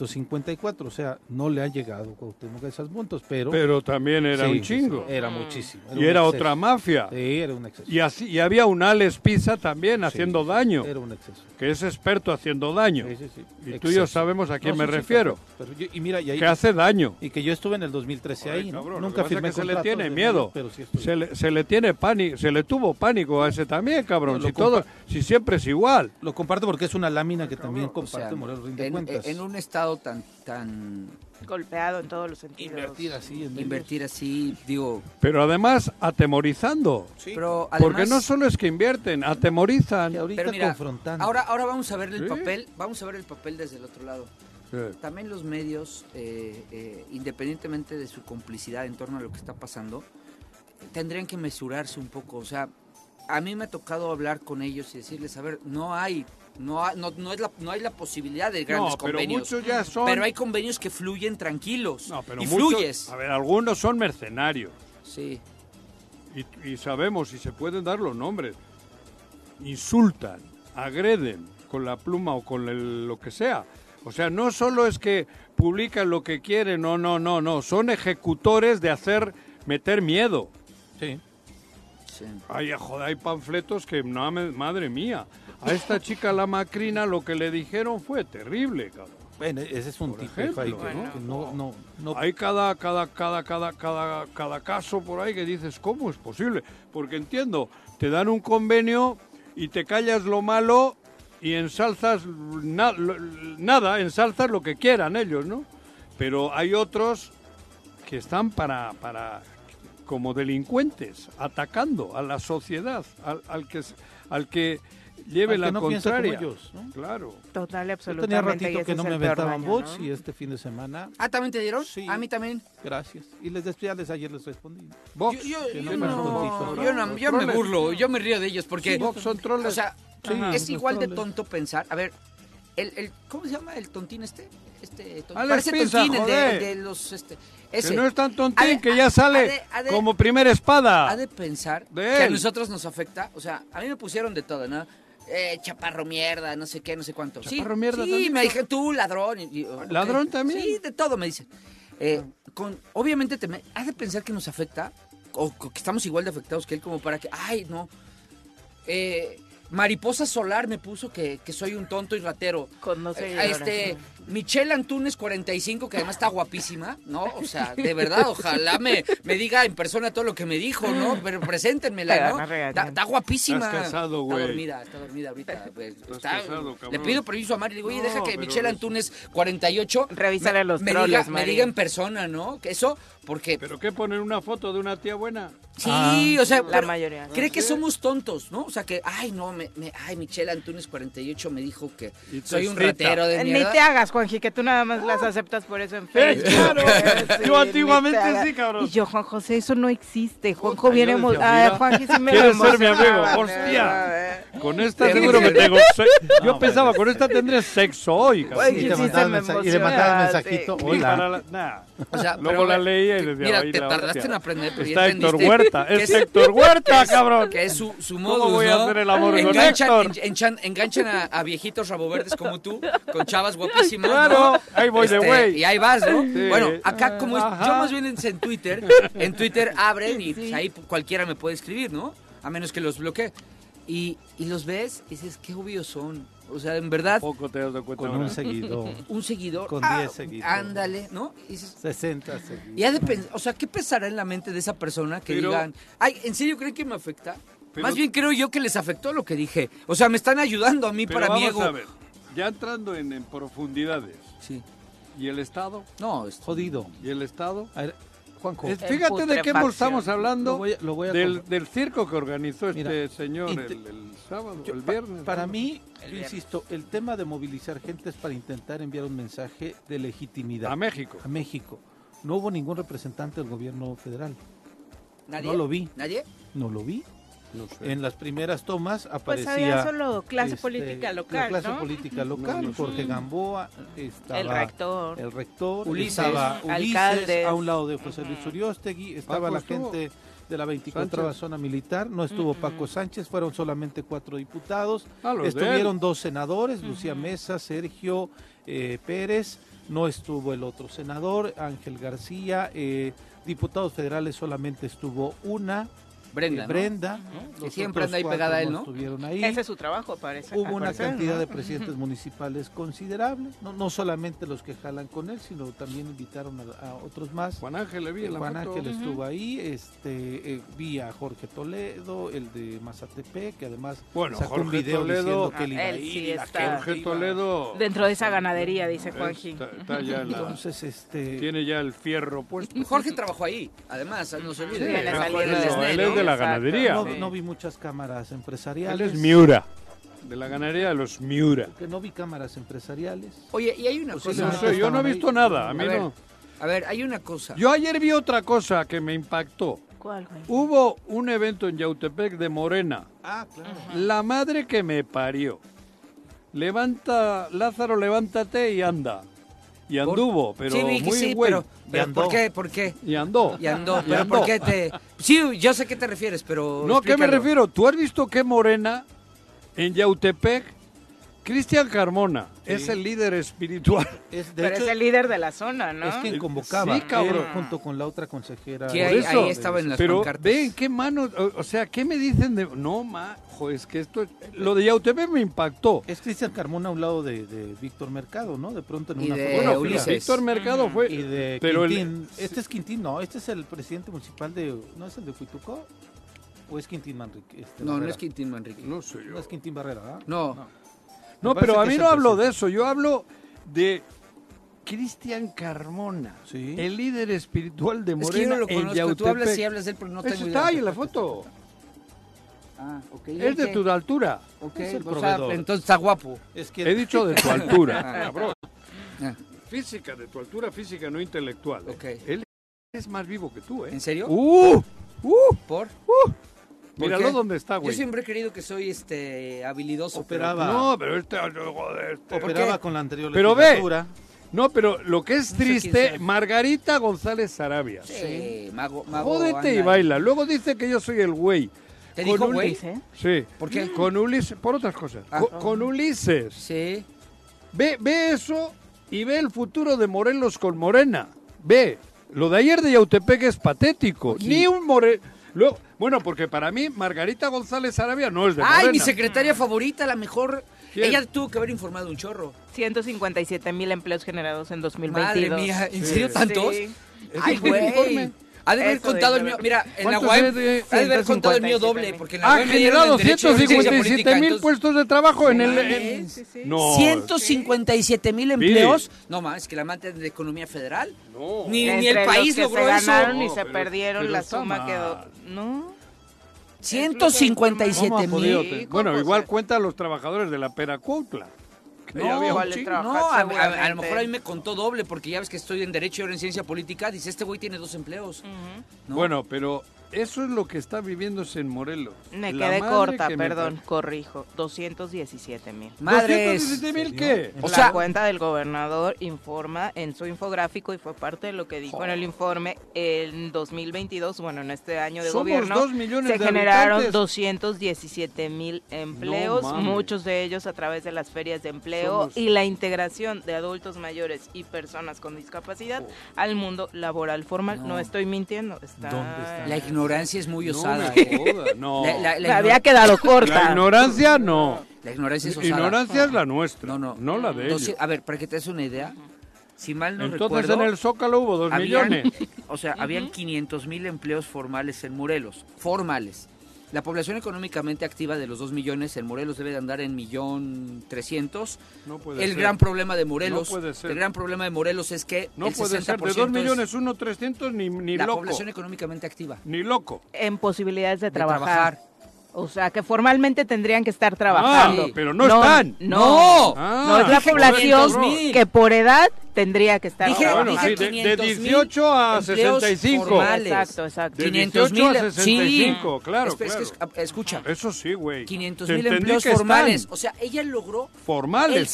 [SPEAKER 3] 354. O sea, no le ha llegado Cuauhtémoc a esos montos, pero...
[SPEAKER 2] Pero también era
[SPEAKER 3] Sí,
[SPEAKER 2] un
[SPEAKER 3] sí,
[SPEAKER 2] chingo.
[SPEAKER 3] sí, era
[SPEAKER 1] Mm.
[SPEAKER 3] muchísimo.
[SPEAKER 2] y
[SPEAKER 3] un
[SPEAKER 2] era
[SPEAKER 3] exceso.
[SPEAKER 2] otra mafia.
[SPEAKER 3] Sí, era un exceso.
[SPEAKER 2] Y así y había un Alex Pisa también haciendo
[SPEAKER 3] Sí,
[SPEAKER 2] daño,
[SPEAKER 3] Era un exceso.
[SPEAKER 2] que es experto haciendo daño.
[SPEAKER 3] Sí, sí, sí.
[SPEAKER 2] Y tú y yo
[SPEAKER 3] Exceso.
[SPEAKER 2] sabemos a quién
[SPEAKER 3] No,
[SPEAKER 2] me
[SPEAKER 3] sí, sí,
[SPEAKER 2] refiero.
[SPEAKER 3] perfecto. Pero yo- y mira, y ahí-
[SPEAKER 2] que hace daño.
[SPEAKER 3] Y que yo estuve en el 2013
[SPEAKER 2] Ay,
[SPEAKER 3] ahí, ¿no?
[SPEAKER 2] cabrón, lo que
[SPEAKER 3] Nunca
[SPEAKER 2] pasa
[SPEAKER 3] firmé
[SPEAKER 2] es que se le
[SPEAKER 3] contratos
[SPEAKER 2] tiene
[SPEAKER 3] de
[SPEAKER 2] miedo.
[SPEAKER 3] medios, pero sí estuve.
[SPEAKER 2] se, le, se le tiene pánico, se le tuvo pánico a ese también, cabrón.
[SPEAKER 3] No, lo
[SPEAKER 2] si todo,
[SPEAKER 3] compa-
[SPEAKER 2] si siempre es igual.
[SPEAKER 3] Lo comparto porque es una lámina que también
[SPEAKER 4] O sea,
[SPEAKER 3] comparte Morelos Rinde
[SPEAKER 4] en,
[SPEAKER 3] Cuentas.
[SPEAKER 4] en un estado tan, tan
[SPEAKER 1] golpeado en todos los sentidos.
[SPEAKER 3] Invertir así en medios.
[SPEAKER 4] invertir así, digo,
[SPEAKER 2] Pero además atemorizando.
[SPEAKER 3] Sí.
[SPEAKER 4] pero
[SPEAKER 2] Porque
[SPEAKER 4] además...
[SPEAKER 2] no solo es que invierten, atemorizan.
[SPEAKER 3] Y ahorita
[SPEAKER 4] Pero mira,
[SPEAKER 3] confrontando.
[SPEAKER 4] ahora, ahora vamos a ver el
[SPEAKER 2] Sí.
[SPEAKER 4] papel, vamos a ver el papel desde el otro lado.
[SPEAKER 2] Eh,
[SPEAKER 4] También los medios, eh, eh, independientemente de su complicidad en torno a lo que está pasando, tendrían que mesurarse un poco. O sea, a mí me ha tocado hablar con ellos y decirles, a ver, no hay, no, ha- no, no es la, no hay la posibilidad de grandes
[SPEAKER 2] No, pero
[SPEAKER 4] convenios.
[SPEAKER 2] muchos ya son.
[SPEAKER 4] Pero hay convenios que fluyen tranquilos
[SPEAKER 2] No, pero
[SPEAKER 4] y
[SPEAKER 2] muchos-
[SPEAKER 4] fluyes.
[SPEAKER 2] A ver, algunos son mercenarios.
[SPEAKER 4] Sí.
[SPEAKER 2] Y, y sabemos, y se pueden dar los nombres. Insultan, agreden con la pluma o con el- lo que sea. O sea, no solo es que publican lo que quieren, no, no, no, no. Son ejecutores de hacer, meter miedo.
[SPEAKER 3] Sí.
[SPEAKER 2] Ah.
[SPEAKER 4] sí.
[SPEAKER 2] Ay, joder, hay panfletos que, no, me- madre mía, a esta chica la macrina lo que le dijeron fue terrible, cabrón.
[SPEAKER 3] Bueno, ese es un
[SPEAKER 2] Por
[SPEAKER 3] tipo
[SPEAKER 2] ejemplo,
[SPEAKER 3] ahí que,
[SPEAKER 2] bueno.
[SPEAKER 3] que no, no, no.
[SPEAKER 2] Hay cada, cada, cada, cada, cada, cada caso por ahí que dices, ¿cómo es posible? Porque entiendo, te dan un convenio y te callas lo malo y ensalzas na- lo- nada, ensalzas lo que quieran ellos, ¿no? Pero hay otros que están para, para como delincuentes, atacando a la sociedad, al, al que, al que lleve
[SPEAKER 3] Al que
[SPEAKER 2] la
[SPEAKER 3] no piensa como
[SPEAKER 2] contraria.
[SPEAKER 3] ellos, ¿no?
[SPEAKER 2] Claro.
[SPEAKER 1] Total y
[SPEAKER 3] Yo tenía
[SPEAKER 1] absolutamente. y
[SPEAKER 3] ratito
[SPEAKER 1] ese
[SPEAKER 3] que
[SPEAKER 1] es
[SPEAKER 3] no me
[SPEAKER 1] el peor
[SPEAKER 3] aventaban
[SPEAKER 1] daño,
[SPEAKER 3] bots
[SPEAKER 1] ¿no?
[SPEAKER 3] y este fin de semana,
[SPEAKER 4] Ah, ¿también te dieron?
[SPEAKER 3] Sí.
[SPEAKER 4] A mí también.
[SPEAKER 3] gracias. Y les despedí, les ayer les respondí.
[SPEAKER 2] Vox,
[SPEAKER 4] Yo, yo-
[SPEAKER 3] que
[SPEAKER 4] yo
[SPEAKER 3] no fueron
[SPEAKER 4] no,
[SPEAKER 3] tontitos.
[SPEAKER 4] yo no- yo me
[SPEAKER 2] Troles.
[SPEAKER 4] burlo, yo me río de ellos porque...
[SPEAKER 2] Sí, Vox son troles.
[SPEAKER 4] O sea,
[SPEAKER 3] Sí,
[SPEAKER 4] ajá, es
[SPEAKER 3] los
[SPEAKER 4] igual de
[SPEAKER 3] troles.
[SPEAKER 4] tonto pensar... A ver, el, el- ¿cómo se llama el tontín este? Este tontín.
[SPEAKER 2] Alex
[SPEAKER 4] Parece
[SPEAKER 2] Pisa,
[SPEAKER 4] tontín el de,
[SPEAKER 2] joder.
[SPEAKER 4] de los... Este,
[SPEAKER 2] que
[SPEAKER 4] ese.
[SPEAKER 2] no es tan
[SPEAKER 4] Ha de-
[SPEAKER 2] tontín, que
[SPEAKER 4] ha-
[SPEAKER 2] ya
[SPEAKER 4] ha
[SPEAKER 2] sale
[SPEAKER 4] de- ha de-
[SPEAKER 2] como primera espada.
[SPEAKER 4] ha de pensar
[SPEAKER 2] De
[SPEAKER 4] que a
[SPEAKER 2] él.
[SPEAKER 4] nosotros nos afecta. O sea, a mí me pusieron de todo, ¿no? Eh, chaparro mierda, no sé qué, no sé cuánto. Sí,
[SPEAKER 2] Chaparro mierda
[SPEAKER 4] Sí,
[SPEAKER 2] también.
[SPEAKER 4] me dije tú, ladrón. y- y- ok.
[SPEAKER 2] ¿Ladrón también?
[SPEAKER 4] Sí, de todo me dicen. Eh, con, obviamente, te me, has de pensar que nos afecta o, co- que estamos igual de afectados que él, como para que, ay, no. Eh, Mariposa Solar me puso que, que soy un tonto y ratero.
[SPEAKER 1] Con no sé,
[SPEAKER 4] Eh, este, Michelle Antunes 45, que además está guapísima, ¿no? O sea, de verdad, ojalá me, me diga en persona todo lo que me dijo,
[SPEAKER 1] Ah.
[SPEAKER 4] ¿no? Pero preséntenmela,
[SPEAKER 1] Pero
[SPEAKER 4] ¿no?
[SPEAKER 1] no regañen.
[SPEAKER 4] Está, está guapísima.
[SPEAKER 2] Estás casado,
[SPEAKER 4] Está
[SPEAKER 2] güey.
[SPEAKER 4] dormida, está dormida ahorita. pues, está-
[SPEAKER 2] casado, cabrón.
[SPEAKER 4] le pido permiso a Mari, le digo, oye,
[SPEAKER 2] No,
[SPEAKER 4] deja que
[SPEAKER 2] pero
[SPEAKER 4] Michelle
[SPEAKER 2] es-
[SPEAKER 4] Antunes 48
[SPEAKER 1] Revísale
[SPEAKER 4] me-
[SPEAKER 1] los
[SPEAKER 4] me,
[SPEAKER 1] troles,
[SPEAKER 4] diga, me
[SPEAKER 1] Mari.
[SPEAKER 4] diga en persona, ¿no? Que eso, porque...
[SPEAKER 2] ¿Pero qué poner una foto de una tía buena? Ah,
[SPEAKER 4] Sí, o sea,
[SPEAKER 1] Ah, La
[SPEAKER 4] pero
[SPEAKER 1] mayoría.
[SPEAKER 4] Cree que somos tontos, ¿no? O sea que, ay, no, me, me- ay, Michelle Antunes 48 me dijo que
[SPEAKER 2] Y te
[SPEAKER 4] soy un
[SPEAKER 2] excita.
[SPEAKER 4] ratero de
[SPEAKER 1] Eh, Ni
[SPEAKER 4] mierda.
[SPEAKER 1] te hagas, Juanji, que tú nada más las aceptas por eso en Facebook.
[SPEAKER 2] Eh, claro. eh,
[SPEAKER 1] Sí,
[SPEAKER 2] Yo
[SPEAKER 1] ni
[SPEAKER 2] antiguamente
[SPEAKER 1] te hagas.
[SPEAKER 2] sí, cabrón.
[SPEAKER 1] Y yo, Juan José, eso no existe. Juanjo
[SPEAKER 2] Puta,
[SPEAKER 1] viene...
[SPEAKER 2] yo
[SPEAKER 1] emo-
[SPEAKER 2] decía,
[SPEAKER 1] Ah,
[SPEAKER 2] mira,
[SPEAKER 1] Juanji sí me lo
[SPEAKER 2] ¿Quieres ser mi amigo?
[SPEAKER 1] emocionaba,
[SPEAKER 2] Hostia.
[SPEAKER 1] ¿no?
[SPEAKER 2] Con esta
[SPEAKER 4] Sí,
[SPEAKER 2] seguro
[SPEAKER 4] sí.
[SPEAKER 2] que tengo sexo. Yo
[SPEAKER 3] No,
[SPEAKER 2] pensaba,
[SPEAKER 3] bueno.
[SPEAKER 2] con esta tendré sexo hoy. cabrón.
[SPEAKER 1] Ay,
[SPEAKER 3] Y,
[SPEAKER 1] que
[SPEAKER 3] te
[SPEAKER 1] sí
[SPEAKER 3] mandaba
[SPEAKER 1] se me
[SPEAKER 3] mensaje- y le mandaba
[SPEAKER 1] emociona,
[SPEAKER 3] mensajito,
[SPEAKER 1] sí.
[SPEAKER 2] Y para
[SPEAKER 3] hola.
[SPEAKER 2] la- nah.
[SPEAKER 4] O sea,
[SPEAKER 2] Luego la
[SPEAKER 4] ve-
[SPEAKER 2] leía y
[SPEAKER 4] te-
[SPEAKER 2] decía,
[SPEAKER 4] Mira,
[SPEAKER 2] "Ay,
[SPEAKER 4] te
[SPEAKER 2] la
[SPEAKER 4] tardaste
[SPEAKER 2] hostia".
[SPEAKER 4] en aprender, pero
[SPEAKER 2] Está
[SPEAKER 4] ya
[SPEAKER 2] Héctor
[SPEAKER 4] entendiste
[SPEAKER 2] Huerta.
[SPEAKER 4] que
[SPEAKER 2] Es Héctor Huerta, cabrón.
[SPEAKER 4] Que es su, su
[SPEAKER 2] ¿Cómo
[SPEAKER 4] modus,
[SPEAKER 2] voy a
[SPEAKER 4] ¿no?
[SPEAKER 2] hacer el amor con
[SPEAKER 4] enganchan,
[SPEAKER 2] Héctor?
[SPEAKER 4] en- enchan- enganchan a, a viejitos raboverdes como tú, con chavas guapísimas.
[SPEAKER 2] Claro,
[SPEAKER 4] ¿no? Este,
[SPEAKER 2] ahí voy de güey.
[SPEAKER 4] Y ahí vas, ¿no?
[SPEAKER 2] Sí.
[SPEAKER 4] Bueno, acá como es-
[SPEAKER 2] Ajá.
[SPEAKER 4] yo más bien en, en Twitter, en Twitter abren y pues, ahí cualquiera me puede escribir, ¿no? A menos que los bloquee. Y, y los ves y dices, qué obvios son. O sea, en verdad,
[SPEAKER 2] Poco te has dado cuenta.
[SPEAKER 3] Con
[SPEAKER 2] ahora.
[SPEAKER 3] un seguidor,
[SPEAKER 4] un seguidor.
[SPEAKER 3] Con
[SPEAKER 4] ah,
[SPEAKER 3] 10 seguidores.
[SPEAKER 4] Ándale, ¿no? Y dices,
[SPEAKER 3] 60 seguidores.
[SPEAKER 4] y ha de pens- o sea, ¿qué pensará en la mente de esa persona que
[SPEAKER 2] Pero-
[SPEAKER 4] digan, ay, ¿en serio creen que me afecta?
[SPEAKER 2] Pero-
[SPEAKER 4] Más bien creo yo que les afectó lo que dije. O sea, me están ayudando a mí
[SPEAKER 2] Pero
[SPEAKER 4] para mi
[SPEAKER 2] vamos
[SPEAKER 4] ego.
[SPEAKER 2] a ver, ya entrando en, en profundidades.
[SPEAKER 4] Sí.
[SPEAKER 2] ¿Y el Estado?
[SPEAKER 4] No, es-
[SPEAKER 3] Jodido.
[SPEAKER 2] ¿Y el Estado?
[SPEAKER 3] A ver, Juanjo,
[SPEAKER 2] Es- fíjate de qué
[SPEAKER 1] putrefacción.
[SPEAKER 2] estamos hablando.
[SPEAKER 3] Lo voy a- lo voy a
[SPEAKER 2] del,
[SPEAKER 3] comp-
[SPEAKER 2] del circo que organizó este
[SPEAKER 3] Mira,
[SPEAKER 2] señor
[SPEAKER 3] inte-
[SPEAKER 2] el, el sábado,
[SPEAKER 3] yo-
[SPEAKER 2] el
[SPEAKER 3] pa-
[SPEAKER 2] viernes.
[SPEAKER 3] para
[SPEAKER 2] ¿no?
[SPEAKER 3] mí, yo
[SPEAKER 1] viernes.
[SPEAKER 3] insisto, el tema de movilizar gente es para intentar enviar un mensaje de legitimidad
[SPEAKER 2] A México.
[SPEAKER 3] a México. No hubo ningún representante del gobierno federal.
[SPEAKER 4] ¿Nadie?
[SPEAKER 3] No lo vi.
[SPEAKER 4] ¿Nadie?
[SPEAKER 3] No lo vi.
[SPEAKER 2] No sé.
[SPEAKER 3] En las primeras tomas
[SPEAKER 1] Pues
[SPEAKER 3] aparecía...
[SPEAKER 1] había solo clase
[SPEAKER 3] este,
[SPEAKER 1] política
[SPEAKER 3] La
[SPEAKER 1] local,
[SPEAKER 3] clase
[SPEAKER 1] ¿no?
[SPEAKER 3] política local,
[SPEAKER 2] No, no sé.
[SPEAKER 3] Jorge Gamboa, estaba...
[SPEAKER 1] El rector.
[SPEAKER 3] el rector,
[SPEAKER 4] Ulises.
[SPEAKER 3] estaba Ulises,
[SPEAKER 1] Alcaldes.
[SPEAKER 3] a un lado de José Luis Uriostegui, estaba
[SPEAKER 2] Paco
[SPEAKER 3] la
[SPEAKER 2] estuvo.
[SPEAKER 3] gente de la 24
[SPEAKER 2] Sánchez.
[SPEAKER 3] zona militar, no estuvo Paco Sánchez, fueron solamente cuatro diputados,
[SPEAKER 2] Ah, los de
[SPEAKER 3] estuvieron
[SPEAKER 2] él.
[SPEAKER 3] dos senadores, Lucía Mesa, Sergio eh, Pérez, no estuvo el otro senador, Ángel García, eh, diputados federales solamente estuvo una, eh,
[SPEAKER 4] Brenda.
[SPEAKER 3] Brenda,
[SPEAKER 4] ¿no?
[SPEAKER 3] ¿no?
[SPEAKER 4] Que
[SPEAKER 3] Los
[SPEAKER 4] siempre anda ahí
[SPEAKER 3] otros
[SPEAKER 4] pegada
[SPEAKER 3] cuatro
[SPEAKER 4] a él,
[SPEAKER 3] no
[SPEAKER 4] ¿no?
[SPEAKER 3] estuvieron ahí.
[SPEAKER 1] Ese es su trabajo, parece.
[SPEAKER 3] Hubo
[SPEAKER 2] Ah,
[SPEAKER 1] al
[SPEAKER 3] una
[SPEAKER 1] parecer,
[SPEAKER 3] cantidad
[SPEAKER 1] ¿no?
[SPEAKER 3] de presidentes municipales considerable, no, no solamente los que jalan con él, sino también invitaron a, a otros más.
[SPEAKER 2] Juan Ángel le vi en la
[SPEAKER 3] Juan
[SPEAKER 2] foto.
[SPEAKER 3] Ángel estuvo ahí, este, eh, vi a Jorge Toledo, el de Mazatepec, que además
[SPEAKER 2] Bueno,
[SPEAKER 3] sacó un
[SPEAKER 2] Jorge
[SPEAKER 3] video
[SPEAKER 2] Toledo-
[SPEAKER 3] diciendo que él iba
[SPEAKER 1] Ah, él
[SPEAKER 3] a ir
[SPEAKER 1] sí
[SPEAKER 3] y la
[SPEAKER 1] está.
[SPEAKER 3] gente
[SPEAKER 2] Jorge
[SPEAKER 3] iba.
[SPEAKER 2] Toledo
[SPEAKER 1] Dentro de esa ganadería, dice Juanji.
[SPEAKER 2] está, está ya en la-
[SPEAKER 3] Entonces, este,
[SPEAKER 2] tiene ya el fierro puesto.
[SPEAKER 4] Jorge trabajó ahí, además, no se olvide.
[SPEAKER 1] Sí, en la
[SPEAKER 4] Trabajó
[SPEAKER 1] salida
[SPEAKER 4] en
[SPEAKER 1] del
[SPEAKER 4] el
[SPEAKER 2] Él
[SPEAKER 1] esnero.
[SPEAKER 2] es de la
[SPEAKER 1] Exacto.
[SPEAKER 2] ganadería.
[SPEAKER 3] no,
[SPEAKER 1] Sí.
[SPEAKER 3] no vi muchas cámaras
[SPEAKER 2] Él
[SPEAKER 3] empresariales.
[SPEAKER 2] es Miura. De la ganadería de los Miura.
[SPEAKER 3] Que no vi cámaras empresariales.
[SPEAKER 4] Oye, y hay una
[SPEAKER 3] Pues
[SPEAKER 4] cosa.
[SPEAKER 2] No
[SPEAKER 3] no
[SPEAKER 2] sé, yo no he
[SPEAKER 3] estaban ahí.
[SPEAKER 2] visto nada. A mí
[SPEAKER 4] a, ver,
[SPEAKER 2] no.
[SPEAKER 4] a ver, hay una cosa.
[SPEAKER 2] Yo ayer vi otra cosa que me impactó.
[SPEAKER 1] ¿Cuál, güey?
[SPEAKER 2] Hubo un evento en Yautepec de Morena.
[SPEAKER 3] Ah, claro.
[SPEAKER 2] La madre que me parió. Levanta, Lázaro, levántate y anda. Y
[SPEAKER 4] Por-
[SPEAKER 2] anduvo, pero
[SPEAKER 4] sí, vi que
[SPEAKER 2] muy
[SPEAKER 4] sí,
[SPEAKER 2] güey.
[SPEAKER 4] pero, pero
[SPEAKER 3] andó.
[SPEAKER 4] ¿por qué? ¿Por qué?
[SPEAKER 2] Y andó.
[SPEAKER 4] Y andó,
[SPEAKER 2] Y
[SPEAKER 4] pero
[SPEAKER 2] andó.
[SPEAKER 4] ¿por qué te...? Sí, yo sé a qué te refieres, pero...
[SPEAKER 2] No, ¿a ¿qué me
[SPEAKER 4] explícalo.
[SPEAKER 2] refiero? ¿Tú has visto que Morena en Yautepec? Cristian Carmona es el líder espiritual.
[SPEAKER 3] Es, de
[SPEAKER 1] Pero
[SPEAKER 3] hecho,
[SPEAKER 1] es el líder de la zona, ¿no? Mm.
[SPEAKER 3] es quien convocaba.
[SPEAKER 2] Eh, Sí, cabrón.
[SPEAKER 3] él junto con la otra consejera.
[SPEAKER 4] Sí,
[SPEAKER 2] Por
[SPEAKER 4] ahí,
[SPEAKER 2] eso.
[SPEAKER 4] ahí estaba en las
[SPEAKER 2] Pero
[SPEAKER 4] pancartas.
[SPEAKER 2] ven qué manos, o, o sea, ¿qué me dicen de no ma, jo, es que esto lo de Yautepec me impactó.
[SPEAKER 3] Es Cristian Carmona a un lado de, de Víctor Mercado, ¿no? De pronto en
[SPEAKER 4] Y
[SPEAKER 3] una
[SPEAKER 4] de
[SPEAKER 3] fotografía.
[SPEAKER 2] Bueno,
[SPEAKER 4] Ulises.
[SPEAKER 2] Víctor Mercado fue
[SPEAKER 3] Y de
[SPEAKER 2] pero el-
[SPEAKER 3] Quintín. Este es Quintín, no. Este es el presidente municipal de... ¿No es el de Cuitucó? ¿O es Quintín Manrique? Este,
[SPEAKER 4] No, no
[SPEAKER 3] Barrera?
[SPEAKER 4] es Quintín Manrique.
[SPEAKER 2] no sé yo.
[SPEAKER 3] No es Quintín Barrera, ¿ah?
[SPEAKER 4] No.
[SPEAKER 2] No,
[SPEAKER 3] Me parece
[SPEAKER 2] pero a
[SPEAKER 3] que
[SPEAKER 2] mí
[SPEAKER 3] es
[SPEAKER 2] no
[SPEAKER 3] el
[SPEAKER 2] hablo
[SPEAKER 3] presidente.
[SPEAKER 2] de eso, yo hablo de Cristian Carmona,
[SPEAKER 3] Sí.
[SPEAKER 2] el líder espiritual de
[SPEAKER 4] Es
[SPEAKER 2] Morena
[SPEAKER 4] que yo no lo
[SPEAKER 2] en
[SPEAKER 4] conozco. Tú hablas
[SPEAKER 2] Yautepec.
[SPEAKER 4] y hablas de él, pero no
[SPEAKER 2] Ese
[SPEAKER 4] tengo
[SPEAKER 2] está
[SPEAKER 4] idea.
[SPEAKER 2] ahí en la foto.
[SPEAKER 4] Ah, ok.
[SPEAKER 2] Es de
[SPEAKER 4] ok,
[SPEAKER 2] tu altura.
[SPEAKER 4] ok,
[SPEAKER 3] es el
[SPEAKER 4] o sea,
[SPEAKER 3] proveedor.
[SPEAKER 4] entonces está guapo.
[SPEAKER 3] Es que
[SPEAKER 2] He dicho de tu altura. Ah, Cabrón.
[SPEAKER 4] Ah,
[SPEAKER 2] Física, de tu altura física, no intelectual. ¿eh?
[SPEAKER 4] Ok.
[SPEAKER 2] Él es más vivo que tú, ¿eh?
[SPEAKER 4] ¿En serio?
[SPEAKER 2] ¡Uh! ¡Uh!
[SPEAKER 4] ¿Por?
[SPEAKER 2] ¡Uh!
[SPEAKER 4] ¿Por
[SPEAKER 2] Míralo
[SPEAKER 4] qué?
[SPEAKER 2] dónde está,
[SPEAKER 4] Yo
[SPEAKER 2] güey.
[SPEAKER 4] siempre he creído que soy este habilidoso. pero-
[SPEAKER 3] Operaba.
[SPEAKER 2] No, pero este, joder, este-
[SPEAKER 3] operaba con la anterior
[SPEAKER 2] Pero ve.
[SPEAKER 3] legislatura.
[SPEAKER 2] No, pero lo que es
[SPEAKER 4] No sé quién sea.
[SPEAKER 2] triste, Margarita González Sarabia.
[SPEAKER 4] Sí, Eh, mago, mago.
[SPEAKER 2] Jódete y
[SPEAKER 4] anda.
[SPEAKER 2] baila. Luego dice que yo soy el güey.
[SPEAKER 4] ¿Te
[SPEAKER 2] Con
[SPEAKER 4] dijo
[SPEAKER 2] un-
[SPEAKER 4] güey?
[SPEAKER 1] Dice,
[SPEAKER 2] Sí.
[SPEAKER 4] ¿Por qué?
[SPEAKER 2] Con Ulises, por otras cosas.
[SPEAKER 4] Ah.
[SPEAKER 2] Co- con Ulises.
[SPEAKER 4] Sí.
[SPEAKER 2] Ve, ve eso y ve el futuro de Morelos con Morena. Ve, lo de ayer de Yautepec es patético. Ni un More... Luego, bueno, porque para mí Margarita González Arabia no es de
[SPEAKER 4] Ay,
[SPEAKER 2] Morena.
[SPEAKER 4] mi secretaria favorita, la mejor.
[SPEAKER 2] ¿Quién?
[SPEAKER 4] Ella tuvo que haber informado un chorro.
[SPEAKER 1] 157 mil empleos generados en 2022.
[SPEAKER 4] Madre mía, ¿en serio
[SPEAKER 2] Sí.
[SPEAKER 4] tantos?
[SPEAKER 1] Sí.
[SPEAKER 4] Ay,
[SPEAKER 2] fue el
[SPEAKER 4] güey.
[SPEAKER 2] informe.
[SPEAKER 4] Ha de haber
[SPEAKER 1] Eso
[SPEAKER 4] contado
[SPEAKER 1] debe
[SPEAKER 4] el mío.
[SPEAKER 1] haber.
[SPEAKER 4] Mira, en la
[SPEAKER 2] ¿Cuántos
[SPEAKER 4] UAM.
[SPEAKER 2] es de-
[SPEAKER 4] Ha de haber contado el mío
[SPEAKER 1] 157
[SPEAKER 4] doble.
[SPEAKER 1] mil?
[SPEAKER 4] Porque en la
[SPEAKER 2] Ha
[SPEAKER 4] UAM me dieron
[SPEAKER 2] generado
[SPEAKER 4] en Derecho y Ciencia
[SPEAKER 2] 157 mil
[SPEAKER 4] Política,
[SPEAKER 2] puestos de trabajo en el...
[SPEAKER 4] entonces-
[SPEAKER 2] en-
[SPEAKER 4] eh, Sí, sí, sí.
[SPEAKER 2] No.
[SPEAKER 4] 157 mil empleos. No más, que la amante de la economía federal. Ni, ni
[SPEAKER 1] Entre
[SPEAKER 4] el
[SPEAKER 1] los
[SPEAKER 4] país
[SPEAKER 1] que
[SPEAKER 4] logró
[SPEAKER 1] se
[SPEAKER 4] eso.
[SPEAKER 1] ganaron y
[SPEAKER 2] No,
[SPEAKER 1] se
[SPEAKER 2] pero-
[SPEAKER 1] perdieron
[SPEAKER 2] pero
[SPEAKER 1] la
[SPEAKER 2] está
[SPEAKER 1] suma
[SPEAKER 2] mal.
[SPEAKER 1] quedó. Ah, No.
[SPEAKER 2] ¿Cómo ha
[SPEAKER 4] 157
[SPEAKER 2] podido
[SPEAKER 4] mil.
[SPEAKER 2] tener?
[SPEAKER 1] ¿cómo
[SPEAKER 2] Bueno, igual
[SPEAKER 1] se-
[SPEAKER 2] cuenta a los trabajadores de la Peracuautla. que ya
[SPEAKER 4] No,
[SPEAKER 2] había un
[SPEAKER 1] ¿cuál es
[SPEAKER 2] chingo.
[SPEAKER 1] trabajo?
[SPEAKER 4] No, a, a-
[SPEAKER 1] seguramente.
[SPEAKER 4] a lo mejor a mí me contó doble, porque ya ves que estoy en Derecho y ahora en Ciencia Política. Dice, este güey tiene dos empleos. ¿no?
[SPEAKER 2] Bueno, pero eso es lo que está viviéndose en Morelos.
[SPEAKER 1] Me
[SPEAKER 2] La
[SPEAKER 1] quedé
[SPEAKER 2] madre
[SPEAKER 1] corta,
[SPEAKER 2] que me
[SPEAKER 1] perdón,
[SPEAKER 2] parió.
[SPEAKER 1] corrijo. 217 mil.
[SPEAKER 4] Madres.
[SPEAKER 2] 217 mil qué?
[SPEAKER 4] O
[SPEAKER 1] la
[SPEAKER 4] sea-
[SPEAKER 1] cuenta del gobernador informa en su infográfico y fue parte de lo que dijo en
[SPEAKER 2] Oh.
[SPEAKER 1] el informe en 2022, bueno, en este año de
[SPEAKER 2] Somos
[SPEAKER 1] gobierno,
[SPEAKER 2] dos millones
[SPEAKER 1] se
[SPEAKER 2] de
[SPEAKER 1] generaron
[SPEAKER 2] habitantes.
[SPEAKER 1] 217 mil empleos,
[SPEAKER 2] mames.
[SPEAKER 1] muchos de ellos a través de las ferias de empleo
[SPEAKER 2] Somos-
[SPEAKER 1] y la integración de adultos mayores y personas con discapacidad
[SPEAKER 2] Oh.
[SPEAKER 1] al mundo laboral formal. No,
[SPEAKER 4] No.
[SPEAKER 1] estoy mintiendo, está...
[SPEAKER 3] ¿Dónde está?
[SPEAKER 4] La ignorancia es muy
[SPEAKER 2] No me
[SPEAKER 4] osada. eh.
[SPEAKER 2] jodas, no.
[SPEAKER 4] La, la- la
[SPEAKER 1] Me
[SPEAKER 4] ignor-
[SPEAKER 1] había quedado
[SPEAKER 2] La
[SPEAKER 1] corta.
[SPEAKER 2] ignorancia no.
[SPEAKER 4] la ignorancia es osada.
[SPEAKER 2] Ignorancia es la nuestra,
[SPEAKER 4] No, no.
[SPEAKER 2] la de ellos.
[SPEAKER 4] Entonces, a ver, para que te des una idea, si mal no
[SPEAKER 2] Entonces
[SPEAKER 4] recuerdo...
[SPEAKER 2] en el Zócalo hubo dos
[SPEAKER 4] habían-
[SPEAKER 2] millones.
[SPEAKER 4] O sea, habían 500 mil empleos formales en Morelos. Formales. La población económicamente activa de los 2 millones, en Morelos debe de andar en millón 300.
[SPEAKER 2] No puede
[SPEAKER 4] El
[SPEAKER 2] ser.
[SPEAKER 4] gran problema de Morelos,
[SPEAKER 2] No puede ser.
[SPEAKER 4] el gran problema de Morelos es que
[SPEAKER 2] No
[SPEAKER 4] el 60%
[SPEAKER 2] puede ser, de dos
[SPEAKER 4] es
[SPEAKER 2] millones uno, trescientos, ni, ni
[SPEAKER 4] la
[SPEAKER 2] loco.
[SPEAKER 4] población económicamente activa.
[SPEAKER 2] Ni loco.
[SPEAKER 1] en posibilidades de
[SPEAKER 4] De trabajar.
[SPEAKER 1] trabajar. O sea, que formalmente tendrían que estar trabajando.
[SPEAKER 4] Ah,
[SPEAKER 2] pero no están.
[SPEAKER 1] No,
[SPEAKER 4] ¡No!
[SPEAKER 2] Ah,
[SPEAKER 1] no es la
[SPEAKER 4] dije
[SPEAKER 1] población
[SPEAKER 4] 500,000.
[SPEAKER 1] que por edad tendría que estar
[SPEAKER 4] Dije,
[SPEAKER 2] Ah,
[SPEAKER 1] trabajando.
[SPEAKER 2] bueno,
[SPEAKER 4] dije
[SPEAKER 2] sí, de- de
[SPEAKER 4] 500,000
[SPEAKER 2] 18 a
[SPEAKER 4] empleos
[SPEAKER 2] 65.
[SPEAKER 4] formales.
[SPEAKER 1] Exacto, exacto.
[SPEAKER 2] De
[SPEAKER 4] 500 mil. em-
[SPEAKER 2] 18 a 65, claro,
[SPEAKER 4] Espe- es que es-
[SPEAKER 2] claro.
[SPEAKER 4] escucha,
[SPEAKER 2] Eso sí, güey.
[SPEAKER 4] 500
[SPEAKER 2] Te
[SPEAKER 4] mil
[SPEAKER 2] entendí
[SPEAKER 4] empleos
[SPEAKER 2] que están
[SPEAKER 4] formales. O sea, ella logró el
[SPEAKER 2] Formales.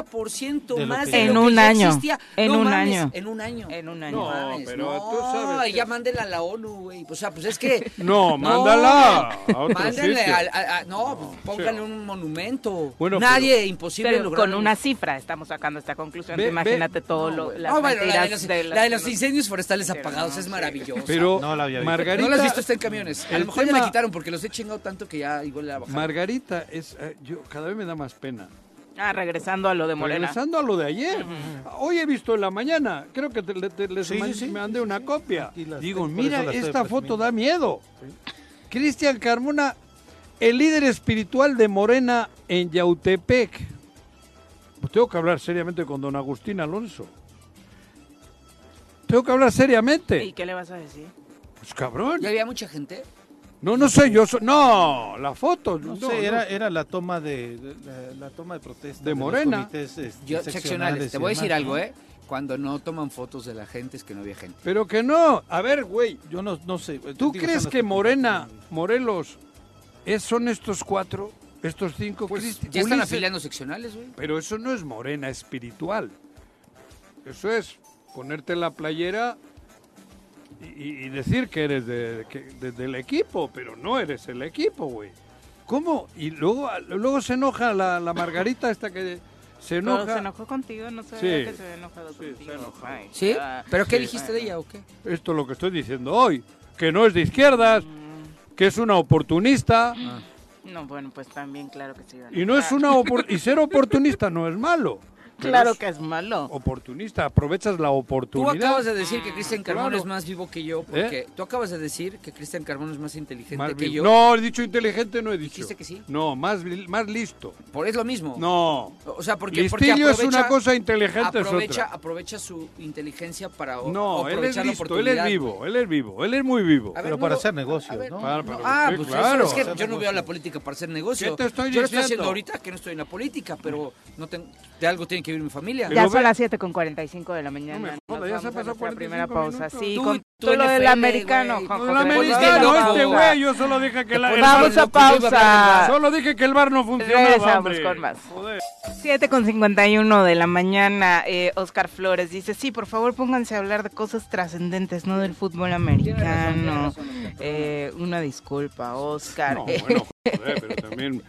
[SPEAKER 4] 50%
[SPEAKER 3] De lo
[SPEAKER 4] más
[SPEAKER 3] que-
[SPEAKER 4] de
[SPEAKER 1] En
[SPEAKER 4] lo que
[SPEAKER 1] un
[SPEAKER 4] ya
[SPEAKER 1] año,
[SPEAKER 4] existía.
[SPEAKER 1] en
[SPEAKER 4] No
[SPEAKER 1] un
[SPEAKER 4] mames,
[SPEAKER 1] año.
[SPEAKER 4] En un año.
[SPEAKER 1] En un año.
[SPEAKER 4] No,
[SPEAKER 2] No,
[SPEAKER 4] mames,
[SPEAKER 2] pero
[SPEAKER 4] no,
[SPEAKER 2] tú sabes que-
[SPEAKER 4] ya mándela a la ONU, güey. O sea, pues es que...
[SPEAKER 2] No, mándala a otro
[SPEAKER 4] Mándenle
[SPEAKER 2] sitio.
[SPEAKER 4] al- a- a- no, pues pónganle un monumento.
[SPEAKER 2] Bueno,
[SPEAKER 4] Nadie,
[SPEAKER 2] pero-
[SPEAKER 4] imposible
[SPEAKER 1] Pero
[SPEAKER 4] lograr
[SPEAKER 1] con
[SPEAKER 4] un-
[SPEAKER 1] una cifra estamos sacando esta conclusión.
[SPEAKER 2] Ve-
[SPEAKER 1] Imagínate todo
[SPEAKER 4] No,
[SPEAKER 1] lo,
[SPEAKER 4] güey.
[SPEAKER 1] las
[SPEAKER 4] No, bueno, la, de
[SPEAKER 1] mentiras
[SPEAKER 4] los,
[SPEAKER 1] de las
[SPEAKER 4] la de
[SPEAKER 1] que
[SPEAKER 4] los
[SPEAKER 1] nos-
[SPEAKER 4] incendios forestales
[SPEAKER 1] Pero
[SPEAKER 4] apagados
[SPEAKER 1] no,
[SPEAKER 4] es
[SPEAKER 1] sí.
[SPEAKER 4] maravillosa.
[SPEAKER 2] Pero
[SPEAKER 3] No la había visto.
[SPEAKER 2] Margarita,
[SPEAKER 4] no las has visto está en camiones. A
[SPEAKER 2] el
[SPEAKER 4] lo mejor ya la
[SPEAKER 2] tema-
[SPEAKER 4] quitaron porque los he chingado tanto que ya igual la bajaron.
[SPEAKER 2] Margarita es, eh, yo cada vez me da más pena.
[SPEAKER 1] Ah, regresando a lo de Morena.
[SPEAKER 2] Regresando a lo de ayer, hoy he visto en la mañana, creo que te- le- te- les
[SPEAKER 3] Sí,
[SPEAKER 2] man-
[SPEAKER 3] sí, sí.
[SPEAKER 2] me mandé una copia.
[SPEAKER 3] Aquí las
[SPEAKER 2] Digo,
[SPEAKER 3] tengo, por
[SPEAKER 2] mira,
[SPEAKER 3] eso las estoy
[SPEAKER 2] esta foto
[SPEAKER 3] presumiendo".
[SPEAKER 2] da miedo. Cristian Carmona, el líder espiritual de Morena en Yautepec. Pues tengo que hablar seriamente con don Agustín Alonso. Tengo que hablar seriamente.
[SPEAKER 1] ¿Y qué le vas a decir?
[SPEAKER 2] Pues cabrón.
[SPEAKER 4] Ya había mucha gente.
[SPEAKER 2] No, no sé, yo soy- No, la foto.
[SPEAKER 3] No,
[SPEAKER 2] no,
[SPEAKER 3] sé,
[SPEAKER 2] no.
[SPEAKER 3] era, era la toma Ah, de de- la, la toma de protesta
[SPEAKER 2] De
[SPEAKER 3] los
[SPEAKER 2] Morena.
[SPEAKER 3] comités, este,
[SPEAKER 4] Yo, seccionales. Te voy a
[SPEAKER 3] y
[SPEAKER 4] decir
[SPEAKER 3] demás,
[SPEAKER 4] algo,
[SPEAKER 3] ¿no?
[SPEAKER 4] ¿eh? Cuando no toman fotos de la gente es que no había gente.
[SPEAKER 2] Pero que no. A ver, güey.
[SPEAKER 3] Yo no, no sé. eh,
[SPEAKER 2] ¿Tú
[SPEAKER 3] digo,
[SPEAKER 2] crees
[SPEAKER 3] son
[SPEAKER 2] que
[SPEAKER 3] las-
[SPEAKER 2] Morena, Morelos, es- son estos cuatro, estos cinco? Cristi-
[SPEAKER 4] Ya están
[SPEAKER 2] Ulises?
[SPEAKER 4] afiliando seccionales, güey.
[SPEAKER 2] Pero eso no es Morena espiritual. Eso es ponerte la playera y- y, y decir que eres de- que- de- del equipo, pero no eres el equipo, güey. ¿Cómo? Y luego, luego se enoja la, la Margarita esta que se
[SPEAKER 1] Pero
[SPEAKER 2] enoja.
[SPEAKER 1] se enojó contigo, no sé
[SPEAKER 2] Sí.
[SPEAKER 1] que se había enojado
[SPEAKER 2] se
[SPEAKER 1] contigo.
[SPEAKER 2] enojó.
[SPEAKER 1] Ay,
[SPEAKER 4] ¿Sí?
[SPEAKER 1] ah,
[SPEAKER 4] ¿Pero qué
[SPEAKER 1] sí.
[SPEAKER 4] dijiste de ella o qué?
[SPEAKER 2] Esto es lo que estoy diciendo hoy. Que no es de izquierdas,
[SPEAKER 4] Mm.
[SPEAKER 2] que es una oportunista.
[SPEAKER 4] Ah.
[SPEAKER 1] No, bueno, pues también, claro que sí.
[SPEAKER 2] Y no es una opor- y ser oportunista no es malo. pero
[SPEAKER 1] Claro que es malo.
[SPEAKER 2] Oportunista, aprovechas la
[SPEAKER 4] Tú
[SPEAKER 2] oportunidad.
[SPEAKER 4] acabas de decir
[SPEAKER 1] Ah,
[SPEAKER 4] que Cristian Carmona
[SPEAKER 2] Ah, Claro. ¿Eh?
[SPEAKER 4] es más vivo que yo, porque tú acabas de decir que Cristian Carmona es más inteligente
[SPEAKER 2] Más
[SPEAKER 4] que
[SPEAKER 2] vil-
[SPEAKER 4] yo.
[SPEAKER 2] No, he dicho inteligente, no he dicho.
[SPEAKER 4] Dijiste que sí.
[SPEAKER 2] No, más, vil- más listo.
[SPEAKER 4] Por es lo mismo.
[SPEAKER 2] No.
[SPEAKER 4] O sea, porque, porque
[SPEAKER 2] Listillo es
[SPEAKER 4] aprovecha-
[SPEAKER 2] una cosa, inteligente es
[SPEAKER 4] aprovecha,
[SPEAKER 2] otra.
[SPEAKER 4] aprovecha su inteligencia para o-
[SPEAKER 2] No, él es
[SPEAKER 4] aprovechar la
[SPEAKER 2] listo, él es
[SPEAKER 4] oportunidad.
[SPEAKER 2] vivo, él es vivo, él es muy vivo.
[SPEAKER 4] A ver,
[SPEAKER 3] Pero
[SPEAKER 4] no
[SPEAKER 3] para
[SPEAKER 4] lo-
[SPEAKER 3] hacer
[SPEAKER 4] a
[SPEAKER 3] negocios,
[SPEAKER 4] ver,
[SPEAKER 3] ¿no?
[SPEAKER 2] Para- para-
[SPEAKER 4] Ah,
[SPEAKER 2] sí,
[SPEAKER 4] pues
[SPEAKER 2] claro.
[SPEAKER 4] eso, es que
[SPEAKER 3] Hacer
[SPEAKER 4] yo no veo
[SPEAKER 3] negocio.
[SPEAKER 4] la política para hacer negocio.
[SPEAKER 2] ¿Qué te estoy
[SPEAKER 4] yo lo estoy
[SPEAKER 2] diciendo?
[SPEAKER 4] haciendo ahorita que no estoy en la política, pero no tengo, de algo tiene que vivir mi familia.
[SPEAKER 2] Pero
[SPEAKER 1] Ya
[SPEAKER 2] ve-
[SPEAKER 1] son las 7 con 45 de la mañana.
[SPEAKER 2] No me
[SPEAKER 1] Nos
[SPEAKER 2] jodas, ya se
[SPEAKER 1] vamos a
[SPEAKER 2] pasó
[SPEAKER 1] nuestra
[SPEAKER 2] 45
[SPEAKER 1] primera pausa.
[SPEAKER 2] minutos.
[SPEAKER 1] Sí,
[SPEAKER 4] Tú-
[SPEAKER 1] con
[SPEAKER 4] tú
[SPEAKER 1] todo lo
[SPEAKER 4] NFL,
[SPEAKER 1] del americano.
[SPEAKER 4] güey.
[SPEAKER 1] Juan
[SPEAKER 4] Tú
[SPEAKER 2] No,
[SPEAKER 1] José
[SPEAKER 2] el
[SPEAKER 4] Pues,
[SPEAKER 1] Luis
[SPEAKER 2] americano,
[SPEAKER 4] pues,
[SPEAKER 1] Villalobos.
[SPEAKER 2] este
[SPEAKER 4] pausa.
[SPEAKER 2] güey, yo solo dije que la... el
[SPEAKER 4] Vamos
[SPEAKER 2] bar-
[SPEAKER 1] pues Vamos a pausa.
[SPEAKER 2] Solo dije que el bar no funcionaba,
[SPEAKER 1] Regresamos
[SPEAKER 2] hombre.
[SPEAKER 1] con más.
[SPEAKER 2] Joder.
[SPEAKER 1] 7 con 51 de la mañana, eh, Oscar Flores dice, sí, por favor pónganse a hablar de cosas trascendentes, no del fútbol
[SPEAKER 4] Tiene razón, tiene
[SPEAKER 1] americano.
[SPEAKER 4] razón, Oscar, pero
[SPEAKER 1] Eh, una disculpa, Oscar.
[SPEAKER 2] No, bueno, joder, pero también,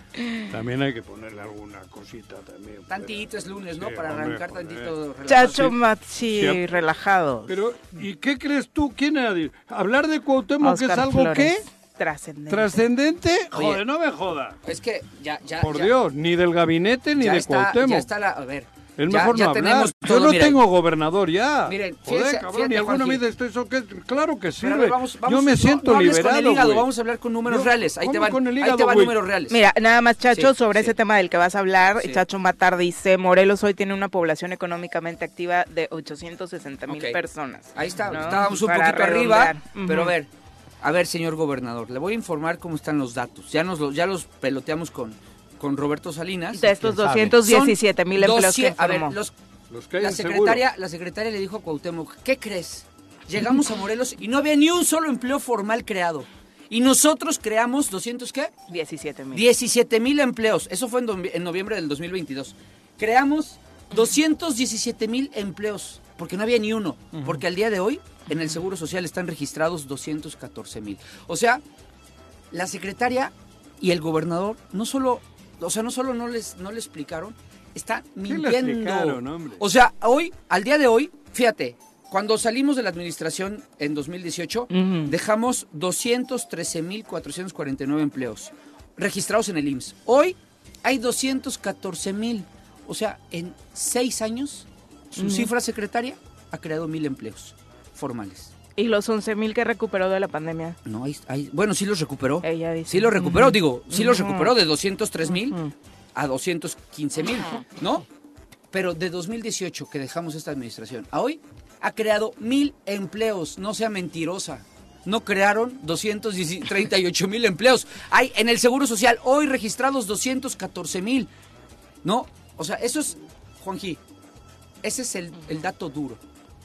[SPEAKER 2] también hay que ponerle alguna cosita también. pues.
[SPEAKER 4] Tantito es lunes, ¿no?
[SPEAKER 2] Sí,
[SPEAKER 4] Para
[SPEAKER 2] hombre,
[SPEAKER 4] arrancar
[SPEAKER 2] joder.
[SPEAKER 4] tantito. relajado.
[SPEAKER 1] Chacho
[SPEAKER 2] Sí.
[SPEAKER 1] Maxi,
[SPEAKER 2] Sí.
[SPEAKER 1] relajado.
[SPEAKER 2] Pero, ¿y qué crees tú? ¿Quién era? ¿Hablar de Cuauhtémoc
[SPEAKER 1] Oscar
[SPEAKER 2] es algo
[SPEAKER 1] Flores,
[SPEAKER 2] qué?
[SPEAKER 1] Trascendente.
[SPEAKER 2] ¿Trascendente?
[SPEAKER 4] Oye.
[SPEAKER 2] Joder, no me joda.
[SPEAKER 4] Es que ya, ya.
[SPEAKER 2] Por
[SPEAKER 4] ya-
[SPEAKER 2] Dios, ni del gabinete ni
[SPEAKER 4] ya
[SPEAKER 2] de
[SPEAKER 4] está,
[SPEAKER 2] Cuauhtémoc.
[SPEAKER 4] Ya está la. A ver.
[SPEAKER 2] Es
[SPEAKER 4] ya-
[SPEAKER 2] mejor
[SPEAKER 4] ya
[SPEAKER 2] no hablar.
[SPEAKER 4] tenemos
[SPEAKER 2] Yo
[SPEAKER 4] todo,
[SPEAKER 2] no
[SPEAKER 4] mira.
[SPEAKER 2] tengo gobernador ya.
[SPEAKER 4] Miren,
[SPEAKER 2] Joder,
[SPEAKER 4] fíjense-
[SPEAKER 2] cabrón,
[SPEAKER 4] fíjate,
[SPEAKER 2] y alguno me
[SPEAKER 4] Juanji.
[SPEAKER 2] dice, esto, eso, que, claro que
[SPEAKER 4] Pero a
[SPEAKER 2] sirve.
[SPEAKER 4] ver, vamos-
[SPEAKER 2] Yo
[SPEAKER 4] vamos-
[SPEAKER 2] me
[SPEAKER 4] no-
[SPEAKER 2] siento
[SPEAKER 4] no hables con el
[SPEAKER 2] liberado,
[SPEAKER 4] hígado,
[SPEAKER 2] güey.
[SPEAKER 4] Vamos a hablar con números
[SPEAKER 2] Yo-
[SPEAKER 4] reales. Ahí te
[SPEAKER 2] ¿cómo
[SPEAKER 4] van,
[SPEAKER 2] con el
[SPEAKER 4] ahí te
[SPEAKER 2] hígado,
[SPEAKER 4] van
[SPEAKER 2] güey?
[SPEAKER 4] números reales.
[SPEAKER 1] Mira, nada más, Chacho,
[SPEAKER 4] Sí,
[SPEAKER 1] sobre
[SPEAKER 4] sí.
[SPEAKER 1] ese tema del que vas a hablar,
[SPEAKER 4] Sí.
[SPEAKER 1] Chacho Matar dice, Morelos hoy tiene una población económicamente activa de 860 mil
[SPEAKER 4] Ok.
[SPEAKER 1] personas.
[SPEAKER 4] Ahí está,
[SPEAKER 1] ¿no?
[SPEAKER 4] estábamos un
[SPEAKER 1] Para
[SPEAKER 4] poquito arriba,
[SPEAKER 1] redondear. Ujú.
[SPEAKER 4] pero a ver, a ver, señor gobernador, le voy a informar cómo están los datos. Ya nos lo- ya los peloteamos con, con Roberto Salinas.
[SPEAKER 1] De estos
[SPEAKER 3] ¿Quién sabe?
[SPEAKER 1] 217 mil
[SPEAKER 4] Son
[SPEAKER 1] empleos que
[SPEAKER 4] 200 A ver,
[SPEAKER 1] informó.
[SPEAKER 4] los-
[SPEAKER 2] Los que hay
[SPEAKER 4] la
[SPEAKER 2] en
[SPEAKER 4] secretaria, la secretaria le dijo a Cuauhtémoc, ¿qué crees? Llegamos a Morelos y no había ni un solo empleo formal creado. Y nosotros creamos 200 qué?
[SPEAKER 1] 17 mil.
[SPEAKER 4] 17 mil empleos. Eso fue en, novie- en noviembre del 2022. Creamos 217 mil empleos, porque no había ni uno. Porque al día de hoy, en el Seguro Social están registrados 214 mil. O sea, la secretaria y el gobernador no solo, o sea, no solo no les, no le explicaron, están
[SPEAKER 2] le
[SPEAKER 4] mintiendo.
[SPEAKER 2] explicaron, hombre?
[SPEAKER 4] o sea, hoy, al día de hoy, fíjate, cuando salimos de la administración en 2018,
[SPEAKER 1] Ujú.
[SPEAKER 4] dejamos 213.449 empleos registrados en el IMSS. Hoy hay 214.000. O sea, en seis años, su cifra secretaria ha creado mil empleos formales.
[SPEAKER 1] Y los 11 mil que recuperó de la pandemia.
[SPEAKER 4] No, hay, hay- bueno, sí los recuperó.
[SPEAKER 1] Ella dice.
[SPEAKER 4] Sí los recuperó,
[SPEAKER 1] Ujú.
[SPEAKER 4] digo, sí los
[SPEAKER 1] Ujú.
[SPEAKER 4] recuperó de 203 mil
[SPEAKER 1] Ujú.
[SPEAKER 4] a 215 mil, ¿no? Pero de 2018 que dejamos esta administración a hoy, ha creado mil empleos, no sea mentirosa. No crearon 238 mil empleos. Hay en el Seguro Social hoy registrados 214 mil. No, o sea, eso es, Juanji, ese es el, el dato duro.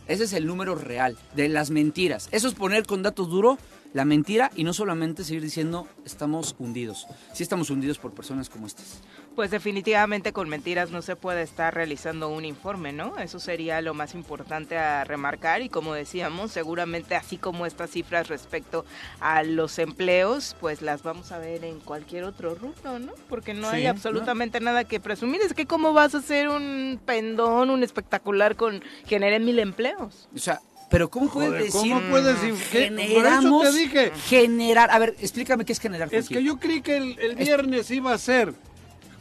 [SPEAKER 4] Ese es el número real de las mentiras. Eso es poner con dato duro la mentira y no solamente seguir diciendo estamos hundidos. Sí estamos hundidos por personas como estas.
[SPEAKER 1] Pues definitivamente con mentiras no se puede estar realizando un informe, ¿no? Eso sería lo más importante a remarcar y como decíamos, seguramente así como estas cifras respecto a los empleos, pues las vamos a ver en cualquier otro rubro, ¿no? Porque no
[SPEAKER 4] Sí,
[SPEAKER 1] hay
[SPEAKER 4] ¿no?
[SPEAKER 1] absolutamente nada que presumir. Es que cómo vas a hacer un pendón, un espectacular con generé mil empleos.
[SPEAKER 4] O sea, pero ¿cómo puedes
[SPEAKER 2] Joder,
[SPEAKER 4] decir
[SPEAKER 2] ¿cómo puedes decir? que-
[SPEAKER 4] generamos
[SPEAKER 2] Por eso te dije.
[SPEAKER 4] generar? A ver, explícame qué es generar.
[SPEAKER 2] Es que
[SPEAKER 4] Juanji.
[SPEAKER 2] yo creí que el, el
[SPEAKER 4] Es-
[SPEAKER 2] viernes iba a ser.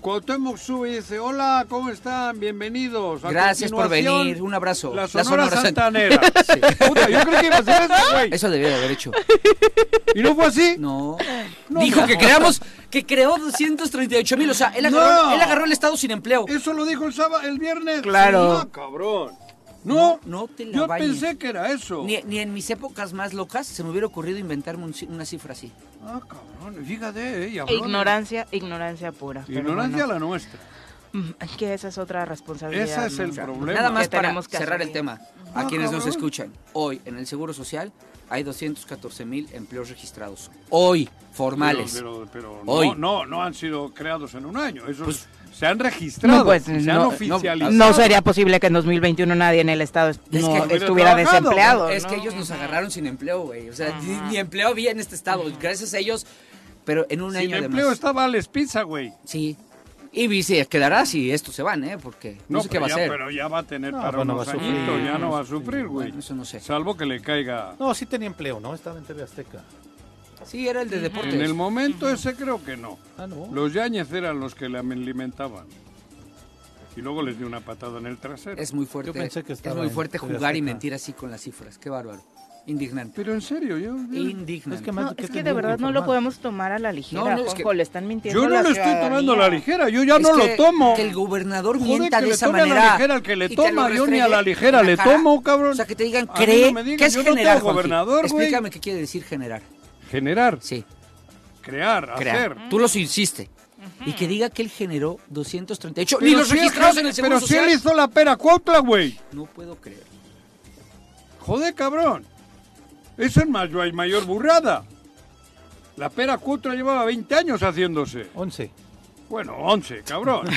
[SPEAKER 2] Cuauhtémoc sube y dice, hola, ¿cómo están? Bienvenidos. A
[SPEAKER 4] Gracias por
[SPEAKER 2] continuación,
[SPEAKER 4] venir. Un abrazo.
[SPEAKER 2] La
[SPEAKER 4] La
[SPEAKER 2] Sonora,
[SPEAKER 4] Sonora
[SPEAKER 2] Santanera. Puta, yo creí que iba a ser eso, güey.
[SPEAKER 4] Eso debía de haber hecho.
[SPEAKER 2] Y no fue así.
[SPEAKER 4] No.
[SPEAKER 2] No,
[SPEAKER 4] dijo
[SPEAKER 2] no.
[SPEAKER 4] que creamos, que creó 238 mil. O sea, él agarró,
[SPEAKER 2] No.
[SPEAKER 4] él agarró el Estado sin empleo.
[SPEAKER 2] Eso lo dijo el, sábado, el viernes.
[SPEAKER 1] Claro.
[SPEAKER 2] No, cabrón. No,
[SPEAKER 4] No, no te la
[SPEAKER 2] Yo
[SPEAKER 4] bañes.
[SPEAKER 2] pensé que era eso.
[SPEAKER 4] Ni, ni en mis épocas más locas se me hubiera ocurrido inventarme un ci- una cifra así.
[SPEAKER 2] Ah, cabrón, fíjate, eh, y
[SPEAKER 1] E
[SPEAKER 2] habló de-
[SPEAKER 1] ignorancia, ignorancia pura. pero
[SPEAKER 2] Ignorancia
[SPEAKER 1] bueno,
[SPEAKER 2] la nuestra.
[SPEAKER 1] mm, Que esa es otra responsabilidad.
[SPEAKER 2] Ese es el
[SPEAKER 1] ¿no?
[SPEAKER 2] problema.
[SPEAKER 4] Nada más
[SPEAKER 1] Que
[SPEAKER 4] para
[SPEAKER 1] tenemos que
[SPEAKER 4] cerrar
[SPEAKER 1] asumir.
[SPEAKER 4] el tema. A
[SPEAKER 2] Ah,
[SPEAKER 4] quienes nos
[SPEAKER 2] cabrón.
[SPEAKER 4] escuchan, hoy en el Seguro Social hay 214 mil empleos registrados. Hoy, formales.
[SPEAKER 2] Pero, pero, pero
[SPEAKER 4] Hoy.
[SPEAKER 2] No, no, no han sido creados en un año. Esos
[SPEAKER 4] Pues-
[SPEAKER 2] se han registrado,
[SPEAKER 1] No, pues,
[SPEAKER 2] se han
[SPEAKER 1] no,
[SPEAKER 2] oficializado.
[SPEAKER 1] No sería posible que en 2021 nadie en el Estado est-
[SPEAKER 4] Es
[SPEAKER 1] no
[SPEAKER 4] que-
[SPEAKER 1] estuviera
[SPEAKER 2] Hubiera trabajado,
[SPEAKER 1] desempleado.
[SPEAKER 4] es que
[SPEAKER 1] ¿no?
[SPEAKER 4] ellos nos agarraron sin empleo, güey. O sea, ni, ni empleo había en este Estado. Gracias a ellos, pero en un
[SPEAKER 2] Sin
[SPEAKER 4] año
[SPEAKER 2] empleo
[SPEAKER 4] además.
[SPEAKER 2] estaba Alex Pizza, güey.
[SPEAKER 4] Sí. Y se quedará si estos se van, ¿eh? Porque no, sé qué
[SPEAKER 2] pero
[SPEAKER 4] va a
[SPEAKER 2] ya,
[SPEAKER 4] ser.
[SPEAKER 2] pero ya va a tener
[SPEAKER 3] No,
[SPEAKER 2] para
[SPEAKER 3] bueno,
[SPEAKER 2] unos
[SPEAKER 3] va a sufrir,
[SPEAKER 2] añitos, ya
[SPEAKER 3] va
[SPEAKER 2] no
[SPEAKER 3] a
[SPEAKER 2] va a sufrir, güey.
[SPEAKER 4] Bueno, eso no sé.
[SPEAKER 2] Salvo que le caiga.
[SPEAKER 3] No, sí tenía empleo, ¿no? Estaba en TV Azteca.
[SPEAKER 4] Sí, era el de deportes.
[SPEAKER 2] En el momento ese creo que no.
[SPEAKER 3] Ah, no.
[SPEAKER 2] Los Yáñez eran los que le alimentaban. Y luego les dio una patada en el trasero.
[SPEAKER 4] Es muy fuerte.
[SPEAKER 3] Yo pensé que
[SPEAKER 4] es
[SPEAKER 3] estaba
[SPEAKER 4] muy
[SPEAKER 3] en
[SPEAKER 4] fuerte
[SPEAKER 3] TV
[SPEAKER 4] jugar y
[SPEAKER 3] Azteca.
[SPEAKER 4] mentir así con las cifras. Qué bárbaro. Indignante.
[SPEAKER 2] Pero en serio, yo... yo-
[SPEAKER 4] Indignante.
[SPEAKER 3] Es que más-
[SPEAKER 1] No,
[SPEAKER 3] ¿qué
[SPEAKER 1] es que
[SPEAKER 3] te
[SPEAKER 1] de
[SPEAKER 3] digo,
[SPEAKER 1] verdad no lo
[SPEAKER 3] informar?
[SPEAKER 1] podemos tomar a la ligera,
[SPEAKER 4] No, no, es que-
[SPEAKER 1] Juanjo, le están mintiendo
[SPEAKER 2] Yo
[SPEAKER 1] a la
[SPEAKER 2] no lo estoy
[SPEAKER 1] ciudadanía.
[SPEAKER 2] tomando a la ligera, yo ya
[SPEAKER 4] Es
[SPEAKER 2] no
[SPEAKER 4] que-
[SPEAKER 2] lo tomo.
[SPEAKER 4] Que el gobernador
[SPEAKER 2] Joder,
[SPEAKER 4] mienta
[SPEAKER 2] que
[SPEAKER 4] de
[SPEAKER 2] le
[SPEAKER 4] esa
[SPEAKER 2] tome a la
[SPEAKER 4] manera.
[SPEAKER 2] ligera al que le
[SPEAKER 4] y lo
[SPEAKER 2] toma, yo ni a la
[SPEAKER 4] restregue
[SPEAKER 2] ligera
[SPEAKER 4] en la
[SPEAKER 2] le
[SPEAKER 4] cara.
[SPEAKER 2] tomo, cabrón.
[SPEAKER 4] O sea, que te digan,
[SPEAKER 2] A mí no
[SPEAKER 4] cree
[SPEAKER 2] me digan,
[SPEAKER 4] que es
[SPEAKER 2] yo no tengo
[SPEAKER 4] generar. Juanji.
[SPEAKER 2] gobernador, güey.
[SPEAKER 4] Explícame qué quiere decir generar.
[SPEAKER 2] Generar,
[SPEAKER 4] Sí,
[SPEAKER 2] crear,
[SPEAKER 4] crear.
[SPEAKER 2] hacer.
[SPEAKER 4] Tú los insiste. Y que diga que él generó 238. Ni los
[SPEAKER 2] si él
[SPEAKER 4] registrados
[SPEAKER 2] gen-
[SPEAKER 4] en el Seguro
[SPEAKER 2] Pero si él
[SPEAKER 4] Social.
[SPEAKER 2] hizo la pera cuautla, güey.
[SPEAKER 4] No puedo creer.
[SPEAKER 2] Joder, cabrón. Esa es más, hay mayor burrada. La pera cuautla llevaba 20 años haciéndose.
[SPEAKER 3] 11.
[SPEAKER 2] Bueno, 11, cabrón.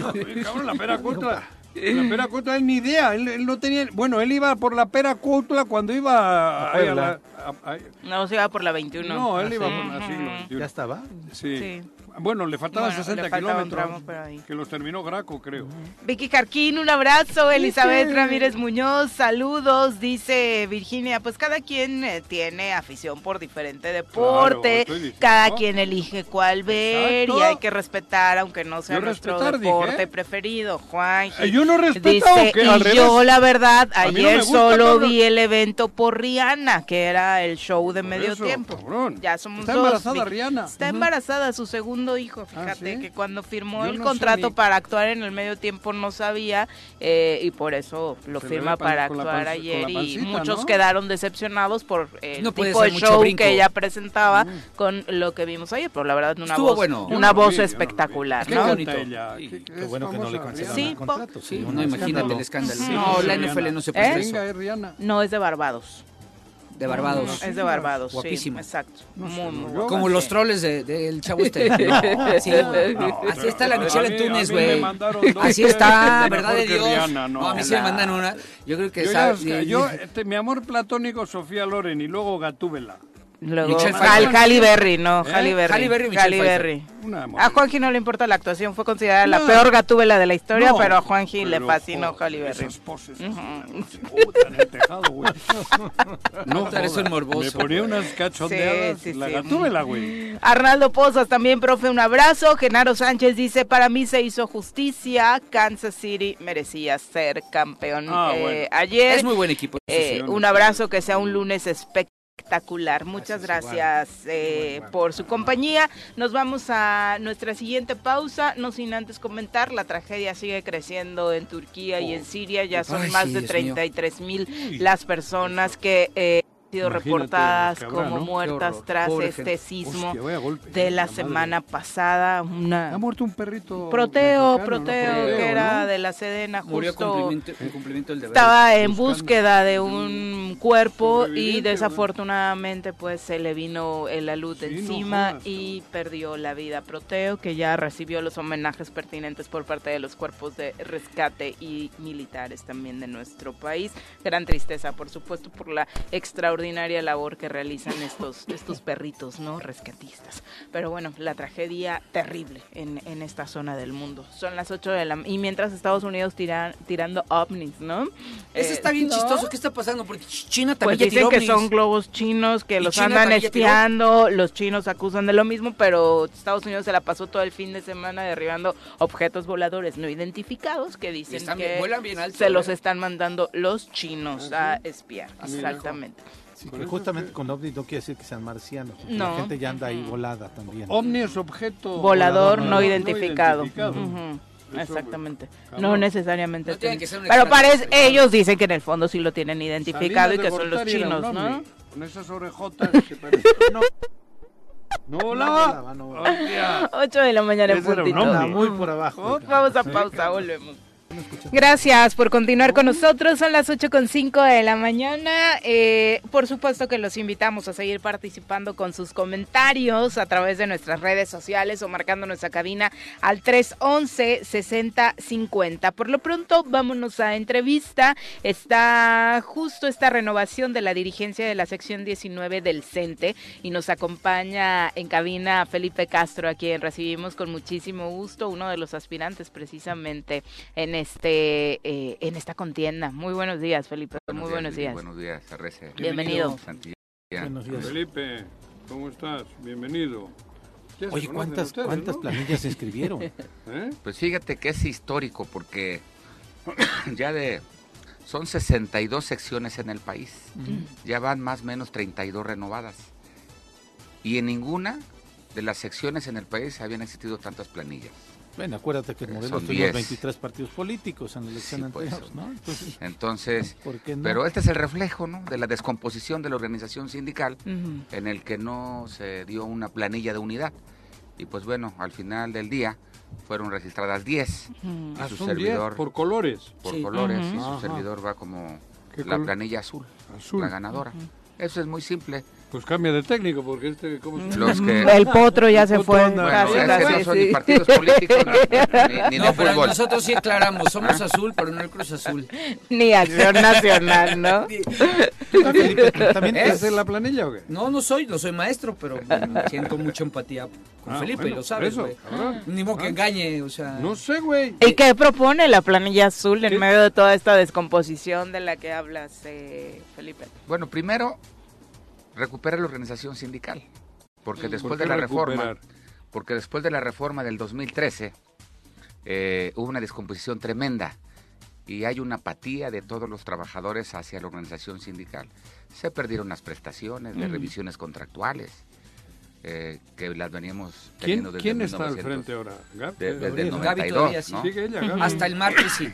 [SPEAKER 2] Joder, cabrón, la pera cuautla. La pera cuautla es ni idea. Él, él no tenía. Bueno, él iba por la pera cuautla cuando iba
[SPEAKER 3] A
[SPEAKER 2] ahí a
[SPEAKER 3] Puebla.
[SPEAKER 2] la- a- a-
[SPEAKER 1] No, se iba por la 21.
[SPEAKER 2] No, él iba por la siglo XXI.
[SPEAKER 3] ¿Ya estaba?
[SPEAKER 2] Sí.
[SPEAKER 1] Sí.
[SPEAKER 2] Bueno, le faltaban
[SPEAKER 1] Bueno, le
[SPEAKER 2] 60
[SPEAKER 1] faltaba un
[SPEAKER 2] kilómetros.
[SPEAKER 1] tramo por ahí.
[SPEAKER 2] Que los terminó Graco, creo.
[SPEAKER 1] Vicky Carquín, un abrazo. Elizabeth Ramírez Muñoz, saludos. Dice Virginia, pues cada quien eh, tiene afición por diferente deporte,
[SPEAKER 2] estoy diciendo.
[SPEAKER 1] cada quien elige cuál ver
[SPEAKER 2] Exacto.
[SPEAKER 1] y hay que respetar, aunque no sea
[SPEAKER 2] Yo
[SPEAKER 1] nuestro
[SPEAKER 2] respetar, dije,
[SPEAKER 1] deporte
[SPEAKER 2] ¿eh?
[SPEAKER 1] preferido. Juan.
[SPEAKER 2] Eh, yo no respeto, ¿o
[SPEAKER 1] Dice,
[SPEAKER 2] qué?
[SPEAKER 1] y
[SPEAKER 2] Al
[SPEAKER 1] yo
[SPEAKER 2] revés.
[SPEAKER 1] la verdad,
[SPEAKER 2] A mí no me
[SPEAKER 1] ayer
[SPEAKER 2] gusta,
[SPEAKER 1] solo
[SPEAKER 2] cabrón.
[SPEAKER 1] vi el evento por Rihanna, que era el show de
[SPEAKER 2] Por
[SPEAKER 1] medio
[SPEAKER 2] eso,
[SPEAKER 1] tiempo.
[SPEAKER 2] cabrón.
[SPEAKER 1] Ya somos
[SPEAKER 2] Está
[SPEAKER 1] dos,
[SPEAKER 2] embarazada
[SPEAKER 1] Vicky.
[SPEAKER 2] Rihanna.
[SPEAKER 1] Está embarazada su segundo hijo, fíjate,
[SPEAKER 2] Ah, ¿sí?
[SPEAKER 1] que cuando firmó
[SPEAKER 2] Yo
[SPEAKER 1] el
[SPEAKER 2] no sé
[SPEAKER 1] contrato
[SPEAKER 2] ni-
[SPEAKER 1] para actuar en el medio tiempo no sabía eh, y por eso lo
[SPEAKER 2] Se le
[SPEAKER 1] firma
[SPEAKER 2] ve pan-
[SPEAKER 1] para
[SPEAKER 2] con la
[SPEAKER 1] actuar
[SPEAKER 2] panci-
[SPEAKER 1] ayer
[SPEAKER 2] con la
[SPEAKER 1] y
[SPEAKER 2] pancita,
[SPEAKER 1] muchos
[SPEAKER 2] ¿no?
[SPEAKER 1] quedaron decepcionados por el
[SPEAKER 4] No puede
[SPEAKER 1] tipo de
[SPEAKER 4] ser mucho
[SPEAKER 1] show
[SPEAKER 4] brinco.
[SPEAKER 1] que ella presentaba
[SPEAKER 2] Mm.
[SPEAKER 1] con lo que vimos ayer, pero la verdad una
[SPEAKER 4] Estuvo
[SPEAKER 1] voz,
[SPEAKER 4] bueno.
[SPEAKER 2] Yo
[SPEAKER 1] una
[SPEAKER 2] no lo vi,
[SPEAKER 1] voz
[SPEAKER 2] yo no lo vi.
[SPEAKER 1] espectacular,
[SPEAKER 4] Qué
[SPEAKER 1] ¿no?
[SPEAKER 4] bonito.
[SPEAKER 2] ella.
[SPEAKER 3] Sí,
[SPEAKER 2] Qué-
[SPEAKER 3] qué
[SPEAKER 2] es
[SPEAKER 3] bueno que no le
[SPEAKER 2] famosa,
[SPEAKER 3] cancelaron
[SPEAKER 1] Sí,
[SPEAKER 2] Rihanna.
[SPEAKER 1] po-
[SPEAKER 3] el contrato.
[SPEAKER 4] Sí, no,
[SPEAKER 3] no,
[SPEAKER 4] imagínate
[SPEAKER 2] escándalo.
[SPEAKER 4] el escándalo.
[SPEAKER 1] Sí,
[SPEAKER 4] no, la
[SPEAKER 2] Rihanna.
[SPEAKER 4] NFL no se presta eso.
[SPEAKER 2] Venga, eh, Rihanna.
[SPEAKER 1] No es de Barbados.
[SPEAKER 4] De Barbados.
[SPEAKER 1] Es de Barbados, sí,
[SPEAKER 4] Guapísima.
[SPEAKER 1] exacto. muy, muy
[SPEAKER 2] yo-
[SPEAKER 1] guapa,
[SPEAKER 4] Como los
[SPEAKER 1] sí.
[SPEAKER 4] troles del de, del chavo este. Sí, así está la
[SPEAKER 2] no,
[SPEAKER 4] Michelle
[SPEAKER 2] a mí-
[SPEAKER 4] en Túnez,
[SPEAKER 2] a mí me
[SPEAKER 4] güey.
[SPEAKER 2] mandaron dos
[SPEAKER 4] Así
[SPEAKER 2] que
[SPEAKER 4] está,
[SPEAKER 2] mejor
[SPEAKER 4] verdad de
[SPEAKER 2] que
[SPEAKER 4] Dios.
[SPEAKER 2] Rihanna, no.
[SPEAKER 4] no, a mí sí me mandan una. Yo creo que
[SPEAKER 2] Yo,
[SPEAKER 4] esa-
[SPEAKER 2] ya- yo, este, mi amor platónico, Sofía Loren y luego Gatúbela.
[SPEAKER 1] Luego,
[SPEAKER 4] Michelle
[SPEAKER 1] Hal,
[SPEAKER 4] Pfeiffer.
[SPEAKER 1] Halle Berry, no,
[SPEAKER 2] ¿Eh?
[SPEAKER 1] Halle Berry.
[SPEAKER 4] Halle Berry y Michelle
[SPEAKER 1] Halle Berry.
[SPEAKER 2] Una amor.
[SPEAKER 1] A Juanji no le importa la actuación, fue considerada la
[SPEAKER 2] No.
[SPEAKER 1] peor gatúbela de la historia,
[SPEAKER 2] No,
[SPEAKER 1] pero a Juanji le
[SPEAKER 2] pero,
[SPEAKER 1] fascinó
[SPEAKER 2] joder,
[SPEAKER 1] Halle Berry. Mm.
[SPEAKER 2] Esas poses. así, se botan en el tejado, güey.
[SPEAKER 4] No, pero eso es
[SPEAKER 2] Me
[SPEAKER 4] morboso. pues.
[SPEAKER 2] ponía unas cachondeadas.
[SPEAKER 1] Sí, sí,
[SPEAKER 2] la
[SPEAKER 1] sí.
[SPEAKER 2] Gatúbela, güey.
[SPEAKER 1] Arnaldo Pozas también, profe, un abrazo. Genaro Sánchez dice, para mí se hizo justicia, Kansas City merecía ser campeón
[SPEAKER 2] Ah,
[SPEAKER 1] eh,
[SPEAKER 2] bueno.
[SPEAKER 1] ayer.
[SPEAKER 4] Es muy buen equipo.
[SPEAKER 1] Eh,
[SPEAKER 4] Sí, sí,
[SPEAKER 1] un abrazo, que sea un lunes espectacular. Muchas gracias eh, por su compañía. Nos vamos a nuestra siguiente pausa, no sin antes comentar, la tragedia sigue creciendo en Turquía y en Siria, ya son
[SPEAKER 4] Oh. Ay,
[SPEAKER 1] más
[SPEAKER 4] sí,
[SPEAKER 1] de
[SPEAKER 4] Dios
[SPEAKER 1] 33 mil las personas que eh, han sido
[SPEAKER 2] Imagínate,
[SPEAKER 1] reportadas
[SPEAKER 2] cabrón,
[SPEAKER 1] como
[SPEAKER 2] ¿no?
[SPEAKER 1] muertas
[SPEAKER 4] horror.
[SPEAKER 1] tras
[SPEAKER 4] Pobre
[SPEAKER 1] este
[SPEAKER 4] gente.
[SPEAKER 1] sismo
[SPEAKER 2] Hostia, vaya golpe,
[SPEAKER 1] de la
[SPEAKER 2] madre.
[SPEAKER 1] semana pasada.
[SPEAKER 2] Ha
[SPEAKER 1] Una...
[SPEAKER 2] muerto un perrito.
[SPEAKER 1] Proteo,
[SPEAKER 2] mexicano, ¿no?
[SPEAKER 1] proteo,
[SPEAKER 4] Proteo,
[SPEAKER 1] que era
[SPEAKER 2] ¿no?
[SPEAKER 1] de la Sedena,
[SPEAKER 4] Murió
[SPEAKER 1] justo
[SPEAKER 4] cumplimiento, en cumplimiento del deber.
[SPEAKER 1] estaba en
[SPEAKER 2] ¿eh? buscando.
[SPEAKER 1] búsqueda de un cuerpo y
[SPEAKER 2] Sobreviviente,
[SPEAKER 1] desafortunadamente pues se le vino eh, la luz
[SPEAKER 2] Sí, no
[SPEAKER 1] encima
[SPEAKER 2] jodas,
[SPEAKER 1] y perdió la vida Proteo que ya recibió los homenajes pertinentes por parte de los cuerpos de rescate y militares también de nuestro país. Gran tristeza por supuesto por la extraordinaria labor que realizan estos estos perritos, ¿no? Rescatistas. Pero bueno, la tragedia terrible en, en esta zona del mundo. Son las 8 de la... Y mientras Estados Unidos tiran, tirando ovnis, ¿no?
[SPEAKER 4] Eso
[SPEAKER 1] Eh,
[SPEAKER 4] está bien
[SPEAKER 1] ¿no?
[SPEAKER 4] chistoso. ¿Qué está pasando? Porque China
[SPEAKER 1] Pues
[SPEAKER 4] también ya
[SPEAKER 1] dicen
[SPEAKER 4] tiró
[SPEAKER 1] que
[SPEAKER 4] ovnis.
[SPEAKER 1] son globos chinos, que
[SPEAKER 4] ¿Y
[SPEAKER 1] los
[SPEAKER 4] China
[SPEAKER 1] andan
[SPEAKER 4] también ya tiró?
[SPEAKER 1] espiando, los chinos acusan de lo mismo, pero Estados Unidos se la pasó todo el fin de semana derribando objetos voladores no identificados que dicen
[SPEAKER 4] Están bien-
[SPEAKER 1] que
[SPEAKER 4] vuelan bien alto,
[SPEAKER 1] se los
[SPEAKER 4] ¿eh?
[SPEAKER 1] están mandando los chinos a espiar. Exactamente.
[SPEAKER 3] Sí, que justamente con ovni no quiere decir que sean marcianos. porque
[SPEAKER 1] No.
[SPEAKER 3] La gente ya anda ahí volada también.
[SPEAKER 2] Ovni es objeto.
[SPEAKER 1] volador
[SPEAKER 3] Volador
[SPEAKER 1] no,
[SPEAKER 3] no
[SPEAKER 1] identificado.
[SPEAKER 2] identificado.
[SPEAKER 1] Ujú,
[SPEAKER 2] Eso,
[SPEAKER 1] Exactamente.
[SPEAKER 2] cabrón.
[SPEAKER 1] No necesariamente.
[SPEAKER 4] No tiene
[SPEAKER 1] tiene-
[SPEAKER 4] que ser un
[SPEAKER 1] Pero parece,
[SPEAKER 4] extraterrestre, claro.
[SPEAKER 1] ellos dicen que en el fondo sí lo tienen identificado
[SPEAKER 2] Salinas
[SPEAKER 1] y
[SPEAKER 2] de
[SPEAKER 1] que son los
[SPEAKER 2] Gortari era un
[SPEAKER 1] chinos, ¿no?
[SPEAKER 2] ovni, Con esas orejotas que parecen-
[SPEAKER 3] No,
[SPEAKER 2] No
[SPEAKER 3] no
[SPEAKER 2] volaba.
[SPEAKER 3] volaba, no volaba.
[SPEAKER 2] Hostia.
[SPEAKER 1] 8 de la mañana en
[SPEAKER 2] Ese era un
[SPEAKER 1] puntito.
[SPEAKER 2] ovni.
[SPEAKER 3] Anda muy por abajo.
[SPEAKER 1] Vamos a pausa, volvemos. Gracias por continuar con nosotros. Son las 8.05 de la mañana. Eh, por supuesto que los invitamos a seguir participando con sus comentarios a través de nuestras redes sociales o marcando nuestra cabina al 311-6050. Por lo pronto, vámonos a entrevista. Está justo esta renovación de la dirigencia de la sección 19 del CENTE y nos acompaña en cabina Felipe Castro, a quien recibimos con muchísimo gusto, uno de los aspirantes precisamente en este eh, en esta contienda. Muy buenos días, Felipe. Muy buenos días.
[SPEAKER 5] Buenos días, Arrece.
[SPEAKER 1] Bienvenido.
[SPEAKER 5] Santillán.
[SPEAKER 3] Buenos días.
[SPEAKER 2] Felipe, ¿cómo estás? Bienvenido. Ustedes se
[SPEAKER 3] Oye,
[SPEAKER 2] conocen
[SPEAKER 3] ¿cuántas,
[SPEAKER 2] ustedes,
[SPEAKER 3] cuántas
[SPEAKER 2] ¿no?
[SPEAKER 3] planillas se inscribieron?
[SPEAKER 2] ¿Eh?
[SPEAKER 5] Pues fíjate que es histórico porque ya de... Son 62 secciones en el país. Ya van más o menos 32 renovadas. Y en ninguna de las secciones en el país habían existido tantas planillas.
[SPEAKER 3] Bueno, acuérdate que en
[SPEAKER 5] Eh,
[SPEAKER 3] Morelos
[SPEAKER 5] son
[SPEAKER 3] tuvimos
[SPEAKER 5] 10.
[SPEAKER 3] 23 partidos políticos en la elección
[SPEAKER 5] Sí, pues,
[SPEAKER 3] anterior, ¿no? Entonces,
[SPEAKER 5] Entonces,
[SPEAKER 3] ¿por qué no?
[SPEAKER 5] pero este es el reflejo, ¿no? De la descomposición de la organización sindical
[SPEAKER 1] Ujú.
[SPEAKER 5] en el que no se dio una planilla de unidad. Y pues bueno, al final del día fueron registradas 10
[SPEAKER 1] Ujú.
[SPEAKER 5] y
[SPEAKER 2] Ah,
[SPEAKER 5] su
[SPEAKER 2] son 10
[SPEAKER 5] servidor
[SPEAKER 2] por colores.
[SPEAKER 5] por
[SPEAKER 4] Sí.
[SPEAKER 5] colores y su
[SPEAKER 2] Ajá.
[SPEAKER 5] servidor va como
[SPEAKER 2] ¿Qué
[SPEAKER 5] la
[SPEAKER 2] color?
[SPEAKER 5] planilla azul,
[SPEAKER 2] Azul.
[SPEAKER 5] la ganadora. Eso es muy simple.
[SPEAKER 2] Pues cambia de técnico porque este... ¿cómo se llama?
[SPEAKER 5] Los que
[SPEAKER 1] El potro ya se
[SPEAKER 2] Otro
[SPEAKER 1] fue.
[SPEAKER 2] anda.
[SPEAKER 1] casi,
[SPEAKER 5] bueno, es que
[SPEAKER 1] casi,
[SPEAKER 5] no son ni
[SPEAKER 1] sí.
[SPEAKER 5] partidos políticos ni, ni- ni
[SPEAKER 4] No,
[SPEAKER 5] de
[SPEAKER 4] pero
[SPEAKER 5] fútbol. Ah.
[SPEAKER 4] nosotros sí aclaramos, somos azul, pero no el Cruz Azul.
[SPEAKER 1] Ni acción nacional, ¿no?
[SPEAKER 3] Felipe, ¿También
[SPEAKER 4] ¿Eh?
[SPEAKER 2] ¿Es de la planilla o qué?
[SPEAKER 4] No, no soy, no soy maestro, pero bueno, siento mucha empatía con
[SPEAKER 2] Ah,
[SPEAKER 4] Felipe,
[SPEAKER 2] bueno,
[SPEAKER 4] lo sabes,
[SPEAKER 2] eso,
[SPEAKER 4] güey.
[SPEAKER 2] cabrón.
[SPEAKER 4] Ni modo que
[SPEAKER 2] Ah.
[SPEAKER 4] engañe, o sea.
[SPEAKER 2] No sé, güey.
[SPEAKER 1] ¿Y qué propone la planilla azul en
[SPEAKER 2] ¿Qué?
[SPEAKER 1] medio de toda esta descomposición de la que hablas, eh, Felipe?
[SPEAKER 5] Bueno, primero recupera la organización sindical, porque después
[SPEAKER 2] ¿Por
[SPEAKER 5] de
[SPEAKER 2] qué
[SPEAKER 5] la
[SPEAKER 2] recuperar?
[SPEAKER 5] reforma, porque después de la reforma del 2013 eh, hubo una descomposición tremenda y hay una apatía de todos los trabajadores hacia la organización sindical. Se perdieron las prestaciones, las revisiones contractuales eh, que las veníamos
[SPEAKER 2] ¿Quién,
[SPEAKER 5] teniendo desde
[SPEAKER 2] quién está al
[SPEAKER 5] 1900,
[SPEAKER 2] frente ahora? ¿Gab?
[SPEAKER 5] de- desde el
[SPEAKER 3] Gaby
[SPEAKER 5] 92,
[SPEAKER 4] todavía sí.
[SPEAKER 5] ¿no?
[SPEAKER 2] ¿Sigue ella, Gaby?
[SPEAKER 4] Hasta el martes sí.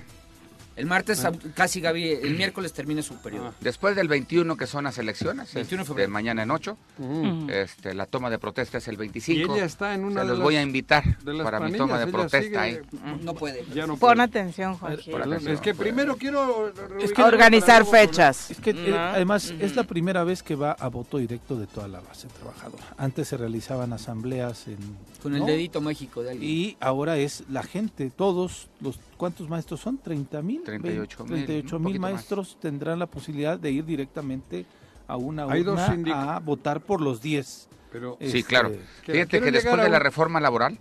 [SPEAKER 4] El martes au- casi Gaby, el miércoles termina su periodo.
[SPEAKER 5] Después del 21 que son las elecciones,
[SPEAKER 4] 21 de
[SPEAKER 5] es de
[SPEAKER 4] febrero.
[SPEAKER 5] mañana en 8,
[SPEAKER 2] Mm.
[SPEAKER 5] Este, la toma de protesta es el
[SPEAKER 2] Y
[SPEAKER 5] 25.
[SPEAKER 2] ella está en
[SPEAKER 5] Se
[SPEAKER 2] una de
[SPEAKER 5] los
[SPEAKER 2] las-
[SPEAKER 5] voy a invitar
[SPEAKER 2] de las
[SPEAKER 5] para mi
[SPEAKER 2] planillas,
[SPEAKER 5] toma de
[SPEAKER 2] ella
[SPEAKER 5] protesta.
[SPEAKER 2] sigue-
[SPEAKER 5] ¿eh?
[SPEAKER 4] No puede.
[SPEAKER 2] Ya no
[SPEAKER 1] Mm, Pon
[SPEAKER 2] puede.
[SPEAKER 1] atención, Jorge.
[SPEAKER 5] Por
[SPEAKER 2] Perdón,
[SPEAKER 5] atención,
[SPEAKER 2] es que
[SPEAKER 5] por-
[SPEAKER 2] primero quiero
[SPEAKER 3] Es que-
[SPEAKER 1] Organizar fechas.
[SPEAKER 3] Es que eh,
[SPEAKER 1] ¿no?
[SPEAKER 3] además es la primera vez que va a voto directo de toda la base trabajadora. Antes se realizaban asambleas en,
[SPEAKER 4] Con el
[SPEAKER 3] ¿no?
[SPEAKER 4] dedito mágico de alguien.
[SPEAKER 3] y ahora es la gente, todos los ¿cuántos maestros son? 30 mil
[SPEAKER 5] 38,000, un
[SPEAKER 3] mil
[SPEAKER 5] poquito más.
[SPEAKER 3] maestros tendrán la posibilidad de ir directamente a una
[SPEAKER 2] Hay dos
[SPEAKER 3] urna
[SPEAKER 2] sindic-
[SPEAKER 3] a votar por los 10.
[SPEAKER 2] Pero
[SPEAKER 5] Sí,
[SPEAKER 3] Este,
[SPEAKER 5] claro.
[SPEAKER 3] quiero-
[SPEAKER 5] Fíjate
[SPEAKER 2] quiero
[SPEAKER 5] que después
[SPEAKER 2] llegar a
[SPEAKER 5] de la
[SPEAKER 2] un-
[SPEAKER 5] reforma laboral,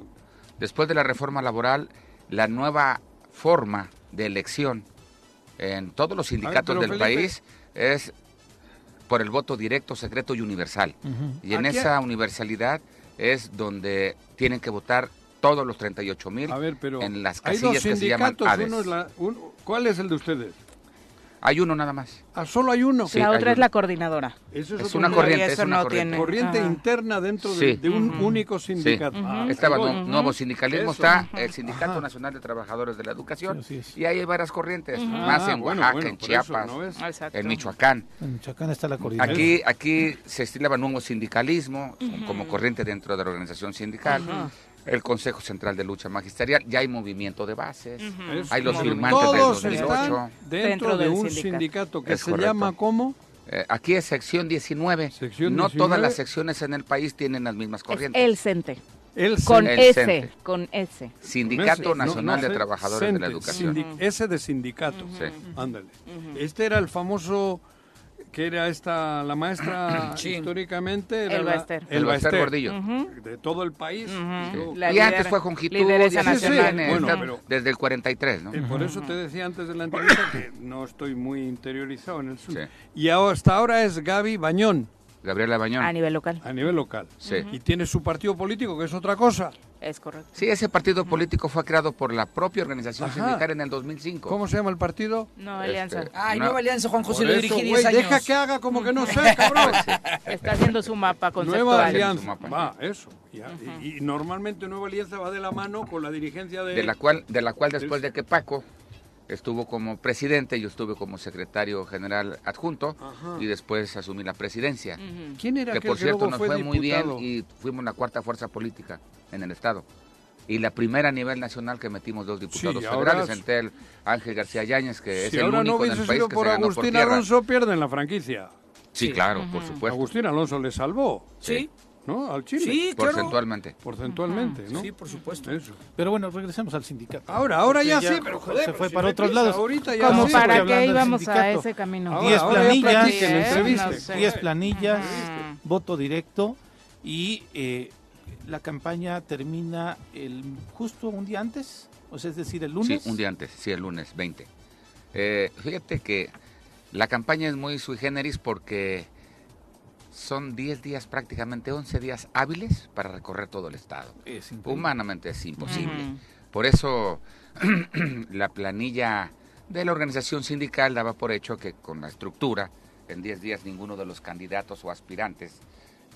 [SPEAKER 5] después de la reforma laboral, la nueva forma de elección en todos los sindicatos
[SPEAKER 2] pero
[SPEAKER 5] del
[SPEAKER 2] Felipe-
[SPEAKER 5] país es por el voto directo, secreto y universal. Y en
[SPEAKER 2] Aquí-
[SPEAKER 5] esa universalidad es donde tienen que votar todos los 38 mil
[SPEAKER 2] a ver, pero
[SPEAKER 5] en las
[SPEAKER 2] hay dos
[SPEAKER 5] casillas que se llaman
[SPEAKER 2] sindicatos,
[SPEAKER 5] ADES.
[SPEAKER 2] uno es la- un- ¿cuál es el de ustedes?
[SPEAKER 5] Hay uno nada más.
[SPEAKER 2] Ah, solo hay uno.
[SPEAKER 5] Sí,
[SPEAKER 1] la
[SPEAKER 5] hay
[SPEAKER 1] otra es
[SPEAKER 5] uno.
[SPEAKER 1] la coordinadora.
[SPEAKER 2] Eso
[SPEAKER 5] Es
[SPEAKER 2] otro
[SPEAKER 5] una
[SPEAKER 1] Y
[SPEAKER 2] nivel.
[SPEAKER 5] corriente, es
[SPEAKER 1] eso
[SPEAKER 5] una
[SPEAKER 1] no
[SPEAKER 5] corriente.
[SPEAKER 1] tiene.
[SPEAKER 2] corriente
[SPEAKER 1] Ajá.
[SPEAKER 2] interna dentro de,
[SPEAKER 5] Sí.
[SPEAKER 2] de un único sindicato.
[SPEAKER 5] Sí.
[SPEAKER 2] Ah,
[SPEAKER 5] Estaba
[SPEAKER 2] ahí
[SPEAKER 5] nu-
[SPEAKER 2] voy.
[SPEAKER 5] Nuevo Sindicalismo,
[SPEAKER 2] Eso.
[SPEAKER 5] está el Sindicato Nacional de Trabajadores de la Educación,
[SPEAKER 3] Sí, así es.
[SPEAKER 5] y ahí hay varias corrientes,
[SPEAKER 2] Ah,
[SPEAKER 5] más en
[SPEAKER 2] bueno,
[SPEAKER 5] Oaxaca,
[SPEAKER 2] bueno,
[SPEAKER 5] en
[SPEAKER 2] por eso,
[SPEAKER 5] Chiapas,
[SPEAKER 2] ¿no ves?
[SPEAKER 1] Exacto.
[SPEAKER 5] en Michoacán.
[SPEAKER 3] En Michoacán está la coordinación.
[SPEAKER 5] Aquí, aquí se estilaba nuevo sindicalismo como corriente dentro de la organización sindical. El Consejo Central de Lucha Magisterial, ya hay movimiento de bases,
[SPEAKER 2] Eso.
[SPEAKER 5] hay los
[SPEAKER 1] Como
[SPEAKER 5] firmantes del
[SPEAKER 2] Todos
[SPEAKER 5] 2008.
[SPEAKER 2] están dentro,
[SPEAKER 1] Dentro
[SPEAKER 2] de
[SPEAKER 1] del
[SPEAKER 2] un sindicato,
[SPEAKER 1] sindicato.
[SPEAKER 2] que
[SPEAKER 5] Es
[SPEAKER 2] se
[SPEAKER 5] correcto.
[SPEAKER 2] llama ¿cómo?
[SPEAKER 5] Eh, aquí es sección 19.
[SPEAKER 2] Sección
[SPEAKER 5] no
[SPEAKER 2] 19.
[SPEAKER 5] todas las secciones en el país tienen las mismas
[SPEAKER 1] Es
[SPEAKER 5] corrientes.
[SPEAKER 1] el CENTE.
[SPEAKER 2] El
[SPEAKER 1] Con
[SPEAKER 5] El
[SPEAKER 1] S.
[SPEAKER 5] Cente.
[SPEAKER 1] Con S.
[SPEAKER 5] Sindicato
[SPEAKER 2] No, no,
[SPEAKER 5] Nacional de
[SPEAKER 2] sé,
[SPEAKER 5] Trabajadores de la
[SPEAKER 2] Cente,
[SPEAKER 5] Educación.
[SPEAKER 2] sindi- Ese de sindicato.
[SPEAKER 5] Sí.
[SPEAKER 2] Ándale. Este era el famoso que era esta la maestra
[SPEAKER 4] Sí.
[SPEAKER 2] históricamente era
[SPEAKER 1] El
[SPEAKER 2] la-
[SPEAKER 1] Baester.
[SPEAKER 5] El Baester Gordillo.
[SPEAKER 2] de todo el país. Yo-
[SPEAKER 1] La
[SPEAKER 5] y antes
[SPEAKER 1] lidera-
[SPEAKER 5] fue Jongitud,
[SPEAKER 1] lideresa
[SPEAKER 5] y así
[SPEAKER 2] nacional.
[SPEAKER 5] viene,
[SPEAKER 2] Sí, bueno,
[SPEAKER 5] está-
[SPEAKER 2] pero-
[SPEAKER 5] desde el 43, ¿no?
[SPEAKER 2] Eh, por eso te decía antes de la entrevista que no estoy muy interiorizado en el sur.
[SPEAKER 5] Sí.
[SPEAKER 2] Y ahora- hasta ahora es Gaby Bañón
[SPEAKER 5] Gabriela Bañón.
[SPEAKER 1] A nivel local.
[SPEAKER 2] a nivel local.
[SPEAKER 5] Sí.
[SPEAKER 2] Y tiene su partido político, que es otra cosa.
[SPEAKER 1] Es correcto.
[SPEAKER 5] Sí, ese partido político fue creado por la propia organización
[SPEAKER 2] Ajá.
[SPEAKER 5] sindical en el 2005.
[SPEAKER 2] ¿Cómo se llama el partido?
[SPEAKER 1] No,
[SPEAKER 5] Este,
[SPEAKER 1] Alianza.
[SPEAKER 4] Ay,
[SPEAKER 5] No.
[SPEAKER 4] Ah, Nueva Alianza, Juan José,
[SPEAKER 2] Por
[SPEAKER 4] lo
[SPEAKER 2] eso,
[SPEAKER 4] dirigí 10
[SPEAKER 2] güey,
[SPEAKER 4] años.
[SPEAKER 2] Deja que haga como que no sé, cabrón.
[SPEAKER 1] Está haciendo su mapa conceptual.
[SPEAKER 2] Nueva
[SPEAKER 5] Su
[SPEAKER 2] Alianza.
[SPEAKER 5] mapa.
[SPEAKER 2] Va, eso. ya. y, y normalmente Nueva Alianza va de la mano con la dirigencia de...
[SPEAKER 5] De la cual, de la cual
[SPEAKER 2] Este.
[SPEAKER 5] después de que Paco estuvo como presidente, yo estuve como secretario general adjunto y después asumí la presidencia.
[SPEAKER 2] ¿Quién era
[SPEAKER 5] Que
[SPEAKER 2] aquel
[SPEAKER 5] por cierto
[SPEAKER 2] luego
[SPEAKER 5] nos
[SPEAKER 2] fue
[SPEAKER 5] fue, muy bien
[SPEAKER 2] diputado?
[SPEAKER 5] y fuimos la cuarta fuerza política en el estado. Y la primera a nivel nacional que metimos dos diputados
[SPEAKER 2] Sí, ahora-
[SPEAKER 5] federales, entre el Ángel García Yáñez, que es
[SPEAKER 2] Si
[SPEAKER 5] el
[SPEAKER 2] ahora
[SPEAKER 5] único
[SPEAKER 2] no
[SPEAKER 5] del
[SPEAKER 2] hubiese
[SPEAKER 5] país
[SPEAKER 2] sido
[SPEAKER 5] que
[SPEAKER 2] por
[SPEAKER 5] se ganó por
[SPEAKER 2] Agustín
[SPEAKER 5] tierra.
[SPEAKER 2] Alonso, pierden la franquicia.
[SPEAKER 5] Sí, claro, por supuesto.
[SPEAKER 2] Agustín Alonso le salvó,
[SPEAKER 4] Sí,
[SPEAKER 2] ¿no? Al Chile.
[SPEAKER 4] sí, claro.
[SPEAKER 5] porcentualmente.
[SPEAKER 2] Porcentualmente, ¿no?
[SPEAKER 4] Sí, por supuesto.
[SPEAKER 2] Eso.
[SPEAKER 3] Pero bueno, regresemos al sindicato.
[SPEAKER 2] Ahora, ahora ya,
[SPEAKER 3] Porque ya
[SPEAKER 2] sí, pero joder.
[SPEAKER 3] se
[SPEAKER 2] pero
[SPEAKER 3] fue
[SPEAKER 2] si
[SPEAKER 3] para
[SPEAKER 2] me
[SPEAKER 3] otros
[SPEAKER 2] pisa
[SPEAKER 3] lados.
[SPEAKER 2] Ahorita ya
[SPEAKER 3] ¿Cómo
[SPEAKER 2] sí,
[SPEAKER 3] para
[SPEAKER 1] ¿Para
[SPEAKER 2] porque-
[SPEAKER 3] hablando
[SPEAKER 1] qué
[SPEAKER 3] del
[SPEAKER 1] íbamos a
[SPEAKER 3] sindicato.
[SPEAKER 1] ese camino?
[SPEAKER 2] Ahora,
[SPEAKER 3] 10
[SPEAKER 2] ahora ya
[SPEAKER 3] planillas,
[SPEAKER 2] platiquen,
[SPEAKER 1] Sí,
[SPEAKER 2] entrevisten.
[SPEAKER 1] no sé.
[SPEAKER 3] 10 planillas, voto directo y eh, la campaña termina el justo un día antes, o sea, es decir, el lunes.
[SPEAKER 5] Sí, un día antes, sí, el lunes 20. Eh, fíjate que la campaña es muy sui generis porque Son 10 días, prácticamente 11 días hábiles para recorrer todo el estado.
[SPEAKER 3] Es increíble.
[SPEAKER 5] Humanamente es imposible.
[SPEAKER 1] Ujú.
[SPEAKER 5] Por eso la planilla de la organización sindical daba por hecho que con la estructura, en 10 días ninguno de los candidatos o aspirantes,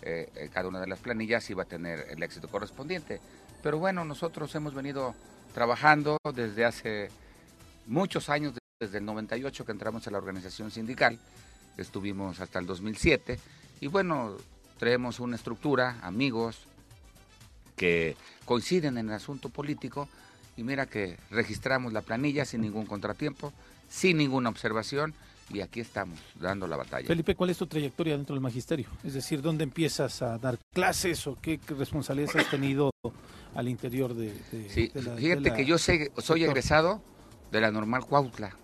[SPEAKER 5] eh, eh, cada una de las planillas iba a tener el éxito correspondiente. Pero bueno, nosotros hemos venido trabajando desde hace muchos años, desde el 98 que entramos a la organización sindical, estuvimos hasta el 2007, y bueno, traemos una estructura, amigos, que coinciden en el asunto político y mira que registramos la planilla sin ningún contratiempo, sin ninguna observación y aquí estamos dando la batalla.
[SPEAKER 3] Felipe, ¿cuál es tu trayectoria dentro del magisterio? Es decir, ¿dónde empiezas a dar clases o qué responsabilidades has tenido al interior de, de-
[SPEAKER 5] Sí,
[SPEAKER 3] de la- de
[SPEAKER 5] fíjate
[SPEAKER 3] la-
[SPEAKER 5] que yo sé- soy
[SPEAKER 3] sector.
[SPEAKER 5] egresado de la normal Cuautla,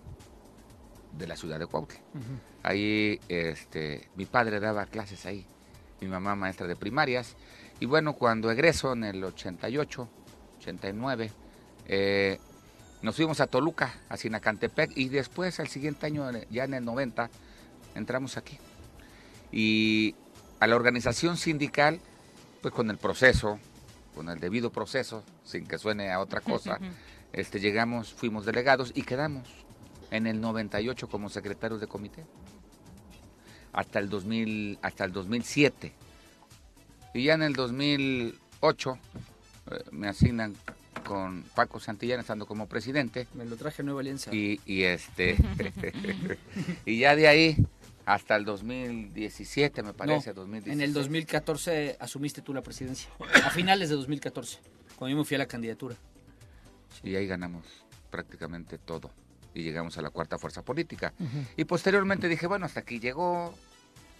[SPEAKER 5] de la ciudad de Cuautla.
[SPEAKER 3] Ujú.
[SPEAKER 5] Ahí, este, mi padre daba clases ahí, mi mamá maestra de primarias. Y bueno, cuando egreso en el 88, 89, eh, nos fuimos a Toluca, a Sinacantepec, y después al siguiente año, en- ya en el 90, entramos aquí. Y a la organización sindical, pues con el proceso, con el debido proceso, sin que suene a otra cosa, este, llegamos, fuimos delegados y quedamos en el 98 como secretarios de comité hasta el 2000 hasta el 2007 y ya en el 2008 eh, me asignan con Paco Santillán estando como presidente
[SPEAKER 4] Me lo traje a Nueva Alianza.
[SPEAKER 5] y, y este y ya de ahí hasta el 2017 me parece
[SPEAKER 4] No,
[SPEAKER 5] 2016.
[SPEAKER 4] en el 2014 asumiste tú la presidencia. A finales de 2014, cuando yo me fui a la candidatura.
[SPEAKER 5] y ahí ganamos prácticamente todo y llegamos a la cuarta fuerza política. Y posteriormente dije, bueno, hasta aquí llegó,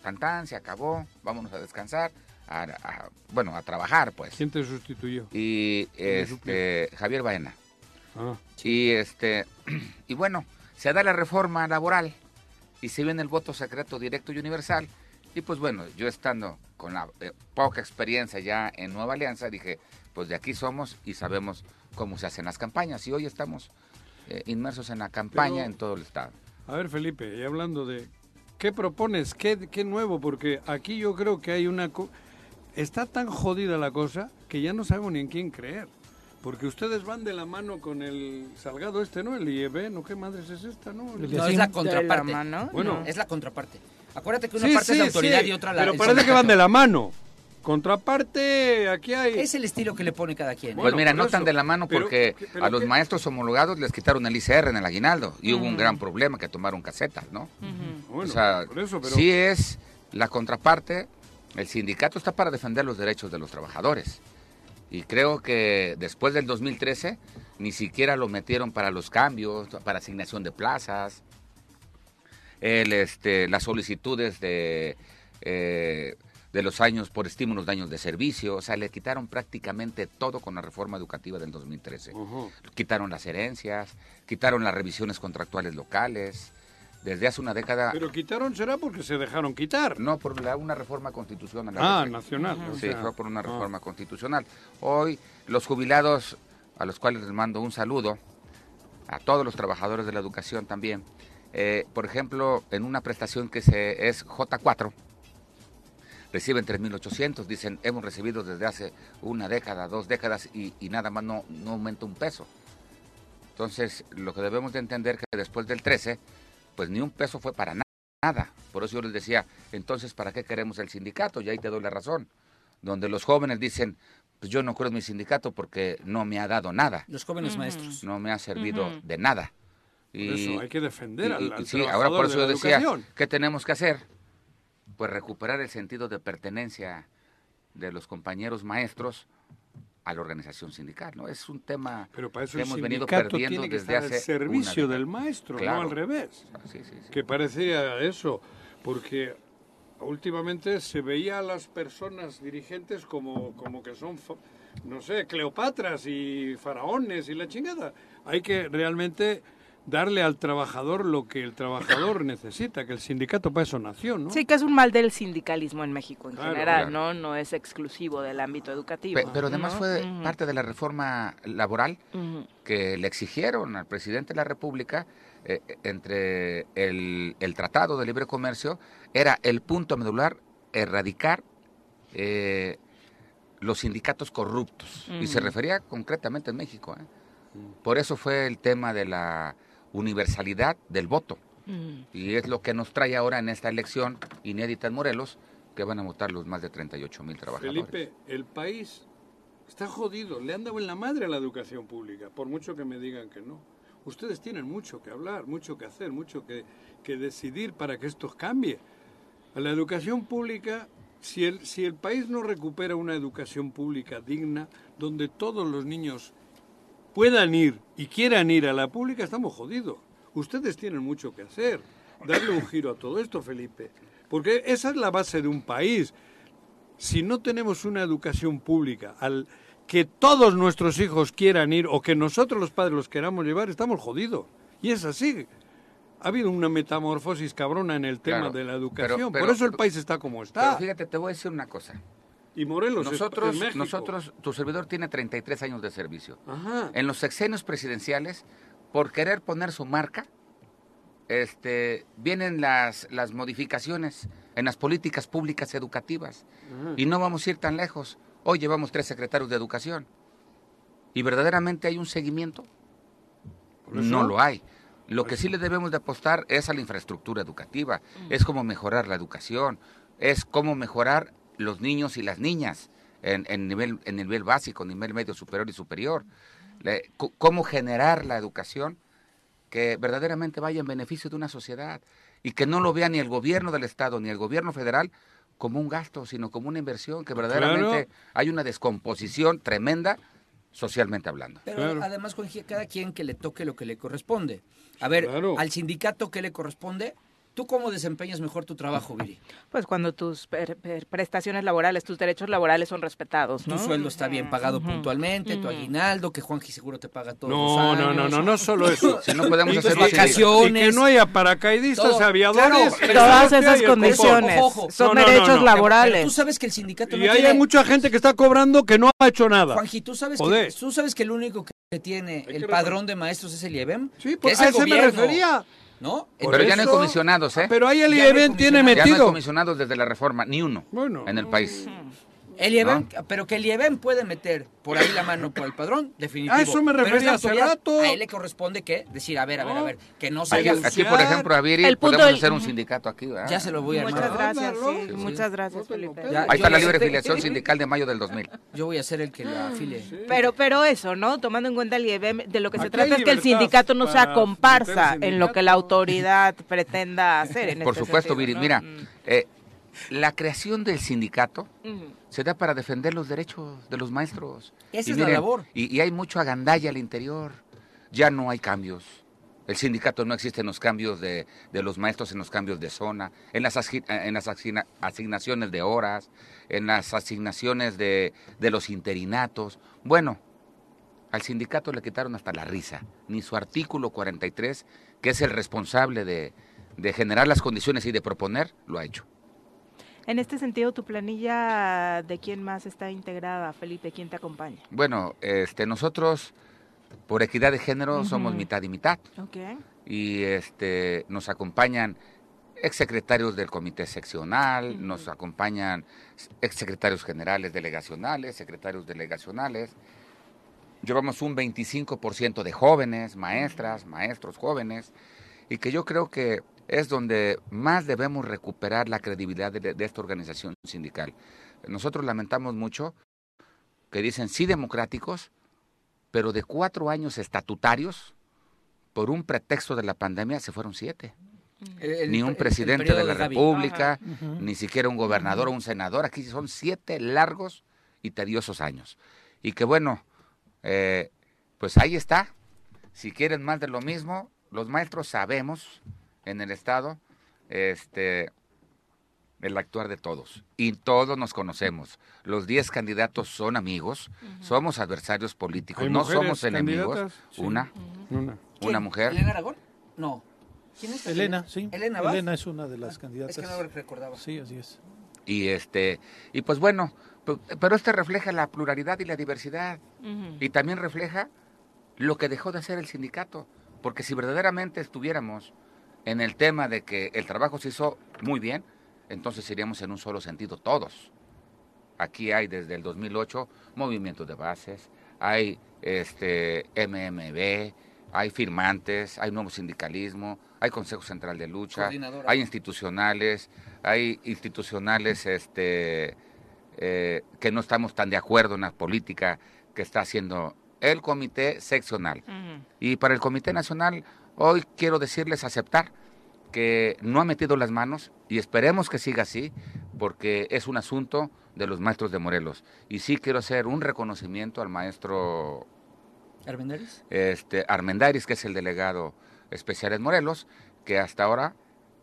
[SPEAKER 5] tan tan, se acabó, vámonos a descansar, a, a- bueno, a trabajar pues.
[SPEAKER 2] ¿Quién te sustituyó?
[SPEAKER 5] Y
[SPEAKER 2] me
[SPEAKER 5] este, Javier Baena.
[SPEAKER 2] Ah,
[SPEAKER 5] Y este y bueno, se da la reforma laboral y se viene el voto secreto directo y universal. Y pues bueno, yo estando con la eh, poca experiencia ya en Nueva Alianza, dije, pues de aquí somos y sabemos cómo se hacen las campañas. Y hoy estamos eh, inmersos en la campaña
[SPEAKER 2] Pero-
[SPEAKER 5] en todo el estado.
[SPEAKER 2] a ver, Felipe, y hablando de. ¿Qué propones? ¿Qué, qué nuevo? Porque aquí yo creo que hay una. co- Está tan jodida la cosa que ya no sabemos ni en quién creer. Porque ustedes van de la mano con el salgado este, ¿no? El IEB, ¿no? ¿Qué madres es esta, no?
[SPEAKER 3] El
[SPEAKER 4] No, es la contraparte.
[SPEAKER 2] Bueno.
[SPEAKER 4] Es la contraparte. Acuérdate que una
[SPEAKER 2] Sí,
[SPEAKER 4] parte es
[SPEAKER 2] sí,
[SPEAKER 4] la autoridad
[SPEAKER 2] sí,
[SPEAKER 4] y otra la
[SPEAKER 2] Pero
[SPEAKER 4] el
[SPEAKER 2] parece que
[SPEAKER 4] sindicato.
[SPEAKER 2] van de la mano. Contraparte, aquí hay.
[SPEAKER 4] Es el estilo que le pone cada quien.
[SPEAKER 2] Bueno,
[SPEAKER 5] pues mira,
[SPEAKER 2] por
[SPEAKER 5] no
[SPEAKER 2] eso,
[SPEAKER 5] tan de la mano
[SPEAKER 2] pero-
[SPEAKER 5] porque
[SPEAKER 2] que- pero
[SPEAKER 5] a los
[SPEAKER 2] que-
[SPEAKER 5] maestros homologados les quitaron el ICR en el aguinaldo y hubo un gran problema que tomaron casetas, ¿no?
[SPEAKER 2] Bueno,
[SPEAKER 5] o sea,
[SPEAKER 2] por eso, pero.
[SPEAKER 5] sí es la contraparte. El sindicato está para defender los derechos de los trabajadores. Y creo que después del 2013 ni siquiera lo metieron para los cambios, para asignación de plazas, el, este, las solicitudes de, eh, de los años por estímulos de años de servicio. O sea, le quitaron prácticamente todo con la reforma educativa del 2013
[SPEAKER 2] Ujú.
[SPEAKER 5] quitaron las herencias, quitaron las revisiones contractuales locales. Desde hace una
[SPEAKER 4] Ah.
[SPEAKER 5] década,
[SPEAKER 2] Pero quitaron será porque se dejaron quitar.
[SPEAKER 5] no por la- una reforma constitucional.
[SPEAKER 2] Ah, nacional. o
[SPEAKER 5] Sí,
[SPEAKER 2] sea,
[SPEAKER 5] fue por una
[SPEAKER 2] ah.
[SPEAKER 5] reforma constitucional. Hoy los jubilados, a los cuales les mando un saludo, a todos los trabajadores de la educación también, eh, por ejemplo, en una prestación que se, es J4, reciben 3.800, dicen, hemos recibido desde hace una década, dos décadas y, y nada más no, no aumenta un peso. Entonces, lo que debemos de entender que después del 13, pues ni un peso fue para na- nada. Por eso yo les decía, entonces, ¿para qué queremos el sindicato? Y ahí te doy la razón. Donde los jóvenes dicen, pues yo no creo en mi sindicato porque no me ha dado nada,
[SPEAKER 4] Los jóvenes maestros.
[SPEAKER 5] no me ha servido
[SPEAKER 1] Ujú.
[SPEAKER 5] de nada.
[SPEAKER 2] Por eso hay que defender
[SPEAKER 5] y-
[SPEAKER 2] al,
[SPEAKER 5] y-
[SPEAKER 2] al
[SPEAKER 5] sí, ahora por
[SPEAKER 2] trabajador
[SPEAKER 5] eso
[SPEAKER 2] de
[SPEAKER 5] yo
[SPEAKER 2] la
[SPEAKER 5] decía,
[SPEAKER 2] educación.
[SPEAKER 5] ¿qué tenemos que hacer? Pues recuperar el sentido de pertenencia de los compañeros maestros a la organización sindical, ¿no? Es un tema
[SPEAKER 2] Pero para eso
[SPEAKER 5] que
[SPEAKER 2] el
[SPEAKER 5] hemos venido
[SPEAKER 2] sindicato
[SPEAKER 5] perdiendo
[SPEAKER 2] tiene que
[SPEAKER 5] desde
[SPEAKER 2] estar
[SPEAKER 5] hace
[SPEAKER 2] al servicio
[SPEAKER 5] una
[SPEAKER 2] del
[SPEAKER 5] década.
[SPEAKER 2] maestro,
[SPEAKER 5] Claro.
[SPEAKER 2] no al revés.
[SPEAKER 5] Sí, sí, sí.
[SPEAKER 2] Que parecía eso, porque últimamente se veía a las personas dirigentes como, como que son, fa- no sé, Cleopatras y faraones y la chingada. Hay que realmente darle al trabajador lo que el trabajador necesita, que el sindicato para eso nació, ¿no?
[SPEAKER 1] Sí, que es un mal del sindicalismo en México en
[SPEAKER 2] Claro,
[SPEAKER 1] general, ¿no?
[SPEAKER 5] claro.
[SPEAKER 1] No es exclusivo del ámbito educativo.
[SPEAKER 5] Pe- pero además
[SPEAKER 1] ¿no? Mm.
[SPEAKER 5] fue
[SPEAKER 1] Ujú,
[SPEAKER 5] parte de la reforma laboral
[SPEAKER 1] ujú.
[SPEAKER 5] que le exigieron al presidente de la República eh, entre el, el Tratado de Libre Comercio, era el punto medular erradicar eh, los sindicatos corruptos. Y se
[SPEAKER 1] Ujú.
[SPEAKER 5] refería concretamente a México. ¿eh? Por eso fue el tema de la universalidad del voto.
[SPEAKER 1] Mm.
[SPEAKER 5] Y es lo que nos trae ahora en esta elección inédita en Morelos, que van a votar los más de 38 mil trabajadores.
[SPEAKER 2] Felipe, el país está jodido. Le han dado en la madre a la educación pública, por mucho que me digan que no. Ustedes tienen mucho que hablar, mucho que hacer, mucho que, que decidir para que esto cambie. A la educación pública, si el, si el país no recupera una educación pública digna, donde todos los niños puedan ir y quieran ir a la pública, estamos jodidos. Ustedes tienen mucho que hacer. Darle un giro a todo esto, Felipe. Porque esa es la base de un país si no tenemos una educación pública al que todos nuestros hijos quieran ir o que nosotros los padres los queramos llevar, estamos jodidos. Y es así. Ha habido una metamorfosis cabrona en el tema
[SPEAKER 5] Claro,
[SPEAKER 2] de la
[SPEAKER 5] pero-
[SPEAKER 2] educación.
[SPEAKER 5] pero-
[SPEAKER 2] Por eso el país está como
[SPEAKER 5] Pero
[SPEAKER 2] Pues, está.
[SPEAKER 5] fíjate, te voy a decir una cosa.
[SPEAKER 2] y Morelos es-
[SPEAKER 5] Nosotros,
[SPEAKER 2] es México.
[SPEAKER 5] nosotros, tu servidor tiene 33 años de servicio.
[SPEAKER 2] Ajá.
[SPEAKER 5] En los sexenios presidenciales, por querer poner su marca, este, vienen las, las modificaciones en las políticas públicas educativas. Y no vamos a ir tan lejos. Hoy llevamos tres secretarios de educación. ¿Y verdaderamente hay un seguimiento?
[SPEAKER 2] Por eso-
[SPEAKER 5] No lo hay. Lo que sí le debemos de apostar es a la infraestructura educativa, es cómo mejorar la educación, es cómo mejorar los niños y las niñas en, en nivel, en nivel básico, nivel medio superior y superior, Le- c- cómo generar la educación que verdaderamente vaya en beneficio de una sociedad y que no lo vea ni el gobierno del Estado ni el gobierno federal como un gasto, sino como una inversión, que verdaderamente hay una descomposición tremenda socialmente hablando.
[SPEAKER 4] Pero
[SPEAKER 2] Claro.
[SPEAKER 4] además, Juanji, cada quien que le toque lo que le corresponde. A ver,
[SPEAKER 2] Claro.
[SPEAKER 4] al sindicato que le corresponde, ¿tú cómo desempeñas mejor tu trabajo, Viri?
[SPEAKER 1] Pues cuando tus per- per- prestaciones laborales, tus derechos laborales son respetados,
[SPEAKER 4] Tu
[SPEAKER 1] ¿no? Mm.
[SPEAKER 4] sueldo está bien pagado puntualmente, tu aguinaldo, que Juanji seguro te paga todos los
[SPEAKER 2] No,
[SPEAKER 4] años.
[SPEAKER 2] no, no, no, no solo eso.
[SPEAKER 5] Si no podemos
[SPEAKER 2] Y-
[SPEAKER 5] hacer
[SPEAKER 2] y-
[SPEAKER 5] un sindicato.
[SPEAKER 2] Y que no haya paracaidistas,
[SPEAKER 4] Todo.
[SPEAKER 2] aviadores.
[SPEAKER 4] Claro,
[SPEAKER 1] Todas
[SPEAKER 2] hostia, y
[SPEAKER 1] esas
[SPEAKER 2] el
[SPEAKER 1] condiciones
[SPEAKER 4] Ojo, ojo.
[SPEAKER 1] son
[SPEAKER 2] No, no, no,
[SPEAKER 1] derechos
[SPEAKER 2] no.
[SPEAKER 4] Pero tú
[SPEAKER 1] laborales.
[SPEAKER 4] sabes que el sindicato
[SPEAKER 2] copón.
[SPEAKER 4] no
[SPEAKER 2] Y ahí
[SPEAKER 4] tiene...
[SPEAKER 2] hay mucha gente que está cobrando que no ha hecho nada.
[SPEAKER 4] Juanji, ¿tú sabes, que,
[SPEAKER 2] Joder.
[SPEAKER 4] tú sabes que el único que tiene
[SPEAKER 2] que
[SPEAKER 4] el
[SPEAKER 2] recon-
[SPEAKER 4] padrón de maestros es el E IEBEM.
[SPEAKER 2] Sí,
[SPEAKER 4] que
[SPEAKER 2] pues,
[SPEAKER 4] es
[SPEAKER 2] a
[SPEAKER 4] el
[SPEAKER 2] ese me
[SPEAKER 4] gobierno,
[SPEAKER 2] refería.
[SPEAKER 4] ¿no?
[SPEAKER 5] Pero ya no hay
[SPEAKER 2] eso-
[SPEAKER 5] comisionados, ¿eh?
[SPEAKER 2] Pero ahí el
[SPEAKER 4] Ya no hay
[SPEAKER 2] IEBEN
[SPEAKER 4] comisionados.
[SPEAKER 2] tiene
[SPEAKER 5] Ya no hay
[SPEAKER 2] metido.
[SPEAKER 5] comisionados desde la reforma, ni uno
[SPEAKER 2] Bueno.
[SPEAKER 5] en el país.
[SPEAKER 4] El IEBEM, pero que el IEBEM puede meter por ahí la mano por el padrón, definitivo.
[SPEAKER 2] A eso me
[SPEAKER 4] Pero es la
[SPEAKER 2] refería hace
[SPEAKER 4] autoridad,
[SPEAKER 2] rato.
[SPEAKER 4] A él le corresponde que decir, a ver, a ver, a ver, que no se
[SPEAKER 2] Ahí
[SPEAKER 5] Aquí,
[SPEAKER 4] haya...
[SPEAKER 2] es-
[SPEAKER 5] aquí, por ejemplo, a Viri
[SPEAKER 1] El punto
[SPEAKER 5] podemos
[SPEAKER 1] del-
[SPEAKER 5] hacer un sindicato aquí, ¿verdad?
[SPEAKER 4] Ya se lo voy a
[SPEAKER 1] Muchas
[SPEAKER 4] armar.
[SPEAKER 1] gracias,
[SPEAKER 2] Ándalo.
[SPEAKER 1] sí,
[SPEAKER 2] Sí,
[SPEAKER 1] muchas gracias,
[SPEAKER 2] tengo
[SPEAKER 1] Felipe.
[SPEAKER 2] pedo.
[SPEAKER 4] Ya,
[SPEAKER 5] Ahí está
[SPEAKER 4] yo
[SPEAKER 5] la
[SPEAKER 4] ya
[SPEAKER 5] libre
[SPEAKER 4] sé-
[SPEAKER 5] afiliación sindical de mayo del 2000.
[SPEAKER 4] Yo voy a ser el que la afile.
[SPEAKER 1] Pero, pero eso, ¿no? Tomando en cuenta el IEBM, de lo que se
[SPEAKER 2] Aquí
[SPEAKER 1] trata
[SPEAKER 2] hay
[SPEAKER 1] es que el
[SPEAKER 2] libertad
[SPEAKER 1] sindicato no sea
[SPEAKER 2] para
[SPEAKER 1] comparsa
[SPEAKER 2] meter
[SPEAKER 1] en lo que la autoridad pretenda hacer. En
[SPEAKER 5] Por
[SPEAKER 1] este
[SPEAKER 5] supuesto,
[SPEAKER 1] sentido,
[SPEAKER 5] Viri.
[SPEAKER 1] ¿no?
[SPEAKER 5] Mira,
[SPEAKER 1] Mm.
[SPEAKER 5] eh, la creación del sindicato
[SPEAKER 1] Ujú.
[SPEAKER 5] se da para defender los derechos de los maestros.
[SPEAKER 4] Esa
[SPEAKER 5] Y
[SPEAKER 4] es la labor.
[SPEAKER 5] Y, y hay mucho agandalla al interior. Ya no hay cambios. El sindicato no existe en los cambios de, de los maestros, en los cambios de zona, en las, asgi- en las asigna- asignaciones de horas, en las asignaciones de, de los interinatos. Bueno, al sindicato le quitaron hasta la risa, ni su artículo 43, que es el responsable de, de generar las condiciones y de proponer, lo ha hecho.
[SPEAKER 1] En este sentido, tu planilla de quién más está integrada, Felipe, quién te acompaña.
[SPEAKER 5] Bueno, este, nosotros, por equidad de género, somos
[SPEAKER 1] Ujú.
[SPEAKER 5] mitad y mitad.
[SPEAKER 1] Ok.
[SPEAKER 5] Y este, nos acompañan exsecretarios del comité seccional,
[SPEAKER 1] Ujú.
[SPEAKER 5] nos acompañan exsecretarios generales delegacionales, secretarios delegacionales. Llevamos un 25% de jóvenes, maestras, maestros jóvenes, y que yo creo que es donde más debemos recuperar la credibilidad de- de esta organización sindical. Nosotros lamentamos mucho que dicen sí democráticos, pero de cuatro años estatutarios, por un pretexto de la pandemia, se fueron siete.
[SPEAKER 4] El- el-
[SPEAKER 5] ni
[SPEAKER 4] el-
[SPEAKER 5] un
[SPEAKER 4] el
[SPEAKER 5] presidente
[SPEAKER 4] periodo
[SPEAKER 5] de la
[SPEAKER 4] Gaby.
[SPEAKER 5] República, ni siquiera un gobernador o un senador. Aquí son siete largos y tediosos años. Y que bueno, eh, pues ahí está. Si quieren más de lo mismo, los maestros sabemos en el Estado este, el actuar de todos. Y todos nos conocemos. Los 10 candidatos son amigos, somos adversarios políticos,
[SPEAKER 2] ¿Hay
[SPEAKER 5] no
[SPEAKER 2] mujeres
[SPEAKER 5] somos enemigos.
[SPEAKER 2] candidatas? Sí.
[SPEAKER 5] Una,
[SPEAKER 2] Una.
[SPEAKER 4] ¿Quién?
[SPEAKER 5] una mujer.
[SPEAKER 4] ¿Elena Aragón? No. ¿Quién es?
[SPEAKER 3] Elena, sí.
[SPEAKER 4] Elena, ¿va?
[SPEAKER 3] Elena es una de las candidatas.
[SPEAKER 4] Es que no recordaba.
[SPEAKER 3] Sí, así es.
[SPEAKER 5] Y este, y pues bueno, pe- pero este refleja la pluralidad y la diversidad. Y también refleja lo que dejó de hacer el sindicato. Porque si verdaderamente estuviéramos en el tema de que el trabajo se hizo muy bien, entonces iríamos en un solo sentido todos. Aquí hay desde el 2008 movimientos de bases, hay este MMB, hay firmantes, hay nuevo sindicalismo, hay Consejo Central de Lucha,
[SPEAKER 4] Coordinadora.
[SPEAKER 5] hay institucionales, hay institucionales este, eh, que no estamos tan de acuerdo en la política que está haciendo el comité seccional.
[SPEAKER 6] Mm.
[SPEAKER 1] Ujú.
[SPEAKER 5] Y para el Comité Nacional, hoy quiero decirles aceptar que no ha metido las manos y esperemos que siga así, porque es un asunto de los maestros de Morelos. Y sí quiero hacer un reconocimiento al maestro
[SPEAKER 4] ¿Armendaris?
[SPEAKER 5] este, Armendaris, que es el delegado especial en Morelos, que hasta ahora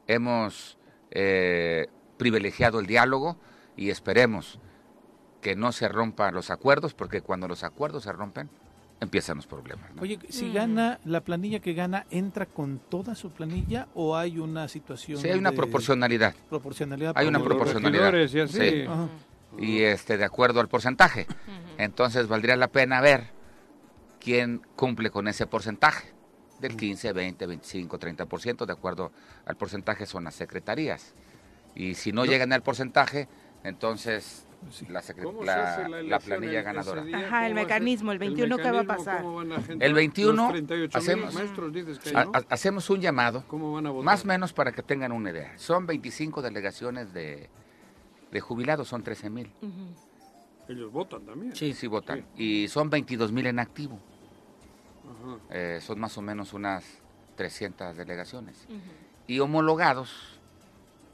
[SPEAKER 5] hemos eh, privilegiado el diálogo y esperemos que no se rompan los acuerdos, porque cuando los acuerdos se rompen, empiezan los problemas. ¿no?
[SPEAKER 3] Oye, si gana la planilla que gana, ¿entra con toda su planilla o hay una situación?
[SPEAKER 5] Sí, hay una
[SPEAKER 3] de
[SPEAKER 5] proporcionalidad.
[SPEAKER 3] Proporcionalidad.
[SPEAKER 5] Hay una
[SPEAKER 3] por-
[SPEAKER 2] Como los
[SPEAKER 5] proporcionalidad.
[SPEAKER 2] regidores y así.
[SPEAKER 5] Sí.
[SPEAKER 3] Ajá.
[SPEAKER 5] y este de acuerdo al porcentaje. Entonces valdría la pena ver quién cumple con ese porcentaje del 15, 20, 25, 30% de acuerdo al porcentaje son las secretarías. Y si no, llegan al porcentaje, entonces la, secre-
[SPEAKER 2] ¿Cómo se
[SPEAKER 5] la-
[SPEAKER 2] hace
[SPEAKER 5] la
[SPEAKER 2] elección
[SPEAKER 5] planilla
[SPEAKER 2] ese
[SPEAKER 5] ganadora.
[SPEAKER 2] día?
[SPEAKER 1] Ajá,
[SPEAKER 2] ¿Cómo
[SPEAKER 1] el
[SPEAKER 2] va a ser?
[SPEAKER 1] mecanismo, el 21, ¿qué va a
[SPEAKER 2] mecanismo,
[SPEAKER 1] pasar?
[SPEAKER 2] ¿cómo van a agendar?
[SPEAKER 5] El 21
[SPEAKER 2] Los 38 mil
[SPEAKER 5] hacemos-
[SPEAKER 2] maestros, dices que
[SPEAKER 5] Ha-
[SPEAKER 2] no.
[SPEAKER 5] ha- hacemos un llamado,
[SPEAKER 2] ¿Cómo van a votar?
[SPEAKER 5] más o menos para que tengan una idea. Son 25 delegaciones de, de jubilados, son 13 mil.
[SPEAKER 2] Ellos votan también.
[SPEAKER 5] Sí, sí votan. Y son 22 mil en activo.
[SPEAKER 2] Ajá.
[SPEAKER 5] Eh, son más o menos unas 300 delegaciones. Y homologados,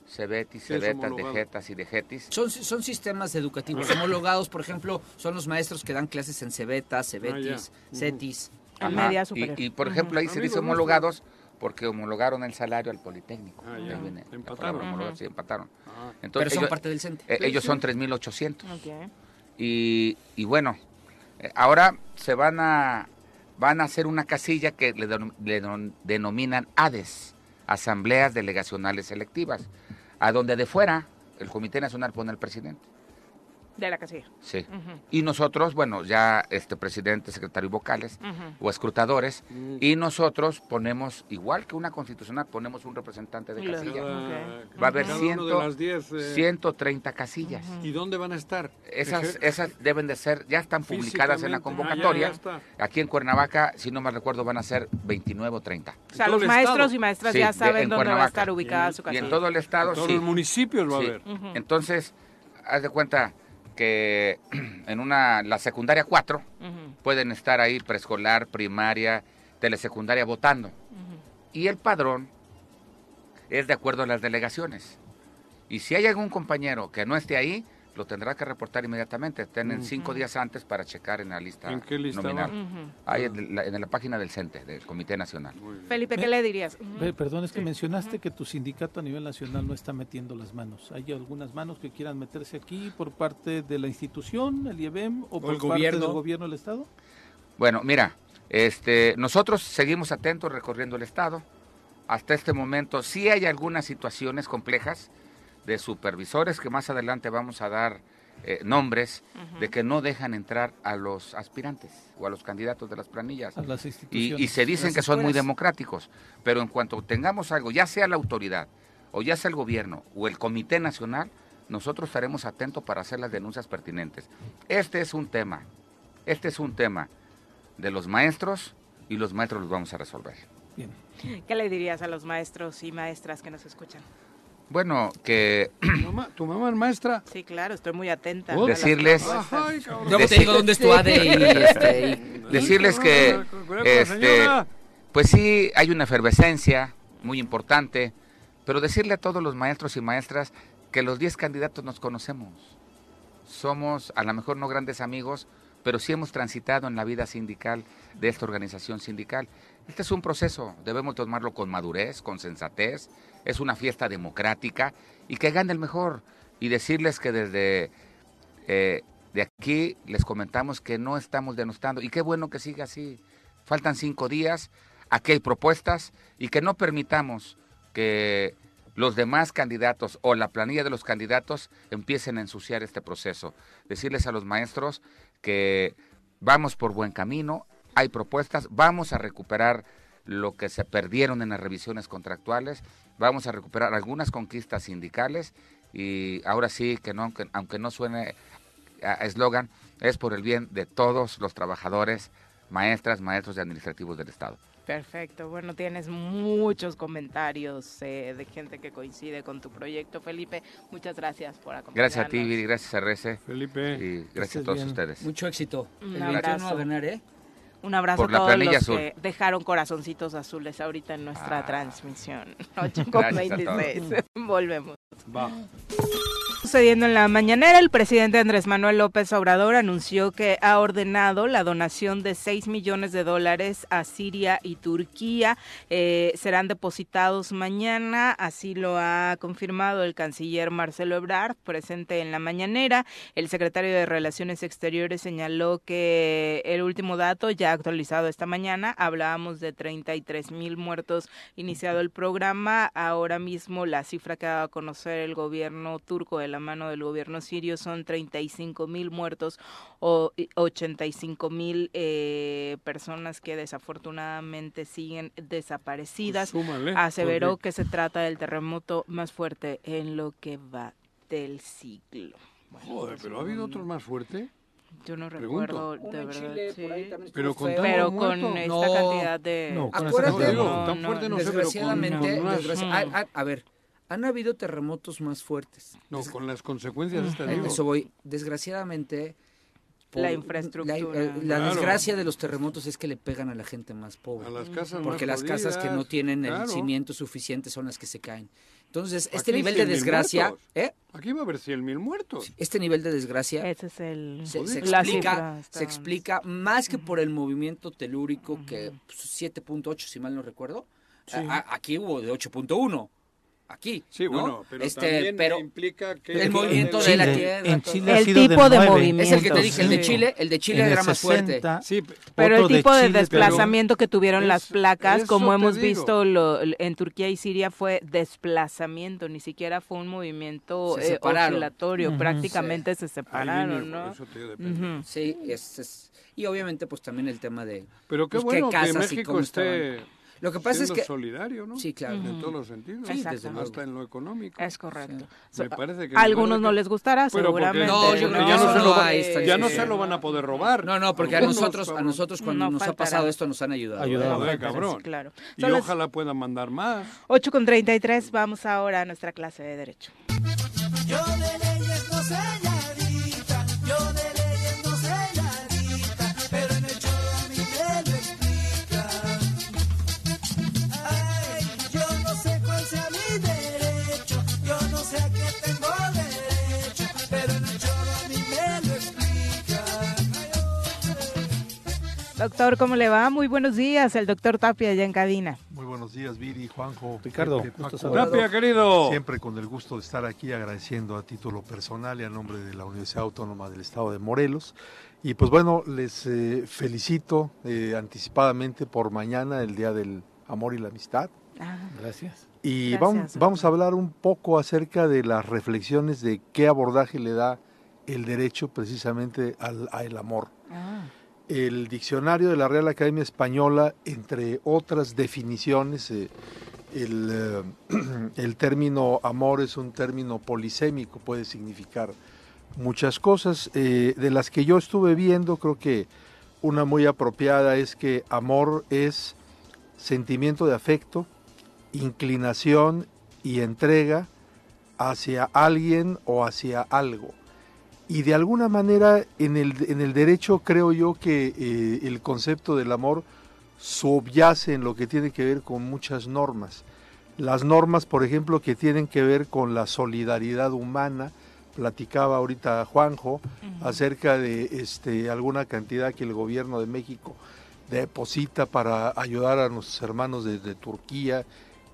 [SPEAKER 5] Cebetis,
[SPEAKER 2] ¿Qué es
[SPEAKER 5] Cebetas,
[SPEAKER 2] homologado?
[SPEAKER 5] Dejetas y Dejetis.
[SPEAKER 4] Son, son sistemas educativos homologados, por ejemplo, son los maestros que dan clases en Cebetas, Cebetis,
[SPEAKER 2] Ah, ya.
[SPEAKER 4] Cetis.
[SPEAKER 1] En
[SPEAKER 5] Ajá.
[SPEAKER 1] media superior.
[SPEAKER 5] y, y, por ejemplo, ahí se
[SPEAKER 2] Amigo
[SPEAKER 5] dice
[SPEAKER 2] nuestro.
[SPEAKER 5] homologados porque homologaron el salario al Politécnico.
[SPEAKER 2] Ah,
[SPEAKER 5] Ahí
[SPEAKER 2] ya.
[SPEAKER 5] viene la
[SPEAKER 2] Empataron.
[SPEAKER 5] palabra
[SPEAKER 2] Ajá. Ah.
[SPEAKER 5] homologar, sí, empataron.
[SPEAKER 2] Ajá.
[SPEAKER 4] Pero
[SPEAKER 5] Entonces,
[SPEAKER 4] son
[SPEAKER 5] ellos,
[SPEAKER 4] parte del CENTE.
[SPEAKER 5] eh,
[SPEAKER 2] Sí,
[SPEAKER 5] ellos
[SPEAKER 2] sí.
[SPEAKER 5] son 3.800.
[SPEAKER 1] Ok.
[SPEAKER 5] Y, y bueno, eh, ahora se van a, van a hacer una casilla que le, denom- le denom- denominan ADES, Asambleas Delegacionales Selectivas, a donde de fuera el Comité Nacional pone al presidente.
[SPEAKER 1] De la casilla.
[SPEAKER 5] Sí.
[SPEAKER 1] Ujú,
[SPEAKER 5] Y nosotros, bueno, ya este presidente, secretario y vocales
[SPEAKER 1] ujú.
[SPEAKER 5] o escrutadores, y nosotros ponemos, igual que una constitucional, ponemos un representante de
[SPEAKER 1] Claro.
[SPEAKER 5] casilla.
[SPEAKER 2] Cada-
[SPEAKER 1] Ok.
[SPEAKER 5] Va a haber
[SPEAKER 2] cada
[SPEAKER 5] ciento-
[SPEAKER 2] uno de las 10, eh,
[SPEAKER 5] 130 casillas.
[SPEAKER 2] ¿Y dónde van a estar?
[SPEAKER 5] Esas,
[SPEAKER 2] Ejer-
[SPEAKER 5] esas deben de ser, ya están publicadas en la
[SPEAKER 2] Físicamente.
[SPEAKER 5] convocatoria.
[SPEAKER 2] Ah, ya, ya está.
[SPEAKER 5] Aquí en Cuernavaca, si no me recuerdo, van a ser 29 o 30.
[SPEAKER 1] O sea,
[SPEAKER 2] todo
[SPEAKER 1] los
[SPEAKER 2] el
[SPEAKER 1] maestros
[SPEAKER 2] estado.
[SPEAKER 1] y maestras
[SPEAKER 5] Sí,
[SPEAKER 1] ya
[SPEAKER 5] de- en
[SPEAKER 1] saben dónde va a
[SPEAKER 5] Cuernavaca.
[SPEAKER 1] estar ubicada su
[SPEAKER 5] Y
[SPEAKER 1] casilla.
[SPEAKER 5] en todo el estado,
[SPEAKER 2] En todos
[SPEAKER 5] sí.
[SPEAKER 2] los municipios va
[SPEAKER 5] sí.
[SPEAKER 2] a haber.
[SPEAKER 5] Entonces, haz de cuenta que en una la secundaria 4
[SPEAKER 1] Ujú,
[SPEAKER 5] pueden estar ahí preescolar, primaria, telesecundaria votando. Y el padrón es de acuerdo a las delegaciones. Y si hay algún compañero que no esté ahí, lo tendrá que reportar inmediatamente. Tienen cinco días antes para checar en la lista
[SPEAKER 2] ¿En qué lista
[SPEAKER 5] nominal.
[SPEAKER 2] va?
[SPEAKER 1] ujú.
[SPEAKER 5] Ahí en la, en la página del CENTE, del Comité Nacional.
[SPEAKER 1] Felipe, ¿qué le dirías? Ujú.
[SPEAKER 3] Ve, Perdón, es que mencionaste que tu sindicato a nivel nacional no está metiendo las manos. ¿Hay algunas manos que quieran meterse aquí por parte de la institución, el E IEBEM, o, por
[SPEAKER 4] el
[SPEAKER 3] parte
[SPEAKER 4] gobierno.
[SPEAKER 3] del gobierno del Estado?
[SPEAKER 5] Bueno, mira, este, nosotros seguimos atentos recorriendo el Estado. Hasta este momento sí hay algunas situaciones complejas de supervisores que más adelante vamos a dar eh, nombres de que no dejan entrar a los aspirantes o a los candidatos de las planillas.
[SPEAKER 3] A las
[SPEAKER 5] Y,
[SPEAKER 3] instituciones. pues.
[SPEAKER 5] y se dicen
[SPEAKER 4] las
[SPEAKER 5] que son muy
[SPEAKER 4] escuelas.
[SPEAKER 5] democráticos, pero en cuanto tengamos algo, ya sea la autoridad o ya sea el gobierno o el Comité Nacional, nosotros estaremos atentos para hacer las denuncias pertinentes. Este es un tema, este es un tema de los maestros y los maestros los vamos a resolver.
[SPEAKER 3] Bien.
[SPEAKER 1] ¿Qué le dirías a los maestros y maestras que nos escuchan?
[SPEAKER 5] Bueno, que
[SPEAKER 2] Tu mamá- ¿Tu mamá es maestra?
[SPEAKER 1] Sí, claro, estoy muy atenta.
[SPEAKER 2] Oh,
[SPEAKER 1] a las
[SPEAKER 5] decirles-
[SPEAKER 1] propuestas.
[SPEAKER 2] Ay, cabrón.
[SPEAKER 4] Luego te
[SPEAKER 5] Decir-
[SPEAKER 4] digo dónde es tu ADE y, este, y-
[SPEAKER 5] decirles que este, pues sí hay una efervescencia muy importante, pero decirle a todos los maestros y maestras que los 10 candidatos nos conocemos. Somos a lo mejor no grandes amigos, pero sí hemos transitado en la vida sindical de esta organización sindical. Este es un proceso, debemos tomarlo con madurez, con sensatez, es una fiesta democrática y que gane el mejor. Y decirles que desde eh, de aquí les comentamos que no estamos denostando y qué bueno que siga así. Faltan cinco días, aquí hay propuestas y que no permitamos que los demás candidatos o la planilla de los candidatos empiecen a ensuciar este proceso. Decirles a los maestros que vamos por buen camino, hay propuestas, vamos a recuperar lo que se perdieron en las revisiones contractuales, vamos a recuperar algunas conquistas sindicales y ahora sí que no aunque, aunque no suene a a eslogan es por el bien de todos los trabajadores maestras maestros y administrativos del estado
[SPEAKER 1] Perfecto, bueno, tienes muchos comentarios eh, de gente que coincide con tu proyecto, Felipe. Muchas gracias por acompañarnos.
[SPEAKER 5] gracias a ti Viri gracias a Rece
[SPEAKER 2] Felipe.
[SPEAKER 5] y gracias a
[SPEAKER 3] estés
[SPEAKER 5] todos
[SPEAKER 3] bien.
[SPEAKER 5] ustedes
[SPEAKER 4] Mucho éxito.
[SPEAKER 1] Un
[SPEAKER 4] El 21 a
[SPEAKER 1] abrazo.
[SPEAKER 4] ganar, ¿eh?
[SPEAKER 1] Un abrazo
[SPEAKER 5] Por
[SPEAKER 1] a
[SPEAKER 5] la
[SPEAKER 1] todos los
[SPEAKER 5] planilla azul.
[SPEAKER 1] que dejaron corazoncitos azules ahorita en nuestra
[SPEAKER 5] Ah.
[SPEAKER 1] transmisión. 8 con
[SPEAKER 5] Gracias a todos.
[SPEAKER 1] 26. Volvemos.
[SPEAKER 2] Va.
[SPEAKER 1] Sucediendo en la mañanera, el presidente Andrés Manuel López Obrador anunció que ha ordenado la donación de 6 millones de dólares a Siria y Turquía. Eh, serán depositados mañana, así lo ha confirmado el canciller Marcelo Ebrard, presente en la mañanera. El secretario de Relaciones Exteriores señaló que eh, el último dato, ya actualizado esta mañana, hablábamos de 33 mil muertos iniciado el programa. Ahora mismo la cifra que ha dado a conocer el gobierno turco de la mano del gobierno sirio son 35 mil muertos o 85 mil eh, personas que desafortunadamente siguen desaparecidas.
[SPEAKER 2] Pues Súmale.
[SPEAKER 1] Aseveró que se trata del terremoto más fuerte en lo que va del siglo. Bueno,
[SPEAKER 2] Joder,
[SPEAKER 1] pues,
[SPEAKER 2] pero ha habido otro más fuerte.
[SPEAKER 1] Yo no
[SPEAKER 2] Pregunto.
[SPEAKER 1] recuerdo de verdad. sí.
[SPEAKER 2] Pero con tan-
[SPEAKER 1] Pero
[SPEAKER 2] muerto.
[SPEAKER 1] con esta
[SPEAKER 4] No.
[SPEAKER 1] cantidad de
[SPEAKER 3] No, con esta
[SPEAKER 4] Acuérdate-
[SPEAKER 2] No, digo,
[SPEAKER 1] No,
[SPEAKER 2] tan
[SPEAKER 1] no,
[SPEAKER 2] fuerte no, sé, pero con,
[SPEAKER 4] desgraciadamente,
[SPEAKER 2] con, unas-
[SPEAKER 1] Mm.
[SPEAKER 4] desgraci- a, a- a ver, han habido terremotos más fuertes.
[SPEAKER 2] no, con las consecuencias de esta
[SPEAKER 4] Eh,
[SPEAKER 2] digo.
[SPEAKER 4] Eso voy. Desgraciadamente.
[SPEAKER 1] La infraestructura.
[SPEAKER 4] La, eh, la
[SPEAKER 2] Claro.
[SPEAKER 4] desgracia de los terremotos es que le pegan a la gente más pobre.
[SPEAKER 2] A las casas más
[SPEAKER 4] porque las casas que no
[SPEAKER 2] jodidas,
[SPEAKER 4] tienen el
[SPEAKER 2] claro.
[SPEAKER 4] cimiento suficiente son las que se caen. Entonces,
[SPEAKER 2] Aquí
[SPEAKER 4] este nivel de
[SPEAKER 2] 100.000
[SPEAKER 4] desgracia,
[SPEAKER 2] muertos.
[SPEAKER 4] ¿eh?
[SPEAKER 2] Aquí va a haber 100 mil muertos.
[SPEAKER 4] este nivel de desgracia
[SPEAKER 1] Ese es el.
[SPEAKER 4] se, se
[SPEAKER 1] La
[SPEAKER 4] explica,
[SPEAKER 1] cifra está-
[SPEAKER 4] se explica más que por el movimiento telúrico que pues, 7.8, si mal no recuerdo. A- a- aquí hubo de 8.1. Aquí.
[SPEAKER 2] Sí,
[SPEAKER 4] ¿no?
[SPEAKER 2] bueno, pero
[SPEAKER 4] Este,
[SPEAKER 2] también
[SPEAKER 4] pero
[SPEAKER 2] implica que...
[SPEAKER 4] el movimiento de
[SPEAKER 2] Chile.
[SPEAKER 4] la tierra.
[SPEAKER 3] en
[SPEAKER 4] todo.
[SPEAKER 3] Chile ha
[SPEAKER 1] El
[SPEAKER 3] sido
[SPEAKER 1] tipo de
[SPEAKER 3] nueve.
[SPEAKER 1] movimiento.
[SPEAKER 4] es el que te dije, el de
[SPEAKER 1] Sí.
[SPEAKER 4] Chile, el de Chile
[SPEAKER 3] En el
[SPEAKER 4] era más fuerte.
[SPEAKER 3] 60,
[SPEAKER 2] Sí, pe-
[SPEAKER 1] Pero el
[SPEAKER 3] otro
[SPEAKER 1] tipo de,
[SPEAKER 3] Chile,
[SPEAKER 1] desplazamiento que tuvieron las
[SPEAKER 2] Es-
[SPEAKER 1] placas,
[SPEAKER 2] eso
[SPEAKER 1] como
[SPEAKER 2] te
[SPEAKER 1] hemos
[SPEAKER 2] digo.
[SPEAKER 1] visto lo- en Turquía y Siria, fue desplazamiento, ni siquiera fue un movimiento
[SPEAKER 4] Se
[SPEAKER 1] eh,
[SPEAKER 4] separaron.
[SPEAKER 1] oscilatorio,
[SPEAKER 3] Ujú.
[SPEAKER 1] prácticamente se
[SPEAKER 2] Ahí
[SPEAKER 1] separaron,
[SPEAKER 2] viene,
[SPEAKER 1] ¿no?
[SPEAKER 2] eso te digo, depende.
[SPEAKER 1] Ujú.
[SPEAKER 4] Sí, es- es- y obviamente pues también el tema de...
[SPEAKER 2] Pero qué
[SPEAKER 4] Pues, ¿qué
[SPEAKER 2] bueno que
[SPEAKER 4] casas y
[SPEAKER 2] México
[SPEAKER 4] cómo
[SPEAKER 2] esté
[SPEAKER 4] Lo que pasa es
[SPEAKER 2] siendo
[SPEAKER 4] que...
[SPEAKER 2] solidario, ¿no?
[SPEAKER 4] Sí, claro.
[SPEAKER 2] En todos los sentidos.
[SPEAKER 4] Sí,
[SPEAKER 1] desde luego.
[SPEAKER 2] Hasta en lo económico.
[SPEAKER 1] Es correcto. So,
[SPEAKER 2] Me parece que...
[SPEAKER 1] a algunos no
[SPEAKER 2] que-
[SPEAKER 1] les gustará,
[SPEAKER 2] Pero porque-
[SPEAKER 1] seguramente.
[SPEAKER 4] No, yo creo que
[SPEAKER 2] ya no
[SPEAKER 4] eso
[SPEAKER 2] se
[SPEAKER 4] no
[SPEAKER 2] lo va-
[SPEAKER 4] hay estadística.
[SPEAKER 2] ya no se lo van a poder robar.
[SPEAKER 4] No, no, porque a
[SPEAKER 2] Algunos,
[SPEAKER 4] nosotros, a
[SPEAKER 2] cabrón.
[SPEAKER 4] nosotros cuando
[SPEAKER 1] No
[SPEAKER 4] nos ha
[SPEAKER 1] faltará.
[SPEAKER 4] pasado esto nos han ayudado. ¿eh?
[SPEAKER 3] Ayudado.
[SPEAKER 2] Joder,
[SPEAKER 1] Pero sí,
[SPEAKER 2] cabrón.
[SPEAKER 1] claro.
[SPEAKER 2] Y
[SPEAKER 1] Son las
[SPEAKER 2] ojalá puedan mandar más.
[SPEAKER 1] 8 con 33, vamos ahora a nuestra clase de Derecho.
[SPEAKER 6] Yo de leyes no sé nadita, yo de leyes no sé nadita, pero en el show a mí me lo explica. Ay, yo no sé cuál sea mi derecho, yo no sé a qué tengo derecho, pero en el show a mí me lo explica.
[SPEAKER 1] Doctor, ¿cómo le va? Muy buenos días, el doctor Tapia ya en cabina.
[SPEAKER 7] Muy buenos días, Viri, Juanjo.
[SPEAKER 3] Ricardo,
[SPEAKER 7] Pepe,
[SPEAKER 3] gusto
[SPEAKER 7] Paco.
[SPEAKER 3] saludarte.
[SPEAKER 2] Tapia, querido.
[SPEAKER 7] Siempre con el gusto de estar aquí agradeciendo a título personal y a nombre de la Universidad Autónoma del Estado de Morelos. Y pues bueno, les eh, felicito eh, anticipadamente por mañana, el Día del Amor y la Amistad.
[SPEAKER 1] Ah,
[SPEAKER 3] Gracias.
[SPEAKER 7] Y
[SPEAKER 1] Gracias,
[SPEAKER 7] vamos,
[SPEAKER 1] doctor.
[SPEAKER 7] vamos a hablar un poco acerca de las reflexiones de qué abordaje le da el derecho precisamente al, al amor.
[SPEAKER 1] ah.
[SPEAKER 7] El diccionario de la Real Academia Española, entre otras definiciones, eh, el, eh, el término amor es un término polisémico, puede significar muchas cosas. Eh, de las que yo estuve viendo, creo que una muy apropiada es que amor es sentimiento de afecto, inclinación y entrega hacia alguien o hacia algo. Y de alguna manera en el, en el derecho creo yo que eh, el concepto del amor subyace en lo que tiene que ver con muchas normas. Las normas, por ejemplo, que tienen que ver con la solidaridad humana, platicaba ahorita Juanjo acerca de este, alguna cantidad que el gobierno de México deposita para ayudar a nuestros hermanos de, de Turquía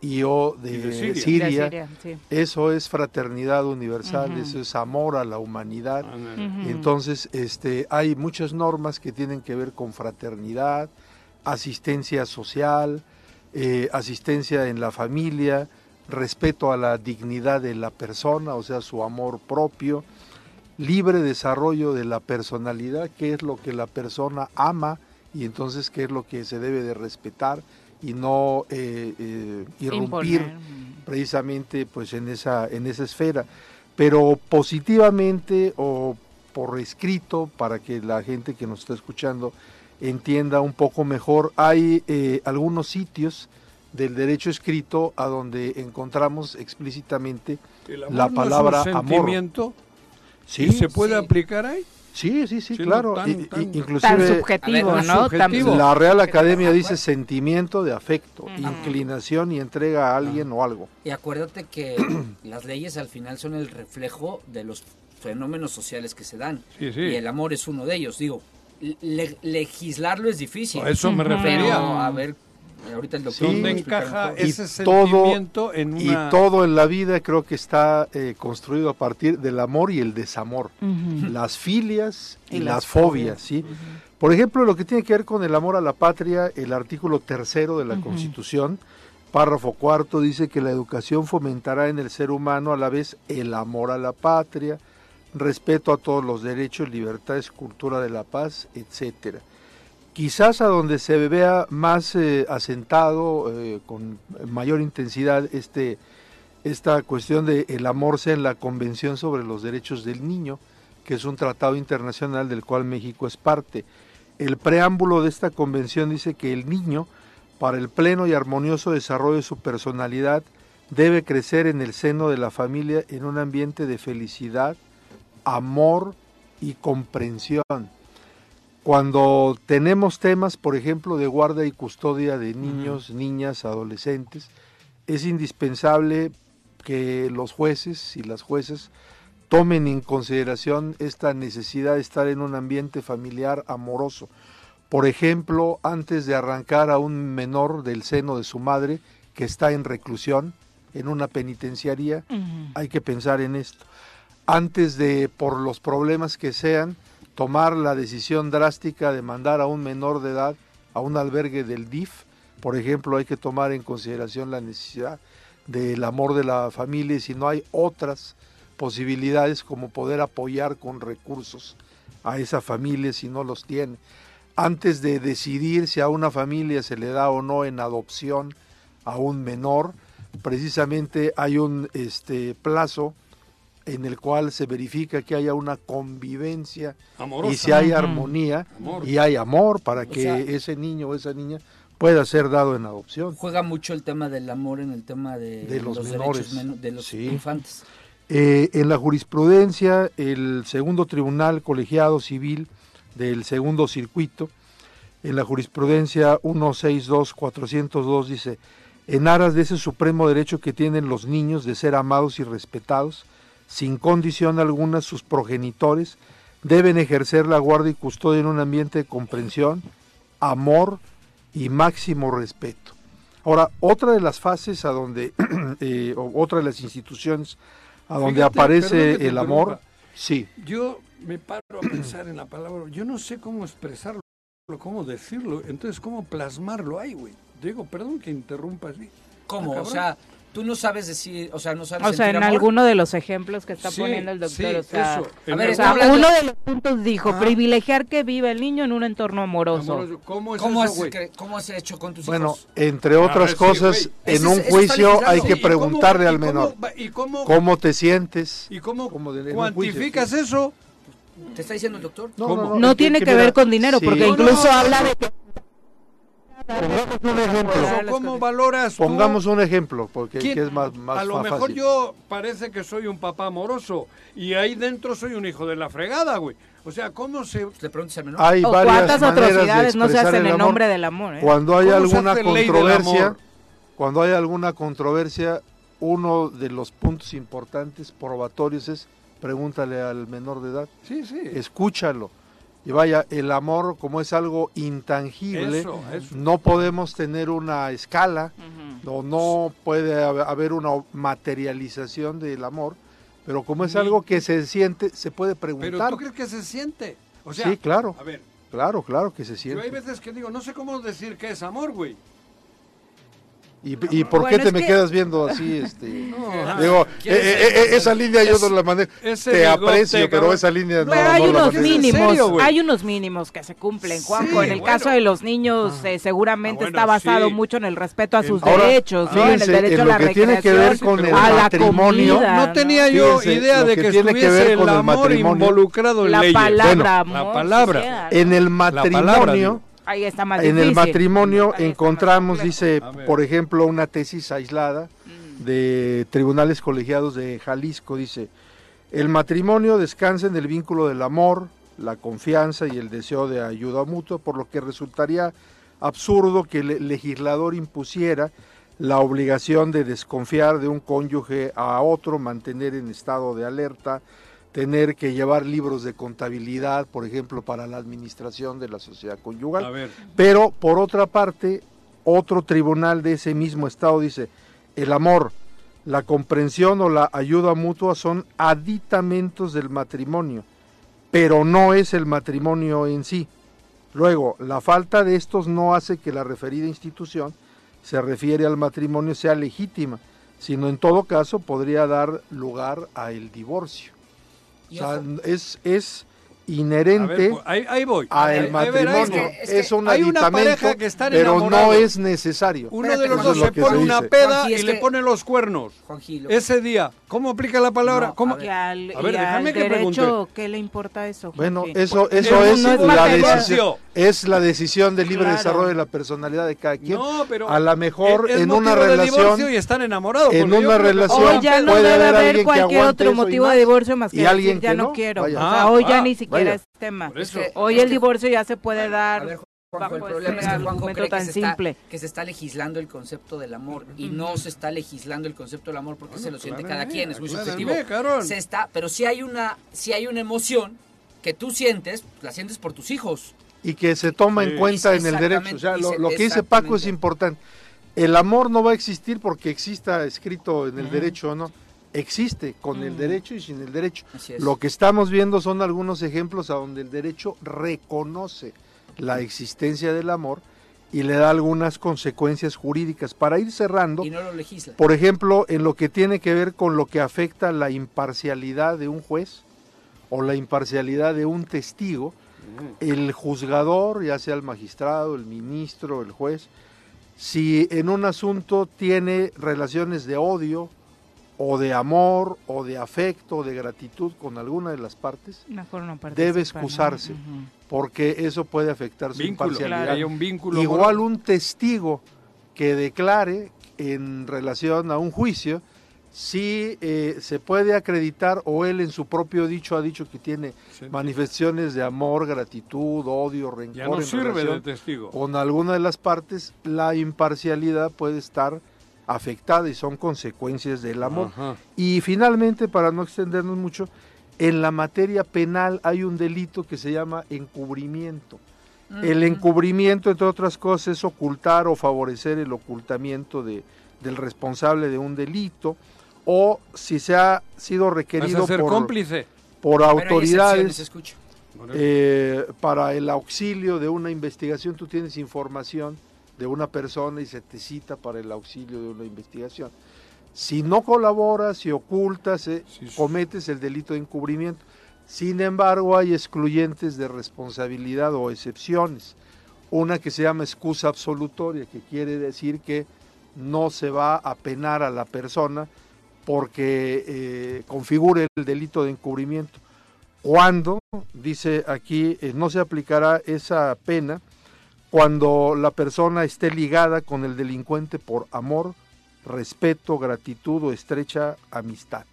[SPEAKER 7] y o de,
[SPEAKER 2] Y de Siria.
[SPEAKER 1] De
[SPEAKER 7] Siria.
[SPEAKER 1] Siria, sí.
[SPEAKER 7] Eso es fraternidad universal,
[SPEAKER 1] Ujú.
[SPEAKER 7] eso es amor a la humanidad.
[SPEAKER 2] Ándale.
[SPEAKER 1] Ujú.
[SPEAKER 7] Entonces, este, hay muchas normas que tienen que ver con fraternidad, asistencia social, eh, asistencia en la familia, respeto a la dignidad de la persona, o sea, su amor propio, libre desarrollo de la personalidad, qué es lo que la persona ama y entonces qué es lo que se debe de respetar y no eh, eh, irrumpir
[SPEAKER 1] Imponer.
[SPEAKER 7] precisamente pues en esa en esa esfera pero positivamente o por escrito para que la gente que nos está escuchando entienda un poco mejor. Hay eh, algunos sitios del derecho escrito a donde encontramos explícitamente
[SPEAKER 2] ¿El amor no
[SPEAKER 7] la
[SPEAKER 2] es un
[SPEAKER 7] palabra amor.
[SPEAKER 2] sentimiento? ¿Y se puede aplicar ahí?
[SPEAKER 7] Sí, sí, sí,
[SPEAKER 2] Siendo
[SPEAKER 7] claro.
[SPEAKER 2] tan-
[SPEAKER 7] I- i-
[SPEAKER 2] tan-
[SPEAKER 7] inclusive
[SPEAKER 2] Tan subjetivo,
[SPEAKER 1] A ver, ¿no? Tan subjetivo.
[SPEAKER 7] La Real Academia dice sentimiento de afecto,
[SPEAKER 8] Ujú.
[SPEAKER 7] inclinación y entrega a
[SPEAKER 2] Ah.
[SPEAKER 7] alguien o algo.
[SPEAKER 8] Y acuérdate que las leyes al final son el reflejo de los fenómenos sociales que se dan.
[SPEAKER 2] Sí, sí.
[SPEAKER 8] Y el amor es uno de ellos. Digo, le- legislarlo es difícil.
[SPEAKER 2] A eso me
[SPEAKER 8] Pero,
[SPEAKER 2] refería.
[SPEAKER 8] a ver, ahorita el doctor.
[SPEAKER 7] Sí.
[SPEAKER 8] nos
[SPEAKER 2] ¿Dónde
[SPEAKER 8] explicará
[SPEAKER 2] encaja
[SPEAKER 8] mejor.
[SPEAKER 2] ese
[SPEAKER 7] y todo-
[SPEAKER 2] sentimiento en
[SPEAKER 7] Y
[SPEAKER 2] una...
[SPEAKER 7] todo en la vida creo que está eh, construido a partir del amor y el desamor, las filias y,
[SPEAKER 1] Y
[SPEAKER 7] las,
[SPEAKER 1] las
[SPEAKER 7] fobias, ¿sí? Por ejemplo, lo que tiene que ver con el amor a la patria, el artículo tercero de la
[SPEAKER 1] Ujú.
[SPEAKER 7] Constitución, párrafo cuarto, dice que la educación fomentará en el ser humano a la vez el amor a la patria, respeto a todos los derechos, libertades, cultura de la paz, etcétera. Quizás a donde se vea más eh, asentado eh, con mayor intensidad este esta cuestión de el amor sea en la Convención sobre los Derechos del Niño, que es un tratado internacional del cual México es parte. El preámbulo de esta convención dice que el niño, para el pleno y armonioso desarrollo de su personalidad, debe crecer en el seno de la familia en un ambiente de felicidad, amor y comprensión. Cuando tenemos temas, por ejemplo, de guarda y custodia de niños, niñas, adolescentes, es indispensable que los jueces y las jueces tomen en consideración esta necesidad de estar en un ambiente familiar amoroso. Por ejemplo, antes de arrancar a un menor del seno de su madre que está en reclusión, en una penitenciaría, hay que pensar en esto. Antes de, por los problemas que sean, tomar la decisión drástica de mandar a un menor de edad a un albergue del DIF, por ejemplo, hay que tomar en consideración la necesidad del amor de la familia y si no hay otras posibilidades como poder apoyar con recursos a esa familia si no los tiene. Antes de decidir si a una familia se le da o no en adopción a un menor, precisamente hay un este, plazo en el cual se verifica que haya una convivencia
[SPEAKER 2] Amorosa.
[SPEAKER 7] y si hay
[SPEAKER 1] Ujú.
[SPEAKER 7] armonía
[SPEAKER 2] Amor.
[SPEAKER 7] y hay amor para que
[SPEAKER 8] sea-
[SPEAKER 7] ese niño o esa niña pueda ser dado en adopción.
[SPEAKER 8] Juega mucho el tema del amor en el tema de,
[SPEAKER 7] De los menores.
[SPEAKER 8] derechos men- de los
[SPEAKER 7] Sí.
[SPEAKER 8] infantes.
[SPEAKER 7] Eh, en la jurisprudencia, el segundo tribunal colegiado civil del segundo circuito, en la jurisprudencia 162-402 dice, en aras de ese supremo derecho que tienen los niños de ser amados y respetados, sin condición alguna sus progenitores deben ejercer la guarda y custodia en un ambiente de comprensión, amor y máximo respeto. Ahora, otra de las fases a donde, eh, o otra de las instituciones a donde
[SPEAKER 2] Fíjate, perdón
[SPEAKER 7] aparece
[SPEAKER 2] que te
[SPEAKER 7] el amor,
[SPEAKER 2] interrumpa.
[SPEAKER 7] sí.
[SPEAKER 2] Yo me paro a pensar en la palabra. Yo no sé cómo expresarlo, cómo decirlo. Entonces, ¿cómo plasmarlo ahí, güey? Digo, perdón que interrumpa así.
[SPEAKER 8] ¿Cómo?
[SPEAKER 2] Ah,
[SPEAKER 8] o
[SPEAKER 2] cabrón.
[SPEAKER 8] sea, tú no sabes decir, o sea, no sabes
[SPEAKER 1] O sea,
[SPEAKER 8] sentir
[SPEAKER 1] en
[SPEAKER 8] amor?
[SPEAKER 1] alguno de los ejemplos que está
[SPEAKER 2] Sí,
[SPEAKER 1] poniendo el doctor,
[SPEAKER 2] sí,
[SPEAKER 1] o sea,
[SPEAKER 2] eso.
[SPEAKER 8] A
[SPEAKER 2] En
[SPEAKER 8] ver,
[SPEAKER 1] o
[SPEAKER 2] el-
[SPEAKER 1] sea,
[SPEAKER 8] hablando- Ah.
[SPEAKER 1] uno de los puntos dijo,
[SPEAKER 8] Ajá.
[SPEAKER 1] privilegiar que viva el niño en un entorno amoroso.
[SPEAKER 2] amoroso. ¿Cómo es
[SPEAKER 8] ¿Cómo,
[SPEAKER 2] eso,
[SPEAKER 8] has,
[SPEAKER 2] güey?
[SPEAKER 8] cre- ¿Cómo has hecho con tus
[SPEAKER 7] Bueno,
[SPEAKER 8] hijos?
[SPEAKER 7] entre
[SPEAKER 2] Ah,
[SPEAKER 7] otras
[SPEAKER 2] sí,
[SPEAKER 7] cosas,
[SPEAKER 2] güey.
[SPEAKER 7] en
[SPEAKER 8] Ese-
[SPEAKER 7] un
[SPEAKER 8] ese está
[SPEAKER 7] juicio hay
[SPEAKER 8] legislado.
[SPEAKER 7] que
[SPEAKER 2] ¿Y cómo-
[SPEAKER 7] preguntarle al
[SPEAKER 2] y cómo-
[SPEAKER 7] menor,
[SPEAKER 2] ¿Y cómo,
[SPEAKER 7] ¿cómo te sientes?
[SPEAKER 2] y cómo
[SPEAKER 7] cómo de- en un
[SPEAKER 2] cuantificas
[SPEAKER 7] juicio,
[SPEAKER 2] eso?
[SPEAKER 8] ¿Te está diciendo el doctor?
[SPEAKER 2] ¿Cómo?
[SPEAKER 1] No, tiene que, ver con dinero, porque
[SPEAKER 2] No, no,
[SPEAKER 1] incluso
[SPEAKER 2] no,
[SPEAKER 1] habla de que
[SPEAKER 7] Pongamos un ejemplo.
[SPEAKER 1] Claro,
[SPEAKER 2] ¿Cómo,
[SPEAKER 1] las cosas.
[SPEAKER 2] valoras tú?
[SPEAKER 7] Pongamos un ejemplo, porque
[SPEAKER 2] ¿Quién?
[SPEAKER 7] que es más, más
[SPEAKER 2] a lo
[SPEAKER 7] más
[SPEAKER 2] mejor
[SPEAKER 7] fácil.
[SPEAKER 2] yo parece que soy un papá amoroso y ahí dentro soy un hijo de la fregada, güey. O sea, ¿cómo se
[SPEAKER 8] Pues le preguntas al menor.
[SPEAKER 7] Hay
[SPEAKER 1] o
[SPEAKER 7] varias
[SPEAKER 1] cuántas
[SPEAKER 7] maneras de
[SPEAKER 1] atrocidades no se
[SPEAKER 7] expresar
[SPEAKER 1] hacen
[SPEAKER 7] el
[SPEAKER 1] en
[SPEAKER 7] amor.
[SPEAKER 1] nombre del amor. ¿eh?
[SPEAKER 7] Cuando hay
[SPEAKER 2] ¿Cómo se
[SPEAKER 7] alguna
[SPEAKER 2] hace ley del
[SPEAKER 7] controversia,
[SPEAKER 2] amor?
[SPEAKER 7] cuando hay alguna controversia, uno de los puntos importantes probatorios es pregúntale al menor de edad,
[SPEAKER 2] Sí, sí.
[SPEAKER 7] escúchalo. Y vaya, el amor como es algo intangible,
[SPEAKER 2] Eso, eso.
[SPEAKER 7] no podemos tener una escala,
[SPEAKER 1] Ujú.
[SPEAKER 7] no, no puede hab- haber una materialización del amor, pero como es algo que se siente, se puede
[SPEAKER 2] Pero
[SPEAKER 7] preguntar.
[SPEAKER 2] ¿tú crees que se siente? O sea,
[SPEAKER 7] sí, claro,
[SPEAKER 2] a ver,
[SPEAKER 7] claro, claro que se
[SPEAKER 2] yo hay
[SPEAKER 7] siente.
[SPEAKER 2] veces que digo, no sé cómo decir que es amor, güey.
[SPEAKER 7] ¿Y, y por qué
[SPEAKER 1] Bueno,
[SPEAKER 7] te
[SPEAKER 1] es
[SPEAKER 7] me
[SPEAKER 1] que-
[SPEAKER 7] quedas viendo así? Este?
[SPEAKER 2] Ah,
[SPEAKER 1] No.
[SPEAKER 7] Digo, eh,
[SPEAKER 1] ¿Quieres-
[SPEAKER 7] eh, eh, esa línea yo no la manejo.
[SPEAKER 1] ese
[SPEAKER 7] Te
[SPEAKER 1] bigote,
[SPEAKER 7] aprecio, pero
[SPEAKER 1] cabrón.
[SPEAKER 7] esa línea no,
[SPEAKER 1] Pero hay
[SPEAKER 7] no la
[SPEAKER 1] unos
[SPEAKER 7] manejo.
[SPEAKER 1] mínimos, hay unos mínimos que se cumplen, Juanjo. en el caso de los niños,
[SPEAKER 7] Ah.
[SPEAKER 1] eh, seguramente está basado mucho en el respeto a sus
[SPEAKER 7] Ahora,
[SPEAKER 1] derechos, ¿no? en el
[SPEAKER 7] fíjense,
[SPEAKER 1] derecho
[SPEAKER 7] en
[SPEAKER 1] a
[SPEAKER 7] lo
[SPEAKER 1] la
[SPEAKER 7] que tiene que ver
[SPEAKER 1] recreación,
[SPEAKER 7] con el
[SPEAKER 1] a la
[SPEAKER 7] matrimonio.
[SPEAKER 1] comida,
[SPEAKER 2] No tenía yo
[SPEAKER 7] Fíjense,
[SPEAKER 2] idea
[SPEAKER 7] lo
[SPEAKER 2] de
[SPEAKER 7] que
[SPEAKER 2] que,
[SPEAKER 7] tiene que ver
[SPEAKER 2] estuviese
[SPEAKER 7] con
[SPEAKER 2] el
[SPEAKER 7] el
[SPEAKER 2] amor
[SPEAKER 7] matrimonio.
[SPEAKER 2] involucrado en
[SPEAKER 1] La
[SPEAKER 2] leyes.
[SPEAKER 1] palabra,
[SPEAKER 2] Bueno,
[SPEAKER 1] amor
[SPEAKER 2] la palabra.
[SPEAKER 1] social.
[SPEAKER 7] En el
[SPEAKER 2] palabra,
[SPEAKER 7] matrimonio,
[SPEAKER 2] digo.
[SPEAKER 1] Ahí está más
[SPEAKER 7] en el
[SPEAKER 1] difícil.
[SPEAKER 7] matrimonio
[SPEAKER 1] Ahí está más
[SPEAKER 7] encontramos,
[SPEAKER 1] complejo. Mm.
[SPEAKER 7] dice,
[SPEAKER 2] A ver.
[SPEAKER 7] por ejemplo, una tesis aislada de tribunales colegiados de Jalisco, dice, el matrimonio descansa en el vínculo del amor, la confianza y el deseo de ayuda mutua, por lo que resultaría absurdo que el legislador impusiera la obligación de desconfiar de un cónyuge a otro, mantener en estado de alerta, tener que llevar libros de contabilidad, por ejemplo, para la administración de la sociedad conyugal.
[SPEAKER 2] A ver.
[SPEAKER 7] Pero por otra parte, otro tribunal de ese mismo estado dice, el amor, la comprensión o la ayuda mutua son aditamentos del matrimonio, pero no es el matrimonio en sí. Luego, la falta de estos no hace que la referida institución se refiere al matrimonio sea legítima, sino en todo caso podría dar lugar a el divorcio. O sea, es, es
[SPEAKER 2] A
[SPEAKER 7] inherente
[SPEAKER 2] ver, pues, ahí, ahí voy.
[SPEAKER 7] a
[SPEAKER 2] Ahí
[SPEAKER 7] Ah, el
[SPEAKER 2] verás.
[SPEAKER 7] matrimonio.
[SPEAKER 2] Es que-
[SPEAKER 7] es,
[SPEAKER 2] es que
[SPEAKER 7] un
[SPEAKER 2] hay una
[SPEAKER 7] aditamento,
[SPEAKER 2] pareja que están
[SPEAKER 7] pero no
[SPEAKER 2] enamorados.
[SPEAKER 7] es necesario.
[SPEAKER 2] Uno de los
[SPEAKER 7] Eso es
[SPEAKER 2] dos
[SPEAKER 7] lo
[SPEAKER 2] se
[SPEAKER 7] que
[SPEAKER 2] pone
[SPEAKER 7] se
[SPEAKER 2] una
[SPEAKER 7] dice.
[SPEAKER 2] peda
[SPEAKER 8] Juanji,
[SPEAKER 2] y
[SPEAKER 8] es
[SPEAKER 2] le
[SPEAKER 8] que-
[SPEAKER 2] pone los cuernos.
[SPEAKER 8] Juanji, lo-
[SPEAKER 2] Ese día, ¿cómo aplica la palabra?
[SPEAKER 8] No,
[SPEAKER 2] ¿Cómo?
[SPEAKER 8] a
[SPEAKER 1] Y al,
[SPEAKER 2] A ver,
[SPEAKER 1] y al
[SPEAKER 2] déjame que
[SPEAKER 1] derecho,
[SPEAKER 2] pregunte.
[SPEAKER 1] ¿qué le importa eso?
[SPEAKER 7] Bueno,
[SPEAKER 1] Jorge?
[SPEAKER 7] eso,
[SPEAKER 2] Pues,
[SPEAKER 7] eso
[SPEAKER 2] el
[SPEAKER 7] es,
[SPEAKER 2] mundo es
[SPEAKER 7] la
[SPEAKER 2] matemático.
[SPEAKER 7] decisión, es la decisión de libre
[SPEAKER 1] Claro.
[SPEAKER 7] desarrollo de la personalidad de cada quien.
[SPEAKER 2] No, pero
[SPEAKER 7] a lo mejor
[SPEAKER 2] es- es
[SPEAKER 7] en una
[SPEAKER 2] motivo de
[SPEAKER 7] relación,
[SPEAKER 2] divorcio y están enamorados.
[SPEAKER 7] en
[SPEAKER 2] porque yo
[SPEAKER 7] una
[SPEAKER 2] creo que-
[SPEAKER 7] relación
[SPEAKER 1] Hoy ya no
[SPEAKER 7] puede
[SPEAKER 1] debe
[SPEAKER 7] haber
[SPEAKER 1] haber
[SPEAKER 7] alguien que
[SPEAKER 1] cualquier
[SPEAKER 7] aguante
[SPEAKER 1] otro
[SPEAKER 7] eso y
[SPEAKER 1] motivo
[SPEAKER 7] más.
[SPEAKER 1] de divorcio más que
[SPEAKER 7] Y
[SPEAKER 1] decir,
[SPEAKER 7] alguien
[SPEAKER 1] ya
[SPEAKER 7] que
[SPEAKER 1] no,
[SPEAKER 7] no,
[SPEAKER 1] quiero.
[SPEAKER 7] vaya.
[SPEAKER 1] O sea,
[SPEAKER 2] Ah,
[SPEAKER 1] hoy ya
[SPEAKER 2] ah,
[SPEAKER 1] ni siquiera
[SPEAKER 7] vaya.
[SPEAKER 1] es tema. Este,
[SPEAKER 2] Por eso.
[SPEAKER 1] Hoy el divorcio ya se puede
[SPEAKER 8] A
[SPEAKER 1] dar.
[SPEAKER 8] ver, Juanjo, el
[SPEAKER 1] bajo
[SPEAKER 8] problema es
[SPEAKER 1] ese
[SPEAKER 8] que Juanjo
[SPEAKER 1] argumento
[SPEAKER 8] cree que
[SPEAKER 1] tan
[SPEAKER 8] se, está,
[SPEAKER 1] simple.
[SPEAKER 8] que se está legislando el concepto del amor y no se está legislando el concepto del amor porque se lo siente cada
[SPEAKER 2] aclárame,
[SPEAKER 8] quien, es muy
[SPEAKER 2] aclárame,
[SPEAKER 8] subjetivo.
[SPEAKER 2] cabrón.
[SPEAKER 8] Se está, pero si hay una, si hay una emoción que tú sientes, la sientes por tus hijos.
[SPEAKER 7] y que se toma
[SPEAKER 2] Sí.
[SPEAKER 7] en cuenta en el
[SPEAKER 8] Exactamente,
[SPEAKER 7] derecho. O sea, lo,
[SPEAKER 8] dice-
[SPEAKER 7] lo que dice Paco es
[SPEAKER 8] exactamente.
[SPEAKER 7] importante. El amor no va a existir porque exista escrito en el derecho o no. Existe con el derecho y sin el derecho.
[SPEAKER 8] Así es.
[SPEAKER 7] Lo que estamos viendo son algunos ejemplos a donde el derecho reconoce la existencia del amor y le da algunas consecuencias jurídicas. Para ir cerrando,
[SPEAKER 8] Y no lo legisla.
[SPEAKER 7] por ejemplo, en lo que tiene que ver con lo que afecta la imparcialidad de un juez o la imparcialidad de un testigo, el juzgador, ya sea el magistrado, el ministro, el juez, si en un asunto tiene relaciones de odio o de amor o de afecto o de gratitud con alguna de las partes,
[SPEAKER 1] Mejor no participar,
[SPEAKER 7] debe
[SPEAKER 1] ¿no?
[SPEAKER 7] excusarse,
[SPEAKER 1] Ujú.
[SPEAKER 7] porque eso puede afectar su
[SPEAKER 2] Vínculo,
[SPEAKER 7] imparcialidad.
[SPEAKER 2] que haya un vínculo.
[SPEAKER 7] Igual
[SPEAKER 2] moral.
[SPEAKER 7] un testigo que declare en relación a un juicio si eh, se puede acreditar o él en su propio dicho ha dicho que tiene
[SPEAKER 2] Sí.
[SPEAKER 7] manifestaciones de amor, gratitud, odio, rencor
[SPEAKER 2] Ya no
[SPEAKER 7] en
[SPEAKER 2] sirve de
[SPEAKER 7] relación
[SPEAKER 2] testigo.
[SPEAKER 7] con alguna de las partes, la imparcialidad puede estar afectada y son consecuencias del amor.
[SPEAKER 2] Ajá.
[SPEAKER 7] Y finalmente, para no extendernos mucho, en la materia penal hay un delito que se llama encubrimiento. El encubrimiento, entre otras cosas, es ocultar o favorecer el ocultamiento de, del responsable de un delito o si se ha sido
[SPEAKER 2] Vas
[SPEAKER 7] requerido
[SPEAKER 2] a ser
[SPEAKER 7] por,
[SPEAKER 2] cómplice.
[SPEAKER 7] por
[SPEAKER 8] Pero hay excepciones,
[SPEAKER 7] autoridades
[SPEAKER 8] escucho.
[SPEAKER 7] eh, para el auxilio de una investigación. Tú tienes información de una persona y se te cita para el auxilio de una investigación. Si no colaboras, si ocultas, eh,
[SPEAKER 2] Sí, sí.
[SPEAKER 7] cometes el delito de encubrimiento. Sin embargo, hay excluyentes de responsabilidad o excepciones. Una que se llama excusa absolutoria, que quiere decir que no se va a penar a la persona porque eh, configure el delito de encubrimiento. Cuando, dice aquí, eh, no se aplicará esa pena cuando la persona esté ligada con el delincuente por amor, respeto, gratitud o estrecha amistad.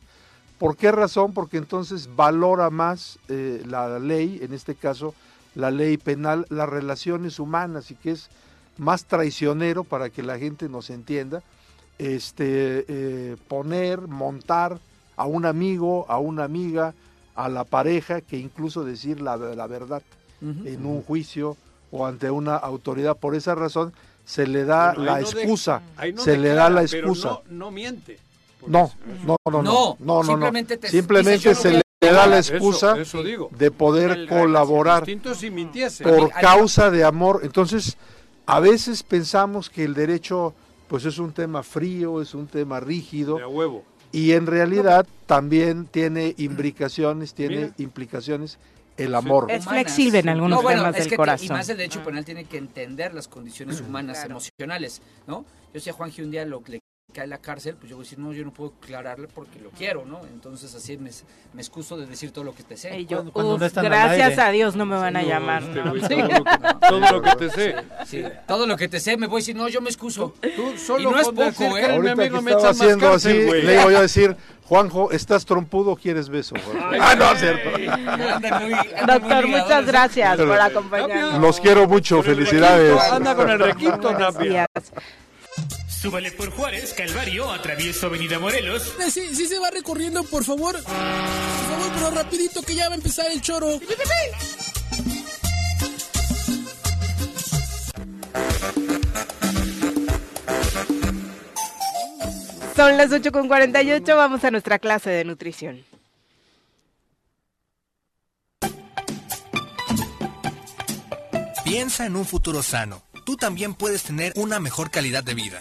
[SPEAKER 7] ¿Por qué razón? Porque entonces valora más eh, la ley, en este caso la ley penal, las relaciones humanas y que es más traicionero para que la gente nos entienda, este, eh, poner, montar a un amigo, a una amiga, a la pareja, que incluso decir la, la verdad
[SPEAKER 8] Ujú.
[SPEAKER 7] en un juicio o ante una autoridad. Por esa razón se le da
[SPEAKER 2] Bueno, ahí
[SPEAKER 7] la
[SPEAKER 2] no de-
[SPEAKER 7] excusa,
[SPEAKER 2] Ahí no
[SPEAKER 7] se le
[SPEAKER 2] declara,
[SPEAKER 7] da la
[SPEAKER 2] pero
[SPEAKER 7] excusa.
[SPEAKER 2] no, no miente. Porque
[SPEAKER 7] No,
[SPEAKER 2] se-
[SPEAKER 7] no, no,
[SPEAKER 8] No,
[SPEAKER 7] no, no, no, no.
[SPEAKER 8] simplemente te-
[SPEAKER 7] Simplemente
[SPEAKER 8] dices, yo
[SPEAKER 7] se
[SPEAKER 8] no
[SPEAKER 7] le
[SPEAKER 8] voy a-
[SPEAKER 7] da la
[SPEAKER 2] Eso-
[SPEAKER 7] excusa
[SPEAKER 2] Eso, digo.
[SPEAKER 7] de poder
[SPEAKER 1] El-
[SPEAKER 7] colaborar
[SPEAKER 2] Distinto si mintiese.
[SPEAKER 7] por
[SPEAKER 8] hay-
[SPEAKER 7] causa de amor. Entonces, a veces pensamos que el derecho pues es un tema frío, es un tema rígido.
[SPEAKER 2] De a huevo.
[SPEAKER 7] Y en realidad también tiene imbricaciones, tiene
[SPEAKER 2] Mira.
[SPEAKER 7] implicaciones el amor.
[SPEAKER 1] Es flexible en algunos
[SPEAKER 4] No, bueno,
[SPEAKER 1] temas
[SPEAKER 4] es
[SPEAKER 1] del
[SPEAKER 4] que te-
[SPEAKER 1] corazón.
[SPEAKER 4] y más el derecho penal tiene que entender las condiciones humanas, emocionales, ¿no? Yo sé a Juan que un día lo que le cae la cárcel, pues yo voy a decir, no, yo no puedo aclararle porque lo quiero, ¿no? Entonces así me, me excuso de decir todo lo que te sé.
[SPEAKER 1] Y yo,
[SPEAKER 3] Cuando- cuando
[SPEAKER 1] uf,
[SPEAKER 3] no están al
[SPEAKER 1] gracias
[SPEAKER 3] aire.
[SPEAKER 1] a Dios no me van a llamar.
[SPEAKER 2] Este
[SPEAKER 1] ¿no?
[SPEAKER 2] güey, todo lo que- todo lo que te sé.
[SPEAKER 4] Sí, todo lo que te sé, me voy a decir, no, yo me excuso.
[SPEAKER 2] Tú solo
[SPEAKER 4] Y no es
[SPEAKER 2] con
[SPEAKER 4] poco,
[SPEAKER 2] decir
[SPEAKER 4] ¿eh?
[SPEAKER 2] que eres mi
[SPEAKER 7] Ahorita
[SPEAKER 2] amigo
[SPEAKER 7] que
[SPEAKER 2] me
[SPEAKER 7] estaba
[SPEAKER 2] echas más
[SPEAKER 7] haciendo así,
[SPEAKER 2] cárcel, güey.
[SPEAKER 7] le iba yo a decir, Juanjo, ¿estás trompudo o quieres beso? ah, no, es cierto.
[SPEAKER 4] Anda muy- anda muy
[SPEAKER 1] Doctor,
[SPEAKER 4] ligador.
[SPEAKER 1] muchas gracias por acompañarnos.
[SPEAKER 7] Los quiero mucho, felicidades.
[SPEAKER 2] Anda con el requinto,
[SPEAKER 1] Buenos
[SPEAKER 2] Napia.
[SPEAKER 1] días.
[SPEAKER 9] Súbale por Juárez, Calvario, atravieso Avenida Morelos.
[SPEAKER 6] Eh, Sí, sí se va recorriendo, por favor. Por favor, pero rapidito que ya va a empezar el choro.
[SPEAKER 1] Son las 8.48, vamos a nuestra clase de nutrición.
[SPEAKER 10] Piensa en un futuro sano. Tú también puedes tener una mejor calidad de vida.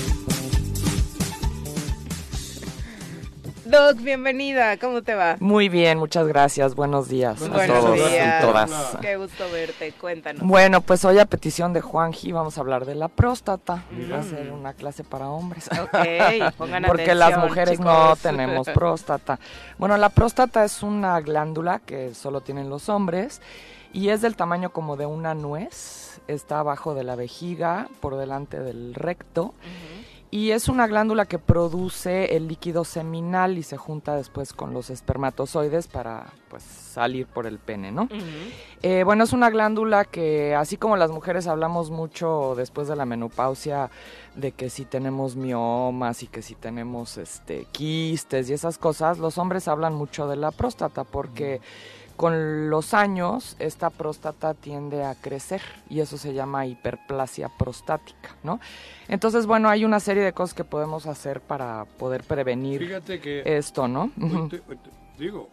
[SPEAKER 1] Doc, bienvenida, ¿cómo te va?
[SPEAKER 11] Muy bien, muchas gracias. Buenos días a
[SPEAKER 1] Buenos
[SPEAKER 11] todos
[SPEAKER 1] días.
[SPEAKER 11] y todas.
[SPEAKER 1] Qué gusto verte, cuéntanos.
[SPEAKER 11] Bueno, pues hoy a petición de Juanji vamos a hablar de la próstata. Va a ser una clase para hombres.
[SPEAKER 1] Mm. Ok, pongan
[SPEAKER 11] Porque
[SPEAKER 1] atención,
[SPEAKER 11] las mujeres no
[SPEAKER 1] chicos.
[SPEAKER 11] tenemos próstata. Bueno, la próstata es una glándula que solo tienen los hombres y es del tamaño como de una nuez. Está abajo de la vejiga, por delante del recto. Y es una glándula que produce el líquido seminal y se junta después con los espermatozoides para pues, salir por el pene, ¿no?
[SPEAKER 1] Ujú,
[SPEAKER 11] Eh, bueno, es una glándula que, así como las mujeres hablamos mucho después de la menopausia, de que si tenemos miomas y que si tenemos este, quistes y esas cosas, los hombres hablan mucho de la próstata porque con los años esta próstata tiende a crecer y eso se llama hiperplasia prostática, ¿no? Entonces, bueno, hay una serie de cosas que podemos hacer para poder prevenir
[SPEAKER 2] Fíjate que
[SPEAKER 11] esto, ¿no?
[SPEAKER 2] Hoy Pues te- hoy te- digo,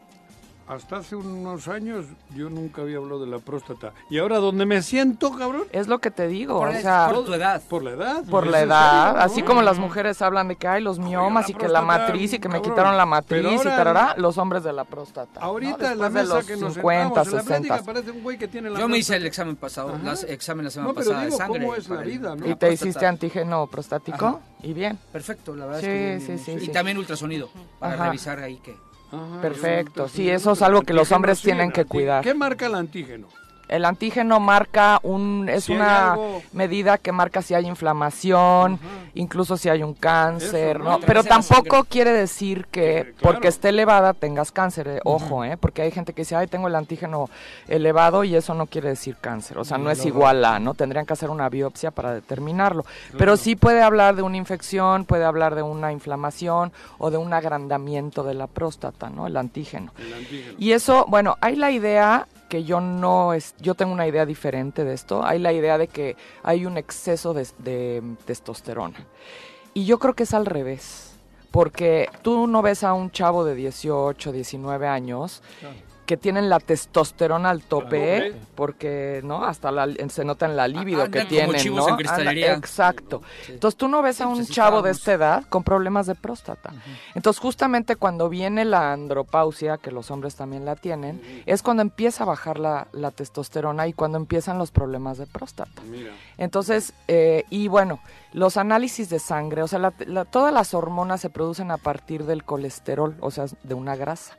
[SPEAKER 2] hasta hace unos años yo nunca había hablado de la próstata. Y ahora donde me siento, cabrón,
[SPEAKER 11] Es lo que te digo,
[SPEAKER 4] Por,
[SPEAKER 11] o
[SPEAKER 4] la-
[SPEAKER 11] sea...
[SPEAKER 4] por tu edad.
[SPEAKER 2] por la edad.
[SPEAKER 11] Por
[SPEAKER 2] Es
[SPEAKER 11] la
[SPEAKER 2] en
[SPEAKER 11] edad,
[SPEAKER 2] serio,
[SPEAKER 11] así
[SPEAKER 2] ¿no?
[SPEAKER 11] como las mujeres hablan de que hay los miomas
[SPEAKER 2] la
[SPEAKER 11] y que la
[SPEAKER 2] próstata,
[SPEAKER 11] matriz y que me
[SPEAKER 2] cabrón.
[SPEAKER 11] quitaron la
[SPEAKER 2] Pero
[SPEAKER 11] matriz y
[SPEAKER 2] ahora-
[SPEAKER 11] tarará, los hombres de la próstata. ¿no?
[SPEAKER 2] Ahorita en la
[SPEAKER 11] Después
[SPEAKER 2] mesa
[SPEAKER 11] de los
[SPEAKER 2] que nos
[SPEAKER 11] 50,
[SPEAKER 2] sentamos, en la
[SPEAKER 11] 60.
[SPEAKER 2] plática parece un güey que tiene la
[SPEAKER 4] Yo me hice
[SPEAKER 2] próstata.
[SPEAKER 4] el examen pasado,
[SPEAKER 2] Ajá.
[SPEAKER 4] las examen la semana
[SPEAKER 2] No, pero
[SPEAKER 4] pasada
[SPEAKER 2] digo,
[SPEAKER 4] de sangre.
[SPEAKER 2] ¿cómo es la
[SPEAKER 4] para el-
[SPEAKER 2] vida, no?
[SPEAKER 4] la
[SPEAKER 11] Y te
[SPEAKER 4] próstata.
[SPEAKER 11] hiciste antígeno prostático
[SPEAKER 4] Ajá.
[SPEAKER 11] y bien,
[SPEAKER 4] Perfecto, la verdad
[SPEAKER 11] Sí,
[SPEAKER 4] es que bien,
[SPEAKER 11] sí,
[SPEAKER 4] bien,
[SPEAKER 11] sí,
[SPEAKER 4] bien. Y
[SPEAKER 11] sí.
[SPEAKER 4] también ultrasonido, para
[SPEAKER 11] Ajá.
[SPEAKER 4] revisar ahí que...
[SPEAKER 2] Ajá,
[SPEAKER 11] Perfecto,
[SPEAKER 2] resulta
[SPEAKER 11] sí,
[SPEAKER 2] que-
[SPEAKER 11] eso es algo que los
[SPEAKER 2] Antígeno
[SPEAKER 11] hombres
[SPEAKER 2] sí,
[SPEAKER 11] tienen que
[SPEAKER 2] antígeno.
[SPEAKER 11] cuidar.
[SPEAKER 2] ¿Qué marca el antígeno?
[SPEAKER 11] El antígeno marca un es
[SPEAKER 2] Si hay
[SPEAKER 11] una
[SPEAKER 2] algo-
[SPEAKER 11] medida que marca si hay inflamación, incluso si hay un cáncer,
[SPEAKER 2] Eso, ¿no?
[SPEAKER 11] ¿no?
[SPEAKER 2] Otra
[SPEAKER 11] Pero
[SPEAKER 4] vez en la
[SPEAKER 11] tampoco
[SPEAKER 4] sangre.
[SPEAKER 11] quiere decir que
[SPEAKER 2] Eh, claro.
[SPEAKER 11] porque esté elevada tengas cáncer, eh, ojo, ¿eh? Porque hay gente que dice, "Ay, tengo el antígeno elevado" y eso no quiere decir cáncer, o sea, no es igual a, ¿no? Tendrían que hacer una biopsia para determinarlo, pero sí puede hablar de una infección, puede hablar de una inflamación o de un agrandamiento de la próstata, ¿no? El antígeno.
[SPEAKER 2] El antígeno.
[SPEAKER 11] Y eso, bueno, hay la idea que yo no es, yo tengo una idea diferente de esto. Hay la idea de que hay un exceso de, de testosterona. Y yo creo que es al revés. Porque tú no ves a un chavo de 18, 19 años que tienen la testosterona al tope,
[SPEAKER 2] tope.
[SPEAKER 11] porque no hasta la- se nota en la libido
[SPEAKER 4] andan
[SPEAKER 11] que
[SPEAKER 4] como
[SPEAKER 11] tienen,
[SPEAKER 4] chivos
[SPEAKER 11] ¿no?
[SPEAKER 4] en cristalería.
[SPEAKER 11] exacto.
[SPEAKER 4] Sí.
[SPEAKER 11] Entonces tú no ves
[SPEAKER 4] Sí,
[SPEAKER 11] a
[SPEAKER 4] pues
[SPEAKER 11] un
[SPEAKER 4] así
[SPEAKER 11] chavo de
[SPEAKER 4] estábamos.
[SPEAKER 11] esta edad con problemas de próstata. Entonces justamente cuando viene la andropausia, que los hombres también la tienen, es cuando empieza a bajar la, la testosterona y cuando empiezan los problemas de próstata.
[SPEAKER 2] Mira.
[SPEAKER 11] Entonces, eh, y bueno, los análisis de sangre, o sea, la- la- todas las hormonas se producen a partir del colesterol, o sea, de una grasa.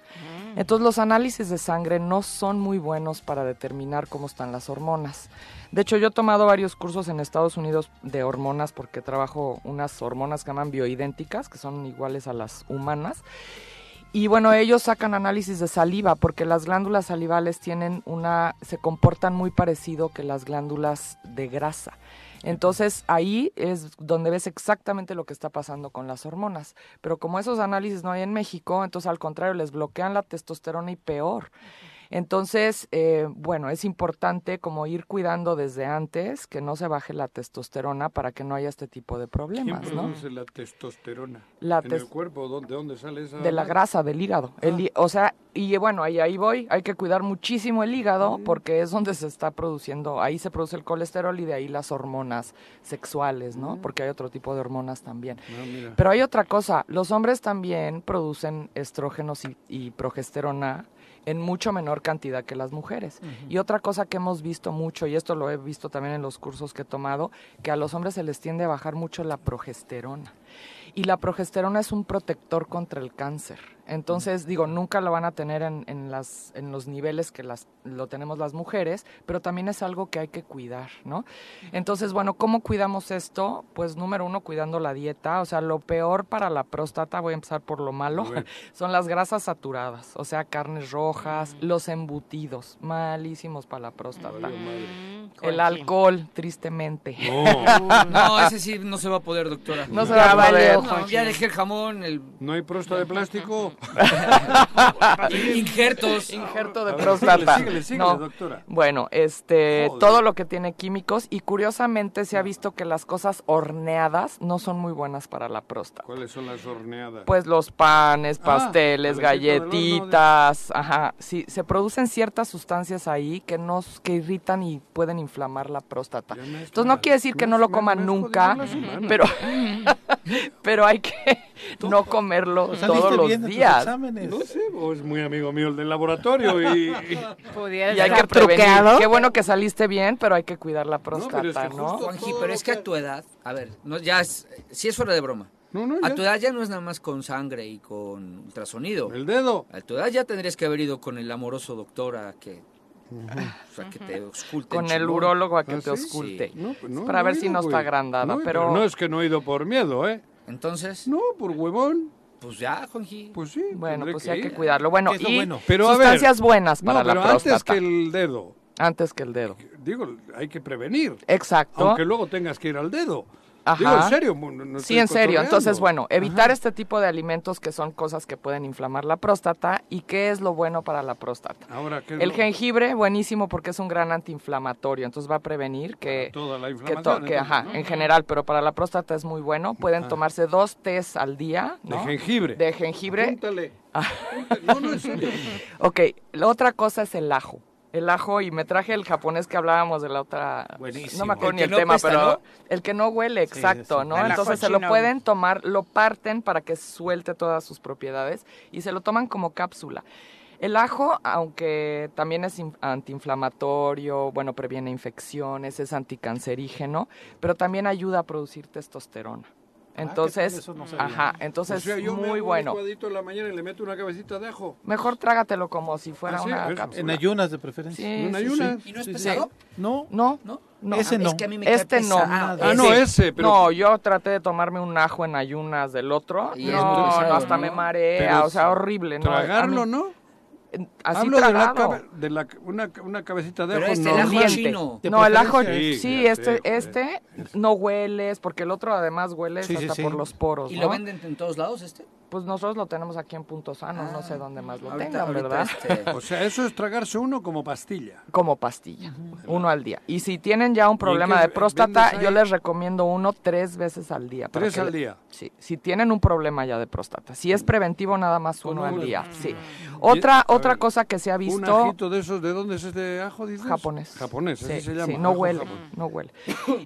[SPEAKER 11] Entonces, los análisis de sangre no son muy buenos para determinar cómo están las hormonas. De hecho, yo he tomado varios cursos en Estados Unidos de hormonas porque trabajo unas hormonas que llaman bioidénticas, que son iguales a las humanas. Y bueno, ellos sacan análisis de saliva porque las glándulas salivales tienen una se comportan muy parecido que las glándulas de grasa. Entonces ahí es donde ves exactamente lo que está pasando con las hormonas. Pero como esos análisis no hay en México, entonces al contrario les bloquean la testosterona y peor. Entonces, eh, bueno, es importante como ir cuidando desde antes que no se baje la testosterona para que no haya este tipo de
[SPEAKER 2] ¿Quién
[SPEAKER 11] problemas, ¿no?
[SPEAKER 2] produce la testosterona?
[SPEAKER 11] La
[SPEAKER 2] ¿En
[SPEAKER 11] tes-
[SPEAKER 2] el cuerpo? ¿Dó- ¿De dónde sale esa?
[SPEAKER 11] De la grasa, del hígado. El hí- o sea, y bueno, ahí, ahí voy. Hay que cuidar muchísimo el hígado porque es donde se está produciendo, ahí se produce el colesterol y de ahí las hormonas sexuales, ¿no? Porque hay otro tipo de hormonas también.
[SPEAKER 2] Ah, mira.
[SPEAKER 11] Pero hay otra cosa, los hombres también producen estrógenos y, y progesterona en mucho menor cantidad que las mujeres. Y otra cosa que hemos visto mucho, y esto lo he visto también en los cursos que he tomado, que a los hombres se les tiende a bajar mucho la progesterona. Y la progesterona es un protector contra el cáncer. Entonces, digo, nunca lo van a tener en, en las, en los niveles que las, lo tenemos las mujeres, pero también es algo que hay que cuidar, ¿no? Entonces, bueno, ¿cómo cuidamos esto? Pues número uno, cuidando la dieta. O sea, lo peor para la próstata, voy a empezar por lo malo,
[SPEAKER 12] A ver.
[SPEAKER 11] son las grasas saturadas, o sea, carnes rojas, los embutidos, malísimos para la próstata. El
[SPEAKER 4] Jorge.
[SPEAKER 11] alcohol, tristemente.
[SPEAKER 4] No, ese sí no se va a poder, doctora.
[SPEAKER 11] No se va a poder,
[SPEAKER 4] No,
[SPEAKER 11] Joaquín.
[SPEAKER 4] ya dejé el jamón, el...
[SPEAKER 2] ¿No hay próstata de plástico?
[SPEAKER 4] Injertos.
[SPEAKER 11] Injerto de
[SPEAKER 4] A ver,
[SPEAKER 11] próstata.
[SPEAKER 4] síguele, síguele, síguele,
[SPEAKER 11] No.
[SPEAKER 4] doctora.
[SPEAKER 11] Bueno, este,
[SPEAKER 4] Joder.
[SPEAKER 11] todo lo que tiene químicos y curiosamente se ha visto que las cosas horneadas no son muy buenas para la próstata.
[SPEAKER 2] ¿Cuáles son las horneadas?
[SPEAKER 11] Pues los panes,
[SPEAKER 2] Ah,
[SPEAKER 11] pasteles,
[SPEAKER 2] parecito del horno de-
[SPEAKER 11] galletitas, ajá, sí, se producen ciertas sustancias ahí que nos que irritan y pueden inflamar la próstata. Entonces no quiere decir que no lo coman nunca, pero pero hay que no comerlo todos los días.
[SPEAKER 2] No sé, o es muy amigo mío el del laboratorio y...
[SPEAKER 1] Pudiera
[SPEAKER 11] Y hay que
[SPEAKER 1] estar
[SPEAKER 11] prevenir.
[SPEAKER 1] truqueado.
[SPEAKER 11] Qué bueno que saliste bien, pero hay que cuidar la próstata, ¿no?
[SPEAKER 4] Juanji, pero es que a tu edad, a ver, no, ya es, sí es fuera de broma.
[SPEAKER 2] ya.
[SPEAKER 4] a tu edad ya no es nada más con sangre y con ultrasonido.
[SPEAKER 2] El dedo.
[SPEAKER 4] A tu edad ya tendrías que haber ido con el amoroso doctor a que, o sea, que te ausculte.
[SPEAKER 11] Con el urólogo a que
[SPEAKER 2] Ah,
[SPEAKER 11] te ausculte.
[SPEAKER 2] pues
[SPEAKER 11] para ver si no está agrandada,
[SPEAKER 2] No,
[SPEAKER 11] pero...
[SPEAKER 2] No es que no he ido por miedo, ¿eh?
[SPEAKER 4] Entonces...
[SPEAKER 2] No, por huevón.
[SPEAKER 4] Pues ya, Juanji.
[SPEAKER 2] Pues sí.
[SPEAKER 11] Bueno,
[SPEAKER 2] tendré
[SPEAKER 11] pues sí hay que
[SPEAKER 2] ir.
[SPEAKER 11] cuidarlo. Bueno, y
[SPEAKER 2] Pero, a ver,
[SPEAKER 11] sustancias buenas para
[SPEAKER 2] no, pero
[SPEAKER 11] la próstata.
[SPEAKER 2] antes que el dedo.
[SPEAKER 11] Antes que el dedo.
[SPEAKER 2] Digo, hay que prevenir.
[SPEAKER 11] Exacto.
[SPEAKER 2] Aunque luego tengas que ir al dedo.
[SPEAKER 11] Ajá.
[SPEAKER 2] Digo, en serio. no- no
[SPEAKER 11] sí,
[SPEAKER 2] estoy
[SPEAKER 11] en serio.
[SPEAKER 2] cotorreando. Ah,
[SPEAKER 11] Entonces, bueno, evitar este tipo de alimentos que son cosas que pueden inflamar la próstata. ¿Y qué es lo bueno para la próstata?
[SPEAKER 2] Ahora, Ah, ¿qué es
[SPEAKER 11] El
[SPEAKER 2] lo-
[SPEAKER 11] jengibre, buenísimo porque es un gran antiinflamatorio, entonces va a prevenir que...
[SPEAKER 2] Toda la
[SPEAKER 11] que
[SPEAKER 2] inflamación.
[SPEAKER 11] to- que,
[SPEAKER 2] entonces,
[SPEAKER 11] ajá,
[SPEAKER 2] ¿no?
[SPEAKER 11] en general, pero para la próstata es muy bueno. Pueden
[SPEAKER 2] Ah.
[SPEAKER 11] tomarse dos tés al día.
[SPEAKER 2] De
[SPEAKER 11] ¿no?
[SPEAKER 2] jengibre.
[SPEAKER 11] De jengibre.
[SPEAKER 2] Apúntale.
[SPEAKER 11] Ah.
[SPEAKER 2] No, no, en serio.
[SPEAKER 11] ok, la otra cosa es el ajo. El ajo, y me traje el japonés que hablábamos de la otra.
[SPEAKER 8] Buenísimo.
[SPEAKER 11] No me acuerdo
[SPEAKER 8] El
[SPEAKER 11] ni
[SPEAKER 8] que
[SPEAKER 11] el
[SPEAKER 8] no
[SPEAKER 11] tema,
[SPEAKER 8] apesta,
[SPEAKER 11] pero
[SPEAKER 8] ¿no?
[SPEAKER 11] el que no huele,
[SPEAKER 8] Sí,
[SPEAKER 11] exacto,
[SPEAKER 8] sí.
[SPEAKER 11] ¿no?
[SPEAKER 8] El ajo
[SPEAKER 11] Entonces se lo
[SPEAKER 8] chino.
[SPEAKER 11] pueden tomar, lo parten para que suelte todas sus propiedades y se lo toman como cápsula. El ajo, aunque también es in- antiinflamatorio, bueno, previene infecciones, es anticancerígeno, pero también ayuda a producir testosterona.
[SPEAKER 2] Ah, ¿qué tal?
[SPEAKER 11] Entonces,
[SPEAKER 2] Eso no sabía.
[SPEAKER 11] ajá, entonces
[SPEAKER 2] O sea, yo me
[SPEAKER 11] muy
[SPEAKER 2] hago
[SPEAKER 11] bueno.
[SPEAKER 2] Un licuadito en la mañana y le meto una cabecita de ajo.
[SPEAKER 11] Mejor trágatelo como si fuera
[SPEAKER 2] Ah, sí,
[SPEAKER 11] una
[SPEAKER 2] eso.
[SPEAKER 11] cápsula.
[SPEAKER 3] En ayunas de preferencia.
[SPEAKER 11] Sí,
[SPEAKER 3] En
[SPEAKER 11] sí,
[SPEAKER 3] ayunas.
[SPEAKER 11] sí.
[SPEAKER 3] ¿Y no es
[SPEAKER 11] Sí, sí.
[SPEAKER 3] pesado? No.
[SPEAKER 11] No.
[SPEAKER 4] No.
[SPEAKER 11] No.
[SPEAKER 3] Ese no.
[SPEAKER 4] Es que a mí me cae
[SPEAKER 11] este no.
[SPEAKER 4] pesado.
[SPEAKER 2] Ah, no, ese, pero-
[SPEAKER 11] No, yo traté de tomarme un ajo en ayunas del otro.
[SPEAKER 4] Y
[SPEAKER 11] no,
[SPEAKER 4] es muy pesado,
[SPEAKER 11] no, hasta
[SPEAKER 4] ¿no?
[SPEAKER 11] me marea,
[SPEAKER 2] Pero
[SPEAKER 11] o sea, horrible. No,
[SPEAKER 2] tragarlo,
[SPEAKER 11] A mí-
[SPEAKER 2] ¿no?
[SPEAKER 11] Eh, Así
[SPEAKER 2] Hablo de,
[SPEAKER 11] tragado.
[SPEAKER 2] la cabe- de la, una, una cabecita de
[SPEAKER 4] Pero
[SPEAKER 2] ajo.
[SPEAKER 4] este, el ajo
[SPEAKER 2] normal.
[SPEAKER 4] chino.
[SPEAKER 11] No, el ajo, sí,
[SPEAKER 2] Sí, ya sé,
[SPEAKER 11] este,
[SPEAKER 2] joder.
[SPEAKER 11] este no hueles, porque el otro además hueles
[SPEAKER 4] Sí, sí,
[SPEAKER 11] hasta
[SPEAKER 4] sí.
[SPEAKER 11] por los poros,
[SPEAKER 4] ¿Y lo
[SPEAKER 11] ¿no?
[SPEAKER 4] venden en todos lados este? Ah,
[SPEAKER 11] Pues nosotros lo tenemos aquí en Punto Sano, no sé dónde más lo tengan, ¿verdad?
[SPEAKER 4] este,
[SPEAKER 2] O sea, eso es tragarse uno como pastilla.
[SPEAKER 11] Como pastilla, uno al día. Y si tienen ya un problema
[SPEAKER 2] qué
[SPEAKER 11] de
[SPEAKER 2] ve-
[SPEAKER 11] próstata,
[SPEAKER 2] eh, vendes
[SPEAKER 11] yo
[SPEAKER 2] ahí?
[SPEAKER 11] les recomiendo uno tres veces al día. para
[SPEAKER 2] Tres
[SPEAKER 11] que
[SPEAKER 2] al
[SPEAKER 11] le-
[SPEAKER 2] día. Mm.
[SPEAKER 11] Sí, si tienen un problema ya de próstata. Si es preventivo, nada más uno al
[SPEAKER 2] uno.
[SPEAKER 11] día. Sí.
[SPEAKER 2] Y-
[SPEAKER 11] Otra,
[SPEAKER 2] a
[SPEAKER 11] otra
[SPEAKER 2] ver,
[SPEAKER 11] cosa que se ha
[SPEAKER 2] Un
[SPEAKER 11] visto...
[SPEAKER 2] ajito de esos, ¿de dónde es este ajo, dices?
[SPEAKER 11] Japonés.
[SPEAKER 2] Japonés, así
[SPEAKER 11] Sí,
[SPEAKER 2] se llama.
[SPEAKER 11] sí, no
[SPEAKER 2] ajo
[SPEAKER 11] huele,
[SPEAKER 2] japonés.
[SPEAKER 11] no huele.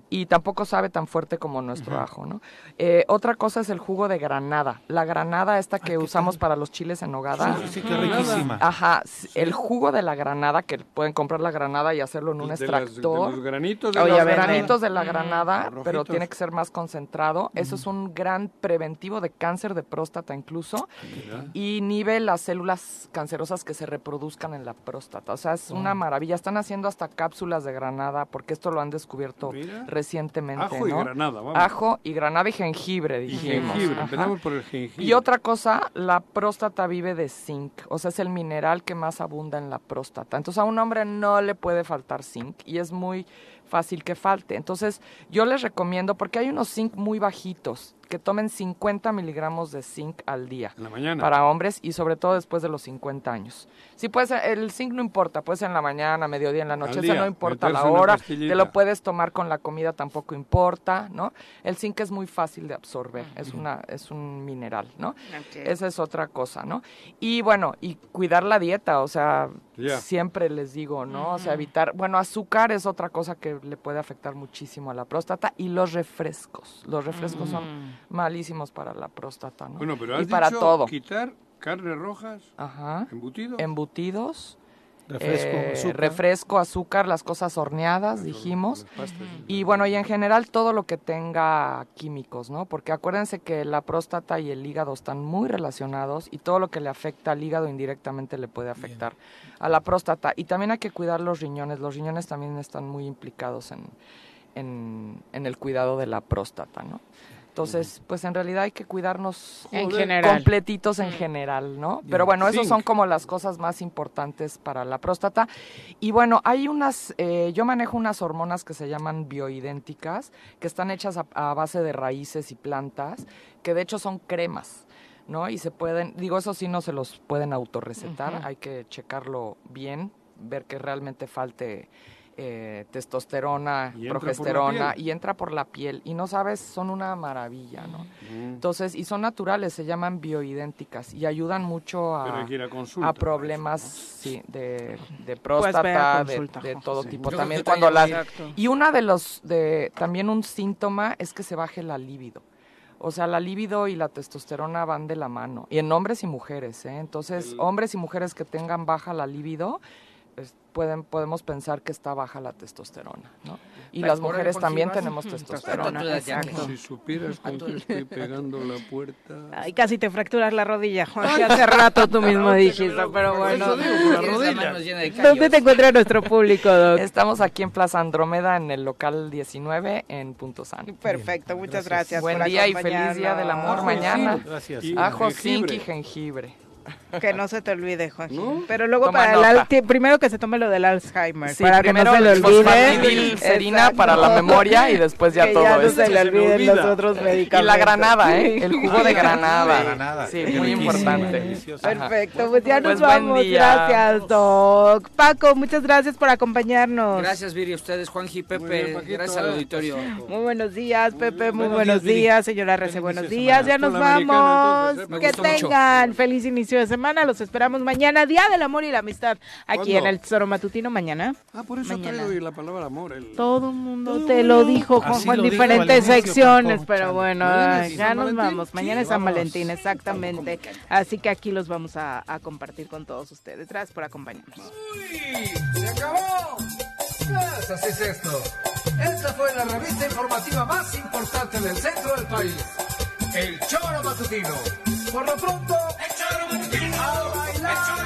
[SPEAKER 11] Y tampoco sabe tan fuerte como nuestro
[SPEAKER 2] Ajá.
[SPEAKER 11] ajo, ¿no? Eh, otra cosa es el jugo de granada. La granada esta que usamos para los chiles en nogada.
[SPEAKER 3] Sí, sí, qué riquísima.
[SPEAKER 11] Ajá, s- el jugo de la granada, que pueden comprar la granada y hacerlo en un
[SPEAKER 2] Pues De las- de
[SPEAKER 11] extractor.
[SPEAKER 2] los granitos de
[SPEAKER 11] Oye,
[SPEAKER 2] la
[SPEAKER 11] los
[SPEAKER 2] granada.
[SPEAKER 11] granitos de la
[SPEAKER 2] Ujú.
[SPEAKER 11] granada,
[SPEAKER 2] Los
[SPEAKER 11] pero
[SPEAKER 2] rojitos.
[SPEAKER 11] tiene que ser más concentrado. Eso es un gran preventivo de cáncer de próstata incluso
[SPEAKER 2] Mira.
[SPEAKER 11] y inhibe las células cancerosas que se reproduzcan en la próstata. O sea, es
[SPEAKER 2] Oh.
[SPEAKER 11] una maravilla. Están haciendo hasta cápsulas de granada porque esto lo han descubierto recientemente.
[SPEAKER 2] Ajo y
[SPEAKER 11] ¿no?
[SPEAKER 2] granada, vamos.
[SPEAKER 11] Ajo y granada y jengibre, dijimos.
[SPEAKER 2] jengibre,
[SPEAKER 11] Ajá.
[SPEAKER 2] empezamos por el jengibre.
[SPEAKER 11] Y otra cosa, la próstata vive de zinc, o sea, es el mineral que más abunda en la próstata. Entonces a un hombre no le puede faltar zinc y es muy fácil que falte. Entonces, yo les recomiendo, porque hay unos zinc muy bajitos, que tomen 50 miligramos de zinc al día.
[SPEAKER 2] En la mañana.
[SPEAKER 11] Para hombres y sobre todo después de los 50 años. Sí, pues el zinc no importa, pues en la mañana, mediodía, en la noche,
[SPEAKER 2] Al
[SPEAKER 11] eso
[SPEAKER 2] día,
[SPEAKER 11] no importa la
[SPEAKER 2] meterse una
[SPEAKER 11] hora,
[SPEAKER 2] pastillita.
[SPEAKER 11] te lo puedes tomar con la comida, tampoco importa, ¿no? El zinc es muy fácil de absorber, es,
[SPEAKER 12] Ujú.
[SPEAKER 11] una, es un mineral, ¿no?
[SPEAKER 12] Ok.
[SPEAKER 11] Esa es otra cosa, ¿no? Y bueno, y cuidar la dieta, o sea,
[SPEAKER 12] Ya.
[SPEAKER 11] siempre les digo, ¿no? O sea, evitar, bueno, azúcar es otra cosa que le puede afectar muchísimo a la próstata y los refrescos. Los refrescos son malísimos para la próstata, ¿no?
[SPEAKER 2] Mm. Bueno, pero
[SPEAKER 11] y
[SPEAKER 2] has
[SPEAKER 11] para
[SPEAKER 2] dicho
[SPEAKER 11] todo.
[SPEAKER 2] quitar carnes rojas,
[SPEAKER 11] Ajá.
[SPEAKER 2] embutidos.
[SPEAKER 11] Embutidos. Eh,
[SPEAKER 2] Refresco, azúcar.
[SPEAKER 11] refresco, azúcar, las cosas horneadas, dijimos. Y bueno, y en general todo lo que tenga químicos, ¿no? Porque acuérdense que la próstata y el hígado están muy relacionados y todo lo que le afecta al hígado indirectamente le puede afectar a la próstata. Y también hay que cuidar los riñones. Los riñones también están muy implicados en, en, en el cuidado de la próstata, ¿no? Entonces, pues en realidad hay que cuidarnos
[SPEAKER 12] En
[SPEAKER 11] Joder.
[SPEAKER 12] general.
[SPEAKER 11] completitos en general, ¿no?
[SPEAKER 12] Ya.
[SPEAKER 11] Pero bueno, esas
[SPEAKER 12] Zinc.
[SPEAKER 11] son como las cosas más importantes para la próstata. Y bueno, hay unas, eh, yo manejo unas hormonas que se llaman bioidénticas, que están hechas a, a base de raíces y plantas, que de hecho son cremas, ¿no? Y se pueden, digo, eso sí no se los pueden autorrecetar,
[SPEAKER 12] Ujú.
[SPEAKER 11] hay que checarlo bien, ver que realmente falte eh, testosterona,
[SPEAKER 12] Y entra por la
[SPEAKER 11] progesterona,
[SPEAKER 12] piel.
[SPEAKER 11] y entra por la piel. Y no sabes, son una maravilla, ¿no?
[SPEAKER 4] Mm.
[SPEAKER 11] Entonces, y son naturales, se llaman bioidénticas y ayudan mucho
[SPEAKER 2] Pero hay
[SPEAKER 11] a,
[SPEAKER 2] que ir a consulta
[SPEAKER 11] a problemas sí, de,
[SPEAKER 12] Pues ve a
[SPEAKER 11] de próstata, de-
[SPEAKER 12] consulta,
[SPEAKER 11] de,
[SPEAKER 12] José.
[SPEAKER 11] todo
[SPEAKER 12] Sí.
[SPEAKER 11] tipo.
[SPEAKER 12] Yo
[SPEAKER 11] también
[SPEAKER 12] creo que
[SPEAKER 11] cuando
[SPEAKER 12] ya
[SPEAKER 11] las...
[SPEAKER 12] voy a- Exacto.
[SPEAKER 11] Y una de los, de, también un síntoma es que se baje la libido. O sea, la libido y la testosterona van de la mano. Y en hombres y mujeres, ¿eh? Entonces, hombres y mujeres que tengan baja la libido, es- pueden, podemos pensar que está baja la testosterona, ¿no? Y
[SPEAKER 12] Pues
[SPEAKER 11] las
[SPEAKER 12] por
[SPEAKER 11] mujeres
[SPEAKER 12] algo
[SPEAKER 11] también
[SPEAKER 12] sí vas.
[SPEAKER 11] tenemos
[SPEAKER 12] Ujú.
[SPEAKER 11] testosterona.
[SPEAKER 12] Tú das ya que-
[SPEAKER 11] exacto.
[SPEAKER 2] Si supieras con qué estoy pegando la puerta.
[SPEAKER 12] Ay, casi te fracturas la rodilla, Juan, que hace rato tú mismo dijiste, pero bueno. ¿Dónde te encuentras?
[SPEAKER 11] nuestro público, Doc? Estamos aquí en Plaza Andrómeda, en el local 19, en Punto San.
[SPEAKER 1] Perfecto, muchas gracias.
[SPEAKER 11] Buen
[SPEAKER 1] por
[SPEAKER 11] día y feliz
[SPEAKER 1] acompañarnos.
[SPEAKER 11] Día del Amor mañana.
[SPEAKER 1] Y
[SPEAKER 11] Ajo, zinc
[SPEAKER 1] jengibre.
[SPEAKER 11] y jengibre.
[SPEAKER 1] Que no se te olvide, Juan. Pero luego
[SPEAKER 11] Toma
[SPEAKER 1] para el al-
[SPEAKER 11] nota.
[SPEAKER 1] ti- primero que se tome lo del Alzheimer,
[SPEAKER 11] Sí,
[SPEAKER 1] para que no
[SPEAKER 11] primero
[SPEAKER 1] se le
[SPEAKER 11] el
[SPEAKER 1] olvide.
[SPEAKER 11] fosfatidilcerina para la memoria y después ya
[SPEAKER 1] Que
[SPEAKER 11] todo
[SPEAKER 1] ya no
[SPEAKER 11] eso.
[SPEAKER 1] se le Que se me olviden olvida. los otros
[SPEAKER 11] Y la
[SPEAKER 1] medicamentos.
[SPEAKER 11] granada, ¿eh? El jugo de
[SPEAKER 1] Ay,
[SPEAKER 11] granada.
[SPEAKER 1] la granada.
[SPEAKER 11] Sí,
[SPEAKER 1] Qué
[SPEAKER 11] muy
[SPEAKER 1] riquísimo,
[SPEAKER 11] importante.
[SPEAKER 1] delicioso.
[SPEAKER 11] Ajá.
[SPEAKER 1] Perfecto, pues ya
[SPEAKER 11] Pues,
[SPEAKER 1] nos
[SPEAKER 11] buen
[SPEAKER 1] vamos.
[SPEAKER 11] día.
[SPEAKER 1] Gracias, Doc. Paco, muchas gracias por acompañarnos.
[SPEAKER 4] Gracias, Viri, a ustedes, Juanji,
[SPEAKER 1] bien,
[SPEAKER 4] Pepe.
[SPEAKER 1] Paquito,
[SPEAKER 4] gracias al
[SPEAKER 1] eh.
[SPEAKER 4] auditorio.
[SPEAKER 1] Muy buenos días, Pepe. Muy
[SPEAKER 4] buenos
[SPEAKER 1] buenos
[SPEAKER 4] días, Viri.
[SPEAKER 1] días, señora Rece.
[SPEAKER 4] Feliz
[SPEAKER 1] Buenos
[SPEAKER 4] inicio de
[SPEAKER 1] días, ya
[SPEAKER 4] semana.
[SPEAKER 1] nos
[SPEAKER 4] Fue la americana,
[SPEAKER 1] vamos.
[SPEAKER 4] entonces, me
[SPEAKER 1] Que
[SPEAKER 4] gustó mucho.
[SPEAKER 1] tengan feliz inicio de semana. Los esperamos mañana, Día del Amor y la Amistad, aquí
[SPEAKER 2] ¿Cuándo?
[SPEAKER 1] en el Tesoro Matutino. Mañana.
[SPEAKER 2] Ah, por eso
[SPEAKER 1] Mañana.
[SPEAKER 2] traigo hoy la palabra amor. El...
[SPEAKER 1] Todo el mundo te lo dijo,
[SPEAKER 2] Así
[SPEAKER 1] Juanjo, en
[SPEAKER 2] lo dijo
[SPEAKER 1] diferentes
[SPEAKER 2] Valentín,
[SPEAKER 1] secciones,
[SPEAKER 2] Paco,
[SPEAKER 1] pero
[SPEAKER 2] chale.
[SPEAKER 1] bueno,
[SPEAKER 2] Mañana
[SPEAKER 1] ay,
[SPEAKER 2] es
[SPEAKER 1] ya
[SPEAKER 2] San
[SPEAKER 1] nos
[SPEAKER 2] Valentín.
[SPEAKER 1] vamos.
[SPEAKER 2] Sí,
[SPEAKER 1] Mañana es San
[SPEAKER 2] vámonos.
[SPEAKER 1] Valentín, exactamente. Así que aquí los vamos a, a compartir con todos ustedes. Gracias por acompañarnos.
[SPEAKER 10] ¡Se acabó! Pues así es esto. Esta fue la revista informativa más importante del centro del país. El Choro Matutino. Por lo pronto, ¡El Choro Matutino! ¡A bailar!